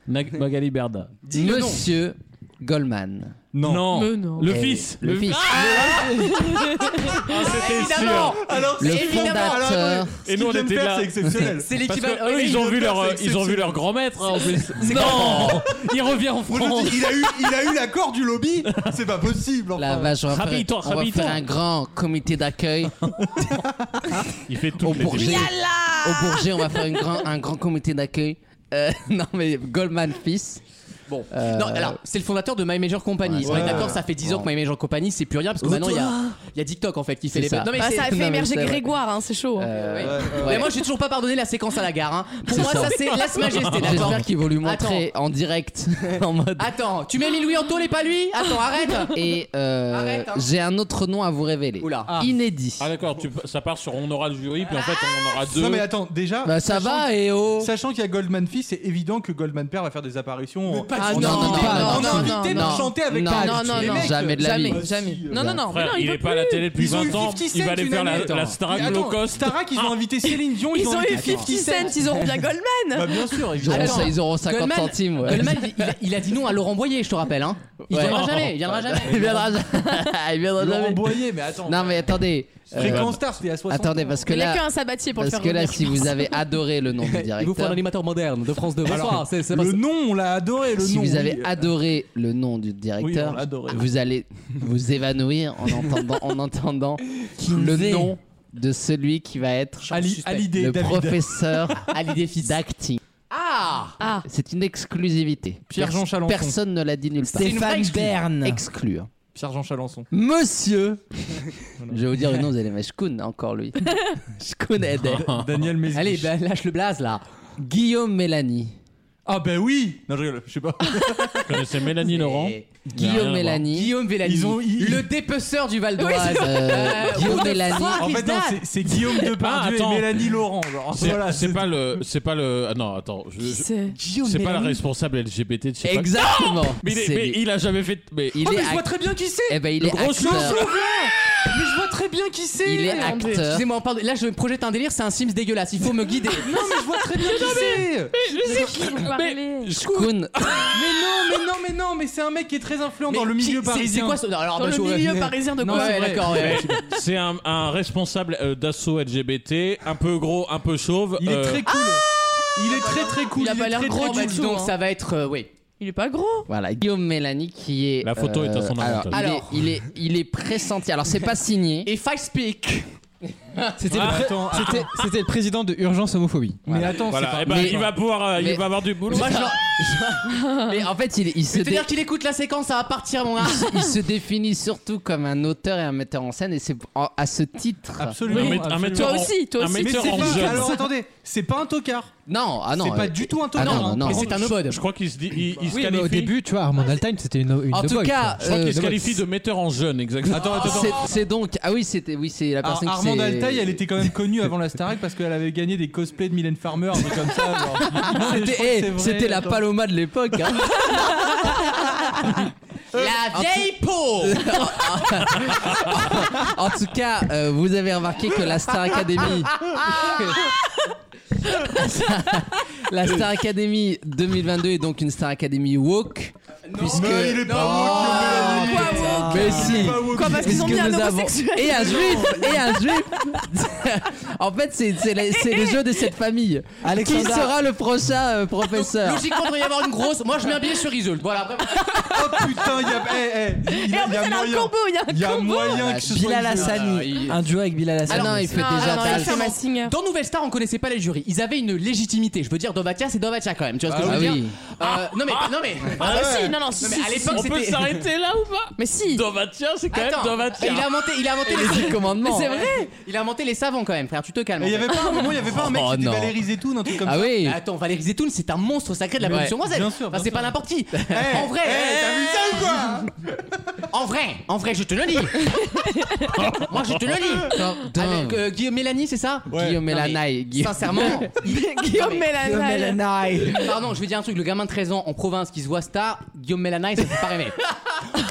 [SPEAKER 5] Nag- Magali Berda.
[SPEAKER 2] le nom.
[SPEAKER 3] monsieur Goldman.
[SPEAKER 4] Non.
[SPEAKER 6] Mais non.
[SPEAKER 5] Le
[SPEAKER 3] Et
[SPEAKER 5] fils.
[SPEAKER 3] Le fils.
[SPEAKER 2] Ah, évidemment
[SPEAKER 4] Alors,
[SPEAKER 3] Le
[SPEAKER 2] Évidemment.
[SPEAKER 3] fondateur.
[SPEAKER 5] Et nous, on était là.
[SPEAKER 4] C'est exceptionnel.
[SPEAKER 2] C'est
[SPEAKER 5] Parce
[SPEAKER 2] l'équivalent.
[SPEAKER 5] que eux,
[SPEAKER 2] oui,
[SPEAKER 5] ils ont,
[SPEAKER 2] le
[SPEAKER 5] vu
[SPEAKER 2] père,
[SPEAKER 5] leur, euh,
[SPEAKER 2] c'est
[SPEAKER 5] ils ont vu
[SPEAKER 2] exceptionnel.
[SPEAKER 5] leur grand-maître hein, en plus.
[SPEAKER 2] C'est
[SPEAKER 5] Non Il revient en
[SPEAKER 4] Moi, je
[SPEAKER 5] France
[SPEAKER 4] dis, il a eu, il a eu l'accord du lobby. C'est pas possible. hein. enfin.
[SPEAKER 3] La vache, on va, faire,
[SPEAKER 5] Rhabille-toi,
[SPEAKER 3] on va
[SPEAKER 5] rhabille-toi.
[SPEAKER 3] faire un grand comité d'accueil
[SPEAKER 5] Il fait
[SPEAKER 3] au
[SPEAKER 5] toutes les
[SPEAKER 3] Bourget.
[SPEAKER 5] émissions.
[SPEAKER 3] Au Bourget, on va faire une grand- un grand comité d'accueil. Euh, non mais Goldman fils.
[SPEAKER 2] Bon.
[SPEAKER 3] Euh,
[SPEAKER 2] Non, alors, c'est le fondateur de My Major Company.
[SPEAKER 3] Ouais,
[SPEAKER 2] c'est vrai que
[SPEAKER 3] ouais.
[SPEAKER 2] d'accord, ça fait 10 ans que My Major Company, c'est plus rien parce que maintenant il y a, il y a TikTok en fait qui fait
[SPEAKER 3] C'est
[SPEAKER 2] les
[SPEAKER 3] ça.
[SPEAKER 2] bêtes. Non, mais
[SPEAKER 6] Ah,
[SPEAKER 2] c'est-
[SPEAKER 6] ça a
[SPEAKER 3] Non,
[SPEAKER 6] fait
[SPEAKER 3] mais
[SPEAKER 6] émerger
[SPEAKER 3] c'est vrai.
[SPEAKER 6] Grégoire, hein, c'est chaud. hein.
[SPEAKER 3] Euh,
[SPEAKER 2] Mais
[SPEAKER 3] ouais.
[SPEAKER 2] moi, j'ai toujours pas pardonné la séquence à la gare. hein. Pour
[SPEAKER 3] C'est
[SPEAKER 2] moi, ça,
[SPEAKER 3] ça.
[SPEAKER 2] c'est Las Majesté, d'accord
[SPEAKER 3] J'espère qu'ils vont lui montrer en direct en mode.
[SPEAKER 2] Attends, tu m'as mis Louis Antoine et pas lui Attends, arrête
[SPEAKER 3] Et euh,
[SPEAKER 2] Arrête, hein.
[SPEAKER 3] j'ai un autre nom à vous révéler.
[SPEAKER 2] Oula.
[SPEAKER 3] Inédit.
[SPEAKER 5] Ah d'accord, tu- ça part sur on aura le jury, puis en fait on en aura deux.
[SPEAKER 4] Non mais attends, déjà,
[SPEAKER 3] Bah ça
[SPEAKER 4] sachant-
[SPEAKER 3] va et oh.
[SPEAKER 4] sachant qu'il y a Goldman Fils, c'est évident que Goldman Père va faire des apparitions. en-
[SPEAKER 2] pas
[SPEAKER 4] en
[SPEAKER 2] du tout.
[SPEAKER 4] invité-
[SPEAKER 2] Non, non,
[SPEAKER 4] en
[SPEAKER 2] non,
[SPEAKER 4] invité
[SPEAKER 3] non,
[SPEAKER 4] de chanter avec
[SPEAKER 3] non,
[SPEAKER 4] Pac.
[SPEAKER 3] non, non,
[SPEAKER 4] Les
[SPEAKER 3] non,
[SPEAKER 4] mecs,
[SPEAKER 3] jamais de la
[SPEAKER 6] Jamais,
[SPEAKER 3] vie.
[SPEAKER 6] jamais.
[SPEAKER 4] Si, euh,
[SPEAKER 6] Non, non, non, mais
[SPEAKER 5] Frère,
[SPEAKER 6] non,
[SPEAKER 5] il,
[SPEAKER 6] il
[SPEAKER 5] est
[SPEAKER 6] peut
[SPEAKER 5] pas à la
[SPEAKER 6] plus.
[SPEAKER 5] télé depuis
[SPEAKER 4] Ils ont eu
[SPEAKER 5] 20 ans,
[SPEAKER 4] 50
[SPEAKER 5] il va
[SPEAKER 4] Cent
[SPEAKER 5] aller
[SPEAKER 4] une
[SPEAKER 5] faire la,
[SPEAKER 4] année.
[SPEAKER 5] la Starac
[SPEAKER 4] Mais
[SPEAKER 5] low
[SPEAKER 4] attends,
[SPEAKER 5] cost. Ah.
[SPEAKER 4] Starac, ils ont invité Céline Dion,
[SPEAKER 6] Ils ont eu
[SPEAKER 4] invité-
[SPEAKER 6] 50 cents, ils ont bien
[SPEAKER 4] Bah
[SPEAKER 6] Goldman.
[SPEAKER 4] bien sûr,
[SPEAKER 3] Ils auront,
[SPEAKER 2] Attends,
[SPEAKER 3] ça- ils auront 50
[SPEAKER 2] Goldman-
[SPEAKER 3] centimes. ouais.
[SPEAKER 2] Goldman, il, il a, il a dit non à Laurent Boyer, je te rappelle. Hein. Il
[SPEAKER 3] Ouais.
[SPEAKER 2] viendra jamais, il viendra jamais.
[SPEAKER 3] Il viendra jamais. Il viendra
[SPEAKER 4] Laurent
[SPEAKER 3] jamais.
[SPEAKER 4] Boyer, mais attends.
[SPEAKER 3] Non mais attendez. euh,
[SPEAKER 4] Fréquence Star, c'était à 60.
[SPEAKER 3] attendez parce que
[SPEAKER 6] Il n'y a
[SPEAKER 3] là,
[SPEAKER 6] qu'un sabatier pour le
[SPEAKER 3] parce
[SPEAKER 6] faire
[SPEAKER 3] que là,
[SPEAKER 6] revenir.
[SPEAKER 3] si vous avez adoré le nom du
[SPEAKER 2] Il vous faut un
[SPEAKER 3] directeur,
[SPEAKER 2] animateur moderne de France 2. Bonsoir, c'est c'est pas
[SPEAKER 4] Le nom, on l'a adoré, le
[SPEAKER 3] si
[SPEAKER 4] nom.
[SPEAKER 3] vous
[SPEAKER 4] oui.
[SPEAKER 3] avez adoré le nom du
[SPEAKER 4] Oui, on
[SPEAKER 3] directeur,
[SPEAKER 4] l'a adoré.
[SPEAKER 3] vous allez vous évanouir en entendant, en entendant le nom de celui qui va être
[SPEAKER 4] Ali- Hallyday,
[SPEAKER 3] le
[SPEAKER 4] David.
[SPEAKER 3] professeur Alidé d'acting.
[SPEAKER 2] Ah
[SPEAKER 6] Ah,
[SPEAKER 3] C'est une exclusivité.
[SPEAKER 4] Pierre-Jean
[SPEAKER 3] Pers-
[SPEAKER 4] Chalençon.
[SPEAKER 3] Personne ne l'a dit nulle part.
[SPEAKER 2] C'est une
[SPEAKER 8] Stéphane
[SPEAKER 2] vraie exclu-
[SPEAKER 8] Bern.
[SPEAKER 3] Exclure.
[SPEAKER 4] Pierre-Jean Chalençon.
[SPEAKER 3] Monsieur Je vais vous dire le nom, vous allez mais je connais encore lui. Je connais
[SPEAKER 5] Ah.
[SPEAKER 4] Daniel Mézic.
[SPEAKER 2] Allez, bah, lâche le blaze là.
[SPEAKER 3] Guillaume Mélanie.
[SPEAKER 4] Ah ben oui Non, je rigole, je sais pas.
[SPEAKER 5] Je connaissais Mélanie Laurent.
[SPEAKER 3] oh Guillaume Mélanie.
[SPEAKER 2] Guillaume Vellani,
[SPEAKER 4] Ils ont- ils-
[SPEAKER 2] le dépeceur du Val d'Oise.
[SPEAKER 6] Oui,
[SPEAKER 3] Euh,
[SPEAKER 2] Euh,
[SPEAKER 3] Guillaume
[SPEAKER 2] what the
[SPEAKER 3] Mélanie.
[SPEAKER 2] fuck
[SPEAKER 4] En
[SPEAKER 2] is
[SPEAKER 4] fait, non,
[SPEAKER 2] that
[SPEAKER 4] c'est- c'est Guillaume Depardieu
[SPEAKER 5] Ah, attends.
[SPEAKER 4] et Mélanie Laurent. genre.
[SPEAKER 5] C'est
[SPEAKER 4] Voilà,
[SPEAKER 5] c'est pas le, c'est pas le. ah non attends, je- je-
[SPEAKER 6] c'est.
[SPEAKER 5] c'est pas la responsable LGBT. de je sais pas-
[SPEAKER 3] Exactement.
[SPEAKER 5] Mais il, est-
[SPEAKER 3] C'est
[SPEAKER 5] mais
[SPEAKER 3] lui.
[SPEAKER 5] il a jamais fait. Mais
[SPEAKER 3] Il
[SPEAKER 4] Oh,
[SPEAKER 3] est
[SPEAKER 4] mais je vois
[SPEAKER 3] ac-
[SPEAKER 4] très bien qui c'est
[SPEAKER 3] eh ben, il
[SPEAKER 5] le
[SPEAKER 3] est
[SPEAKER 5] gros
[SPEAKER 3] acteur.
[SPEAKER 5] chien.
[SPEAKER 4] Mais je vois très bien qui c'est
[SPEAKER 3] Il est acteur.
[SPEAKER 2] Excusez-moi, on parle de- là je projette un délire, c'est un Sims dégueulasse, il faut me guider.
[SPEAKER 4] Non, mais je vois très bien qui c'est
[SPEAKER 6] parler.
[SPEAKER 3] Kuhn.
[SPEAKER 4] Mais non, mais non, mais non, mais c'est un mec qui est très influent dans le
[SPEAKER 2] qui-
[SPEAKER 4] milieu
[SPEAKER 2] c'est- C'est
[SPEAKER 4] parisien.
[SPEAKER 2] quoi ce. non, alors,
[SPEAKER 6] Dans
[SPEAKER 2] bah,
[SPEAKER 6] le
[SPEAKER 2] je-
[SPEAKER 6] milieu parisien de
[SPEAKER 2] Non,
[SPEAKER 6] quoi
[SPEAKER 2] ouais, d'accord, ouais, ouais.
[SPEAKER 5] C'est un, un responsable euh, d'assaut LGBT, un peu gros, un peu chauve.
[SPEAKER 4] Il est
[SPEAKER 5] euh,
[SPEAKER 4] très cool. il est très très cool.
[SPEAKER 2] Il a pas
[SPEAKER 4] est
[SPEAKER 2] l'air
[SPEAKER 4] très,
[SPEAKER 2] grand, bah,
[SPEAKER 4] très cool.
[SPEAKER 2] dis donc ça va être. euh, oui.
[SPEAKER 6] Il est pas gros.
[SPEAKER 3] Voilà, Guillaume Mélanie qui est. euh,
[SPEAKER 5] La photo est à son
[SPEAKER 3] alors,
[SPEAKER 5] avantage.
[SPEAKER 3] il est-
[SPEAKER 2] Alors.
[SPEAKER 3] il, est, il, est, pressenti. Alors, c'est pas signé.
[SPEAKER 2] If I speak.
[SPEAKER 7] C'était le,
[SPEAKER 5] Ah,
[SPEAKER 7] pré-
[SPEAKER 5] attends.
[SPEAKER 7] c'était- c'était le président de Urgence Homophobie. Mais attends,
[SPEAKER 5] Voilà.
[SPEAKER 7] c'est pas-
[SPEAKER 5] Eh ben,
[SPEAKER 7] Mais-
[SPEAKER 5] il va pouvoir, euh,
[SPEAKER 7] mais-
[SPEAKER 5] il va avoir du boulot.
[SPEAKER 7] Moi, je-
[SPEAKER 3] Mais en fait, il, il se
[SPEAKER 2] C'est-à-dire
[SPEAKER 3] dé-
[SPEAKER 2] qu'il écoute la séquence, ça va partir, mon gars.
[SPEAKER 3] il se- il se définit surtout comme un auteur et un metteur en scène, et c'est en- à ce titre.
[SPEAKER 4] Absolument. Oui, Un metteur- un absolument. metteur en- un metteur Mais c'est en pas- jeune. alors, attendez, c'est pas un tocard.
[SPEAKER 3] Non, ah non.
[SPEAKER 4] C'est pas
[SPEAKER 3] euh,
[SPEAKER 4] du tout un
[SPEAKER 3] ah
[SPEAKER 4] tocard.
[SPEAKER 3] non, non, non.
[SPEAKER 5] Je crois qu'il se dit. Il, il se
[SPEAKER 7] Oui, mais
[SPEAKER 5] qualifie.
[SPEAKER 7] au début, tu vois, Armand Altaïm, c'était une, une
[SPEAKER 5] En
[SPEAKER 7] de
[SPEAKER 5] tout
[SPEAKER 7] boxe,
[SPEAKER 5] cas,
[SPEAKER 7] quoi.
[SPEAKER 5] je crois
[SPEAKER 7] Euh,
[SPEAKER 5] qu'il se
[SPEAKER 7] de
[SPEAKER 5] qualifie
[SPEAKER 7] boxe.
[SPEAKER 5] de metteur en jeune, exactement.
[SPEAKER 3] C'est- C'est donc ah oui c'était oui c'est la
[SPEAKER 4] Alors,
[SPEAKER 3] personne qui
[SPEAKER 4] Armand
[SPEAKER 3] s'est-
[SPEAKER 4] Altaï, elle était quand même connue avant la Starac parce qu'elle avait gagné des cosplays de Mylène Farmer, un truc comme ça. genre. Je crois que
[SPEAKER 3] C'était
[SPEAKER 4] c'est
[SPEAKER 3] eh,
[SPEAKER 4] vrai,
[SPEAKER 3] c'était la
[SPEAKER 4] attends.
[SPEAKER 3] Paloma de l'époque. hein.
[SPEAKER 2] La vieille peau
[SPEAKER 3] en tout cas, euh, vous avez remarqué que la Star Academy La Star Academy 2022 est donc une Star Academy woke. puisque...
[SPEAKER 1] Mais il est pas
[SPEAKER 3] Oh,
[SPEAKER 6] Ah,
[SPEAKER 1] woke, Mélanie.
[SPEAKER 3] putain.
[SPEAKER 1] Quoi
[SPEAKER 4] Ah,
[SPEAKER 1] woke
[SPEAKER 3] Mais
[SPEAKER 1] Il est
[SPEAKER 3] si
[SPEAKER 1] pas woke. Quoi, parce qu'ils ont
[SPEAKER 3] Puisque
[SPEAKER 1] mis un
[SPEAKER 3] nous avons-
[SPEAKER 1] homosexuel
[SPEAKER 3] Et un
[SPEAKER 1] dedans.
[SPEAKER 3] juif Et un juif En fait, c'est c'est la- c'est le jeu de cette famille. Qui
[SPEAKER 2] Alexandra.
[SPEAKER 3] sera le prochain euh, professeur
[SPEAKER 2] Logiquement, il devrait y avoir une grosse. Moi, je mets un billet sur Isolde. Voilà, vraiment.
[SPEAKER 4] Oh putain, il y a. eh, eh, il- il y a- il y a moyen. Il y a moyen que ce soit
[SPEAKER 8] Bilal
[SPEAKER 4] une-
[SPEAKER 8] Hassani.
[SPEAKER 2] Ah,
[SPEAKER 8] Un duo avec Bilal
[SPEAKER 3] Ah,
[SPEAKER 8] Hassani.
[SPEAKER 6] Ah,
[SPEAKER 2] Sincèrement, Dans Nouvelle Star, on connaissait pas les jurys. Ils avaient une légitimité. Je veux dire, Dovatia, c'est Dovatia quand même. Tu vois ce que
[SPEAKER 3] Ah
[SPEAKER 2] je veux
[SPEAKER 3] oui.
[SPEAKER 2] dire Euh, Non, mais. Non, mais.
[SPEAKER 3] Ah bah si, non, non,
[SPEAKER 2] mais
[SPEAKER 3] si,
[SPEAKER 2] à
[SPEAKER 3] si,
[SPEAKER 2] l'époque,
[SPEAKER 3] si. On peut
[SPEAKER 2] c'était-
[SPEAKER 3] s'arrêter
[SPEAKER 5] là ou pas
[SPEAKER 2] Bah, Mais si.
[SPEAKER 5] Dovatia, c'est quand
[SPEAKER 2] Attends,
[SPEAKER 5] même Dovatia.
[SPEAKER 2] Il a inventé, il a inventé
[SPEAKER 5] Et les dix commandements.
[SPEAKER 2] C'est
[SPEAKER 5] Ouais.
[SPEAKER 2] vrai. Il a inventé les savants quand même, frère. Tu te calmes.
[SPEAKER 4] Et il y avait pas un moment, il y avait pas un mec qui était
[SPEAKER 2] non.
[SPEAKER 4] Valérie Zetoun, un truc
[SPEAKER 3] Ah
[SPEAKER 4] comme ça.
[SPEAKER 2] Mais Attends, Valérie Zetoun, c'est un monstre sacré de la
[SPEAKER 4] Ouais.
[SPEAKER 2] production moiselle.
[SPEAKER 4] Bien sûr,
[SPEAKER 2] Enfin,
[SPEAKER 4] bien
[SPEAKER 2] c'est
[SPEAKER 4] sûr.
[SPEAKER 2] pas n'importe qui.
[SPEAKER 4] Eh,
[SPEAKER 2] en vrai,
[SPEAKER 4] eh,
[SPEAKER 2] t'as vu ça ou quoi En vrai, en vrai, je te le dis. Moi, je te le dis.
[SPEAKER 3] Putain.
[SPEAKER 2] Avec euh, Guillaume Mélanie, c'est ça
[SPEAKER 3] Guillaume
[SPEAKER 2] Non, mais
[SPEAKER 3] Mélanaï. Guillaume-
[SPEAKER 2] Sincèrement,
[SPEAKER 3] Guillaume Mélanaï. Guillaume Mélanaï.
[SPEAKER 2] Pardon, je vais dire un truc. Le gamin de 13 ans en province qui se voit star, Guillaume Mélanaï, ça ne fait pas rêver.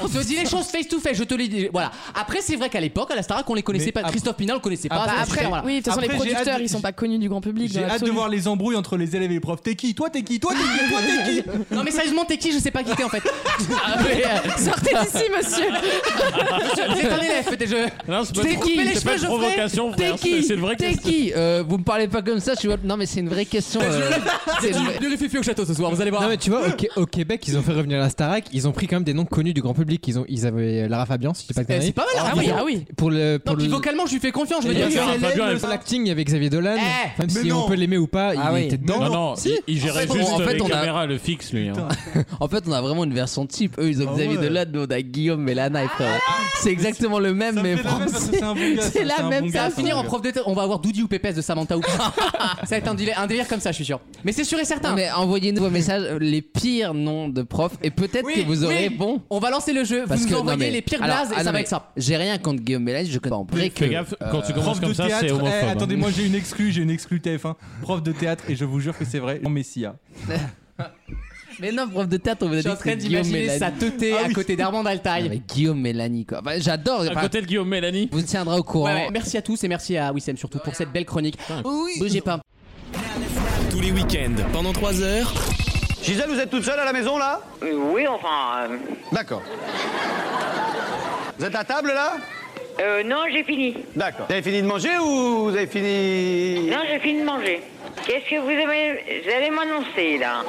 [SPEAKER 2] On se dit les choses face to face, je te les dis. Voilà. Après, c'est vrai qu'à l'époque, à la Starac, on les connaissait
[SPEAKER 4] Mais
[SPEAKER 2] pas.
[SPEAKER 4] après-
[SPEAKER 2] Christophe Pinal, on le connaissait pas.
[SPEAKER 4] Après,
[SPEAKER 2] Voilà.
[SPEAKER 4] après-
[SPEAKER 2] Voilà.
[SPEAKER 6] Oui, de toute façon, les
[SPEAKER 4] Après, j'ai hâte
[SPEAKER 6] producteurs,
[SPEAKER 4] de-
[SPEAKER 6] ils sont pas connus du grand public.
[SPEAKER 4] J'ai
[SPEAKER 6] dans
[SPEAKER 4] hâte de
[SPEAKER 6] l'absolu.
[SPEAKER 4] voir les embrouilles entre les élèves et les profs. T'es qui Toi, t'es qui Toi, t'es qui Toi, t'es qui
[SPEAKER 2] Non mais sérieusement t'es qui Je sais pas qui t'es en fait.
[SPEAKER 6] Sortez d'ici, monsieur.
[SPEAKER 2] Monsieur, Vous êtes un élève peut-être je.
[SPEAKER 5] Non, c'est pas
[SPEAKER 2] T'es
[SPEAKER 5] une pro-
[SPEAKER 2] qui
[SPEAKER 5] c'est pas une
[SPEAKER 2] T'es
[SPEAKER 5] provocation,
[SPEAKER 2] qui
[SPEAKER 5] frère. C'est c'est une vraie
[SPEAKER 3] T'es
[SPEAKER 5] question.
[SPEAKER 3] qui Euh, Vous me parlez pas comme ça, je suis... Non mais c'est une vraie question. euh, c'est une vraie-
[SPEAKER 2] Fifi au château ce soir, vous allez voir.
[SPEAKER 7] Non mais tu vois, au, Qué- au Québec, ils ont fait revenir la Starac, ils ont pris quand même des noms connus du grand public. Ils, ont, ils avaient euh, Lara Fabian, si je dis pas de
[SPEAKER 2] Eh,
[SPEAKER 7] conneries.
[SPEAKER 2] c'est pas mal, Lara
[SPEAKER 7] Ils ont-
[SPEAKER 2] Fabian. Ah oui.
[SPEAKER 7] Pour le... Pour
[SPEAKER 2] Non puis
[SPEAKER 7] le...
[SPEAKER 2] vocalement je lui fais confiance. Je veux
[SPEAKER 7] Et
[SPEAKER 2] dire.
[SPEAKER 7] puis,
[SPEAKER 2] c'est
[SPEAKER 7] Lara
[SPEAKER 2] l'élève,
[SPEAKER 7] Fabian,
[SPEAKER 2] le-
[SPEAKER 7] elle fait l'acting avec Xavier Dolan,
[SPEAKER 2] Eh,
[SPEAKER 7] même
[SPEAKER 2] mais
[SPEAKER 7] si
[SPEAKER 2] non.
[SPEAKER 7] on peut l'aimer ou pas,
[SPEAKER 2] Ah
[SPEAKER 7] il
[SPEAKER 2] oui.
[SPEAKER 7] était dedans.
[SPEAKER 5] Non, non,
[SPEAKER 3] Si.
[SPEAKER 5] il, il gérait
[SPEAKER 3] En fait,
[SPEAKER 5] juste euh,
[SPEAKER 3] on- en fait,
[SPEAKER 5] les
[SPEAKER 3] on a-
[SPEAKER 5] caméras, le fixe, lui. hein.
[SPEAKER 3] En fait, on a vraiment une version type. Eux, ils ont
[SPEAKER 5] Ah
[SPEAKER 3] Xavier
[SPEAKER 5] ouais.
[SPEAKER 3] Dolan, nous on a Guillaume Mélanaï, frère.
[SPEAKER 2] Ah
[SPEAKER 3] C'est exactement le même, mais français. C'est la même.
[SPEAKER 2] Ça va finir en prof d'été. On va avoir Doudi ou Pépès de Samantha ou ça va être un délire, un délire comme ça, je suis sûr. Mais c'est sûr et certain.
[SPEAKER 3] Mais envoyez-nous vos messages, euh, les pires noms de profs, et peut-être
[SPEAKER 2] Oui,
[SPEAKER 3] que vous aurez
[SPEAKER 2] oui.
[SPEAKER 3] bon.
[SPEAKER 2] On va lancer le jeu. vous nous envoyez les pires blazes et ça va être ça.
[SPEAKER 3] ah, J'ai rien contre Guillaume Mélanaï, je connais en vrai que.
[SPEAKER 5] Fais gaffe, quand tu commences
[SPEAKER 4] Prof de
[SPEAKER 5] comme ça,
[SPEAKER 4] théâtre.
[SPEAKER 5] c'est homophobe.
[SPEAKER 4] Eh,
[SPEAKER 5] hein.
[SPEAKER 4] attendez, moi j'ai une exclue, j'ai une exclue TF1. Prof de théâtre, et je vous jure que c'est vrai, Jean Messia.
[SPEAKER 3] Mais non, prof de théâtre, on vous a
[SPEAKER 2] Je suis
[SPEAKER 3] dit
[SPEAKER 2] en
[SPEAKER 3] que
[SPEAKER 2] train
[SPEAKER 3] Guillaume
[SPEAKER 2] d'imaginer
[SPEAKER 3] Mélanie- Ah
[SPEAKER 2] sa teuté à côté d'Armand Altaï.
[SPEAKER 3] Non, mais Guillaume Mélanie, quoi. Bah, J'adore.
[SPEAKER 5] À côté de Guillaume Mélanie.
[SPEAKER 3] Vous tiendra au courant.
[SPEAKER 2] Ouais, ouais. Merci à tous et merci à Wissem surtout pour cette belle chronique.
[SPEAKER 3] Oui.
[SPEAKER 2] Bougez pas.
[SPEAKER 14] Tous les week-ends, pendant 3 heures.
[SPEAKER 15] Gisèle, vous êtes toute seule à la maison là Oui, enfin.
[SPEAKER 16] euh,
[SPEAKER 15] D'accord. Vous êtes à table là Euh, non, j'ai fini. D'accord. Vous avez fini de manger ou vous avez fini.
[SPEAKER 16] Non, j'ai fini de manger. Qu'est-ce que vous, avez- vous allez m'annoncer là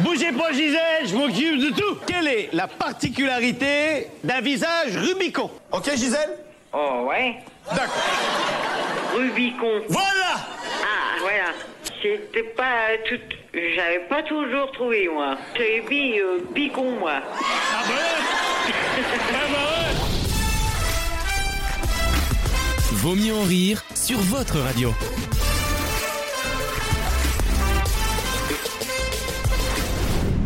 [SPEAKER 15] Bougez pas, Gisèle, je m'occupe de tout. Quelle est la particularité d'un visage Rubicon Ok, Gisèle
[SPEAKER 16] Oh ouais D'accord. Rubicon.
[SPEAKER 15] Voilà
[SPEAKER 16] Ah voilà. C'était pas tout. J'avais pas toujours trouvé moi. J'avais mis euh, bicon moi. Ah
[SPEAKER 14] Vaut mieux en rire sur votre radio.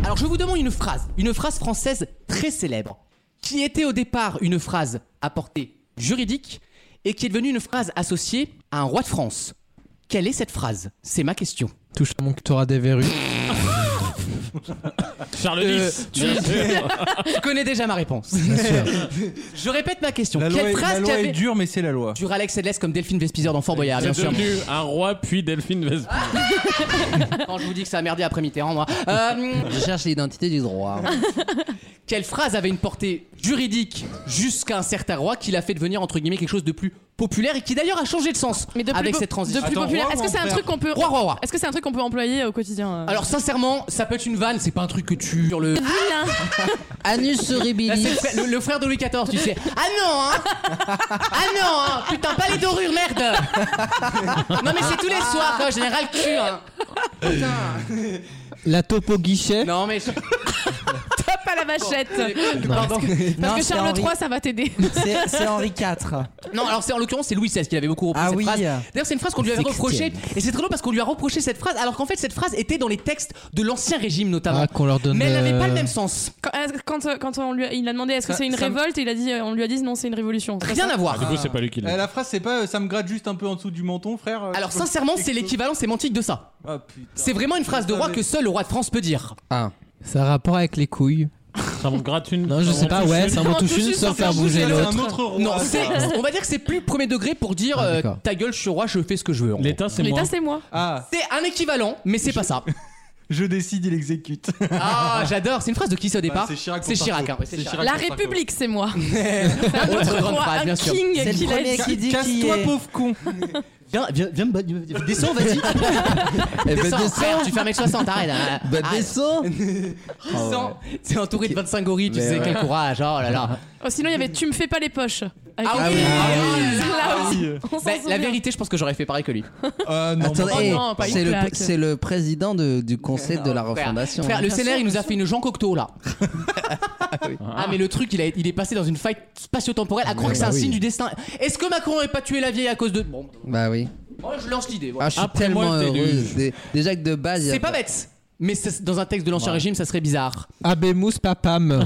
[SPEAKER 2] Alors je vous demande une phrase, une phrase française très célèbre, qui était au départ une phrase à portée juridique et qui est devenue une phrase associée à un roi de France. Quelle est cette phrase C'est ma question.
[SPEAKER 7] Touche à mon que t'auras des verrues.
[SPEAKER 5] Charles
[SPEAKER 2] Euh,
[SPEAKER 5] X.
[SPEAKER 2] tu... tu connais déjà ma réponse. je répète ma question.
[SPEAKER 4] La loi,
[SPEAKER 2] Quelle
[SPEAKER 4] est,
[SPEAKER 2] phrase
[SPEAKER 4] la loi
[SPEAKER 2] qu'avait
[SPEAKER 4] est dure, mais c'est la loi.
[SPEAKER 2] Dur Alex Edless comme Delphine Vespizer dans Fort Boyard, bien
[SPEAKER 5] C'est
[SPEAKER 2] sûr.
[SPEAKER 5] devenu un roi puis Delphine Vespa.
[SPEAKER 2] Quand je vous dis que ça a merdé après Mitterrand, moi. hein. Euh,
[SPEAKER 6] Ah,
[SPEAKER 3] Je cherche l'identité du droit.
[SPEAKER 2] quelle phrase avait une portée juridique jusqu'à un certain roi qui l'a fait devenir entre guillemets quelque chose de plus populaire et qui d'ailleurs a changé de sens
[SPEAKER 6] de plus
[SPEAKER 2] avec
[SPEAKER 6] po-
[SPEAKER 2] cette transition.
[SPEAKER 6] de plus populaire. Est-ce que c'est un truc qu'on peut
[SPEAKER 2] Roi, roi, roi.
[SPEAKER 6] Est-ce que c'est un truc qu'on peut employer au quotidien euh
[SPEAKER 2] Alors sincèrement, ça peut être une vanne, c'est pas un truc que tu sur le
[SPEAKER 6] Vilain.
[SPEAKER 2] anus horribilis. Le, frère- le- le frère de Louis XIV, tu sais. Ah non hein Ah non hein Putain, pas les dorures, merde Non mais c'est tous les soirs, quoi, en général cul hein.
[SPEAKER 7] La topo guichet.
[SPEAKER 2] Non mais
[SPEAKER 6] Top à la vachette.
[SPEAKER 7] Non.
[SPEAKER 6] Parce que, parce
[SPEAKER 7] Non,
[SPEAKER 6] que
[SPEAKER 7] c'est
[SPEAKER 6] Charles
[SPEAKER 7] Henri-
[SPEAKER 6] III, ça va t'aider.
[SPEAKER 2] IV. Non, alors c'est en l'occurrence c'est Louis XVI qui l'avait beaucoup reproché
[SPEAKER 6] Ah
[SPEAKER 2] cette
[SPEAKER 6] oui.
[SPEAKER 2] phrase. D'ailleurs, c'est une phrase qu'on lui avait
[SPEAKER 6] Sextième.
[SPEAKER 2] reprochée et c'est très drôle parce qu'on lui a reproché cette phrase alors qu'en fait cette phrase était dans les textes de l'ancien régime notamment.
[SPEAKER 7] Ah, qu'on leur donne,
[SPEAKER 2] Mais elle n'avait pas
[SPEAKER 7] euh,
[SPEAKER 2] le même sens.
[SPEAKER 6] Quand, euh, quand, euh, quand on lui a, il a demandé est-ce que
[SPEAKER 4] Ça-
[SPEAKER 6] c'est une
[SPEAKER 4] ça me-
[SPEAKER 6] révolte, et il a dit, euh, on lui a dit non, c'est une révolution. C'est ça
[SPEAKER 4] Ah,
[SPEAKER 5] pas lui qui l'a.
[SPEAKER 4] Eh, La phrase, c'est pas euh, ça me gratte juste un peu en dessous du menton, frère. euh,
[SPEAKER 2] Alors
[SPEAKER 4] tu peux-
[SPEAKER 2] sincèrement, c'est l'équivalent sémantique de ça.
[SPEAKER 4] Ah, putain.
[SPEAKER 2] C'est vraiment une phrase de roi que seul le roi de France peut dire.
[SPEAKER 7] Ah. Ça a rapport avec les couilles.
[SPEAKER 5] Ça m'en gratte une.
[SPEAKER 7] Non, je sais pas, ouais, ça m'en touche une sans faire bouger l'autre. Ah,
[SPEAKER 2] Non, c'est- on va dire que c'est plus premier degré pour dire euh, ta gueule, je suis roi, je fais ce que je veux.
[SPEAKER 5] L'État,
[SPEAKER 4] c'est L'État, moi. c'est
[SPEAKER 6] moi.
[SPEAKER 4] Ah,
[SPEAKER 2] C'est un équivalent, mais c'est pas ça.
[SPEAKER 4] je décide, il exécute.
[SPEAKER 2] Ah, j'adore. C'est une phrase de qui ça au départ
[SPEAKER 4] c'est Chirac
[SPEAKER 2] C'est
[SPEAKER 4] pour
[SPEAKER 2] Chirac.
[SPEAKER 4] Sarko.
[SPEAKER 2] hein, ouais, c'est
[SPEAKER 4] C'est
[SPEAKER 2] Chirac.
[SPEAKER 4] Chirac pour
[SPEAKER 6] La
[SPEAKER 4] Sarko.
[SPEAKER 6] République, c'est moi.
[SPEAKER 2] Autre grande
[SPEAKER 6] roi,
[SPEAKER 2] phrase, bien sûr.
[SPEAKER 6] king C'est le qui l'a premier dit. qui dit qui
[SPEAKER 2] Casse-toi,
[SPEAKER 6] est.
[SPEAKER 2] pauvre con. Viens, viens, viens, me- me- descends, vas-y.
[SPEAKER 12] Eh ben,
[SPEAKER 2] descends,
[SPEAKER 12] descends.
[SPEAKER 2] frère, tu fais 1m60, arrête. hein.
[SPEAKER 12] Bah,
[SPEAKER 2] Arrête.
[SPEAKER 12] descends.
[SPEAKER 2] Descends. T'es entouré de 25 gorilles, tu
[SPEAKER 12] Mais
[SPEAKER 2] sais,
[SPEAKER 12] ouais.
[SPEAKER 2] quel courage, oh là là.
[SPEAKER 6] Oh, sinon, il y avait Tu me fais pas les poches. Avec-
[SPEAKER 2] Ah oui, ah oui.
[SPEAKER 6] Là aussi, on s'en
[SPEAKER 2] Bah,
[SPEAKER 6] souvient.
[SPEAKER 2] la vérité, je pense que j'aurais fait pareil que lui.
[SPEAKER 3] Attendez,
[SPEAKER 2] Oh
[SPEAKER 3] eh,
[SPEAKER 2] non, pas une
[SPEAKER 3] c'est le,
[SPEAKER 2] claque.
[SPEAKER 3] c'est le président de- du conseil de la refondation.
[SPEAKER 2] Frère, le CNR, il nous a fait une Jean Cocteau là. Ah, mais le truc, il, a- il est passé dans une fight spatio-temporelle à croire
[SPEAKER 3] Ouais,
[SPEAKER 2] que c'est
[SPEAKER 3] bah
[SPEAKER 2] un
[SPEAKER 3] oui.
[SPEAKER 2] signe du destin. Est-ce que Macron n'aurait pas tué la vieille à cause de. Bon,
[SPEAKER 3] Bah oui.
[SPEAKER 2] moi, je lance l'idée. voilà.
[SPEAKER 3] Ah, je suis tellement heureuse. Dé- Déjà que de base, il y a
[SPEAKER 2] C'est pas bête, mais c'est- dans un texte de l'ancien
[SPEAKER 3] Ouais.
[SPEAKER 2] régime, ça serait bizarre.
[SPEAKER 7] Abemus papam.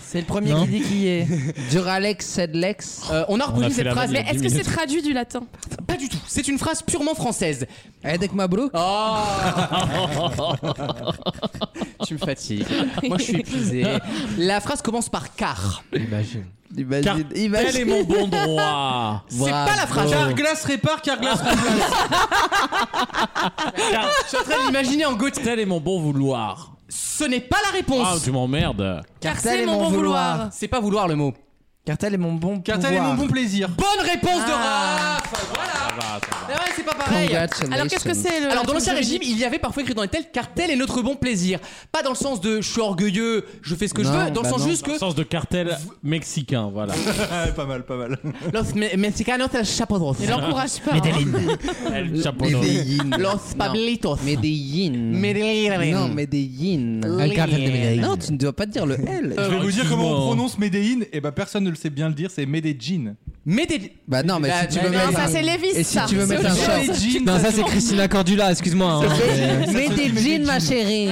[SPEAKER 2] C'est le
[SPEAKER 7] premier Non. qui dit
[SPEAKER 2] qui est.
[SPEAKER 3] Duralex, Sedlex.
[SPEAKER 2] Euh, on a reproduit cette phrase.
[SPEAKER 6] Mais est-ce que c'est traduit du latin
[SPEAKER 2] Pas du tout. C'est une phrase purement française.
[SPEAKER 3] Edek Mabrouk
[SPEAKER 2] Oh Tu me fatigues. Moi, je suis épuisé. La phrase commence par car.
[SPEAKER 7] Imagine.
[SPEAKER 3] Imagine,
[SPEAKER 2] Car-
[SPEAKER 3] imagine.
[SPEAKER 2] tel est mon bon droit. C'est pas la phrase.
[SPEAKER 4] Car glace répare, car glace
[SPEAKER 2] Je suis en train d'imaginer en gothique.
[SPEAKER 5] Tel est mon bon vouloir.
[SPEAKER 2] Ce n'est pas la réponse.
[SPEAKER 5] Ah, tu m'emmerdes.
[SPEAKER 2] Car c'est mon bon vouloir. C'est pas vouloir le mot.
[SPEAKER 8] Cartel est mon bon
[SPEAKER 4] Cartel est
[SPEAKER 8] pouvoir.
[SPEAKER 4] mon bon plaisir.
[SPEAKER 2] Bonne réponse de
[SPEAKER 8] Ah.
[SPEAKER 2] Raph.
[SPEAKER 5] Ça va, ça va.
[SPEAKER 2] Ah ouais, c'est pas pareil.
[SPEAKER 3] Congratulations.
[SPEAKER 6] Alors, qu'est-ce que c'est, le-
[SPEAKER 2] Alors dans
[SPEAKER 6] la
[SPEAKER 2] l'ancien
[SPEAKER 6] philosophie
[SPEAKER 2] régime, il y avait parfois écrit dans les tels car tel est notre bon plaisir. Pas dans le sens de je suis orgueilleux, je fais ce que je veux, dans le sens juste
[SPEAKER 5] Dans
[SPEAKER 2] que
[SPEAKER 5] le sens de cartel mexicain, voilà.
[SPEAKER 4] pas mal, pas mal.
[SPEAKER 2] Los me- mexicanos el chapeau de
[SPEAKER 6] Il l'encourage pas. hein.
[SPEAKER 2] Medellín.
[SPEAKER 5] El Chapo Dorado.
[SPEAKER 3] Medellín.
[SPEAKER 2] Los Pablitos.
[SPEAKER 3] Medellín.
[SPEAKER 2] Medellín.
[SPEAKER 3] Non, Medellín.
[SPEAKER 2] El cartel de Medellín.
[SPEAKER 3] Non, tu ne dois pas dire le L.
[SPEAKER 4] Je vais vous dire comment on prononce Medellin. Et bah, personne ne le sait bien le dire, c'est Medellin.
[SPEAKER 2] Medellin.
[SPEAKER 3] Bah non, mais
[SPEAKER 4] Bah,
[SPEAKER 3] si tu
[SPEAKER 4] mais
[SPEAKER 3] veux
[SPEAKER 4] non,
[SPEAKER 3] mettre
[SPEAKER 4] ça,
[SPEAKER 3] un-
[SPEAKER 4] c'est Lévis,
[SPEAKER 3] Et si
[SPEAKER 4] ça.
[SPEAKER 3] tu veux
[SPEAKER 4] C'est
[SPEAKER 3] mettre un
[SPEAKER 4] autre
[SPEAKER 3] short.
[SPEAKER 4] chose. Medellín,
[SPEAKER 7] Non, ça
[SPEAKER 4] ça
[SPEAKER 7] c'est Christina Cordula, excuse-moi. hein. Mais-
[SPEAKER 3] Medellín, ma chérie.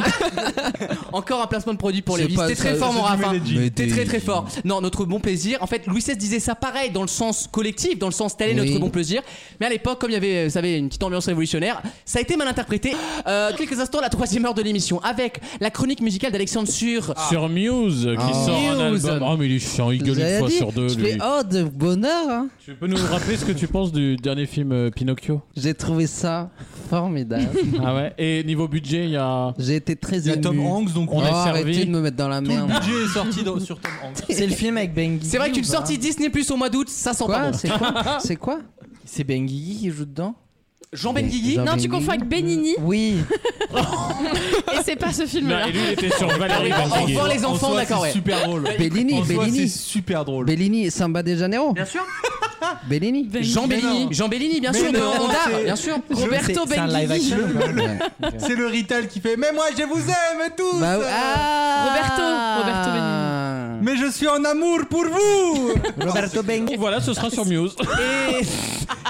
[SPEAKER 2] Encore un placement de produit pour
[SPEAKER 3] C'est
[SPEAKER 2] les vis.
[SPEAKER 3] pas
[SPEAKER 2] T'es très
[SPEAKER 3] ça,
[SPEAKER 2] fort,
[SPEAKER 3] c'est
[SPEAKER 2] mon
[SPEAKER 3] du
[SPEAKER 2] Raph. hein.
[SPEAKER 3] Medellin.
[SPEAKER 2] T'es très très fort. Non, notre bon plaisir. En fait, Louis XVI disait ça pareil dans le sens collectif, dans le sens tel est
[SPEAKER 3] Oui.
[SPEAKER 2] notre bon plaisir. Mais à l'époque, comme il y avait, vous savez, une petite ambiance révolutionnaire, ça a été mal interprété. Euh, quelques instants, la troisième heure de l'émission avec la chronique musicale d'Alexandre Sur.
[SPEAKER 4] Ah.
[SPEAKER 5] Sur Muse, qui
[SPEAKER 2] Ah.
[SPEAKER 5] sort un
[SPEAKER 2] Muse.
[SPEAKER 5] album. Oh, mais il est chiant, il gueule
[SPEAKER 3] J'avais
[SPEAKER 5] une fois
[SPEAKER 3] dit,
[SPEAKER 5] sur deux,
[SPEAKER 3] je
[SPEAKER 5] lui.
[SPEAKER 3] fais, oh, de bonheur. hein.
[SPEAKER 5] Tu peux nous rappeler ce que tu penses du dernier film euh, Pinocchio
[SPEAKER 3] J'ai trouvé ça formidable.
[SPEAKER 5] Ah ouais Et niveau budget, il y a.
[SPEAKER 3] J'ai été très
[SPEAKER 5] Il y a
[SPEAKER 3] ému.
[SPEAKER 5] Tom Hanks, donc on
[SPEAKER 3] Oh,
[SPEAKER 5] est
[SPEAKER 3] arrêtez
[SPEAKER 5] servi.
[SPEAKER 3] de me mettre dans la
[SPEAKER 4] Tout le
[SPEAKER 3] merde.
[SPEAKER 4] budget est sorti dans- sur Tom Hanks.
[SPEAKER 8] C'est le film avec Benguigui.
[SPEAKER 2] C'est vrai qu'une
[SPEAKER 8] ou pas
[SPEAKER 2] sortie Disney Plus au mois d'août, ça sent pas
[SPEAKER 8] Quoi
[SPEAKER 2] bon.
[SPEAKER 8] C'est quoi
[SPEAKER 3] C'est quoi
[SPEAKER 8] C'est Benguigui qui joue dedans
[SPEAKER 2] Jean Benguigui
[SPEAKER 8] Jean
[SPEAKER 6] Non, tu confonds avec Benigni.
[SPEAKER 8] Oui.
[SPEAKER 6] Et c'est pas ce film-là.
[SPEAKER 5] Bah, et lui, il était sur Valérie
[SPEAKER 2] Au
[SPEAKER 5] Benguigui.
[SPEAKER 2] revoir, les
[SPEAKER 4] En
[SPEAKER 2] enfants,
[SPEAKER 4] soi,
[SPEAKER 2] d'accord,
[SPEAKER 4] c'est
[SPEAKER 2] ouais.
[SPEAKER 4] Super drôle.
[SPEAKER 3] Bellini,
[SPEAKER 4] En soi,
[SPEAKER 3] Bellini.
[SPEAKER 4] C'est super drôle.
[SPEAKER 3] Bellini et Samba de Janeiro. Bien
[SPEAKER 2] sûr.
[SPEAKER 3] Bellini.
[SPEAKER 2] Jean Bellini, Jean Bellini, bien
[SPEAKER 4] Mais
[SPEAKER 2] sûr, de
[SPEAKER 4] non,
[SPEAKER 2] Andar,
[SPEAKER 4] c'est-
[SPEAKER 2] bien sûr.
[SPEAKER 4] Je-
[SPEAKER 2] Roberto
[SPEAKER 4] c'est- c'est un live
[SPEAKER 2] Benguigui.
[SPEAKER 4] action.
[SPEAKER 3] Ouais.
[SPEAKER 4] C'est le Rital qui fait Mais moi je vous aime tous
[SPEAKER 3] Bah, ah
[SPEAKER 6] Roberto, Roberto Benigni.
[SPEAKER 4] Mais je suis en amour pour vous
[SPEAKER 3] Roberto Benguigui.
[SPEAKER 5] Voilà, ce sera sur Muse.
[SPEAKER 2] Et...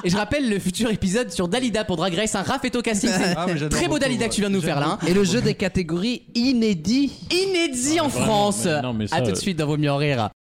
[SPEAKER 2] et je rappelle le futur épisode sur Dalida pour Drag Race, un Raffetto Casting. C'est
[SPEAKER 4] Ah, mais j'adore
[SPEAKER 2] très beau
[SPEAKER 4] beaucoup,
[SPEAKER 2] Dalida que tu viens de nous faire là. hein.
[SPEAKER 3] Et le jeu des catégories inédit.
[SPEAKER 2] Inédit en
[SPEAKER 5] vraiment,
[SPEAKER 2] France.
[SPEAKER 4] Ah,
[SPEAKER 5] mais non, mais ça,
[SPEAKER 2] à tout de
[SPEAKER 5] euh,
[SPEAKER 2] suite dans Vos mieux en rire.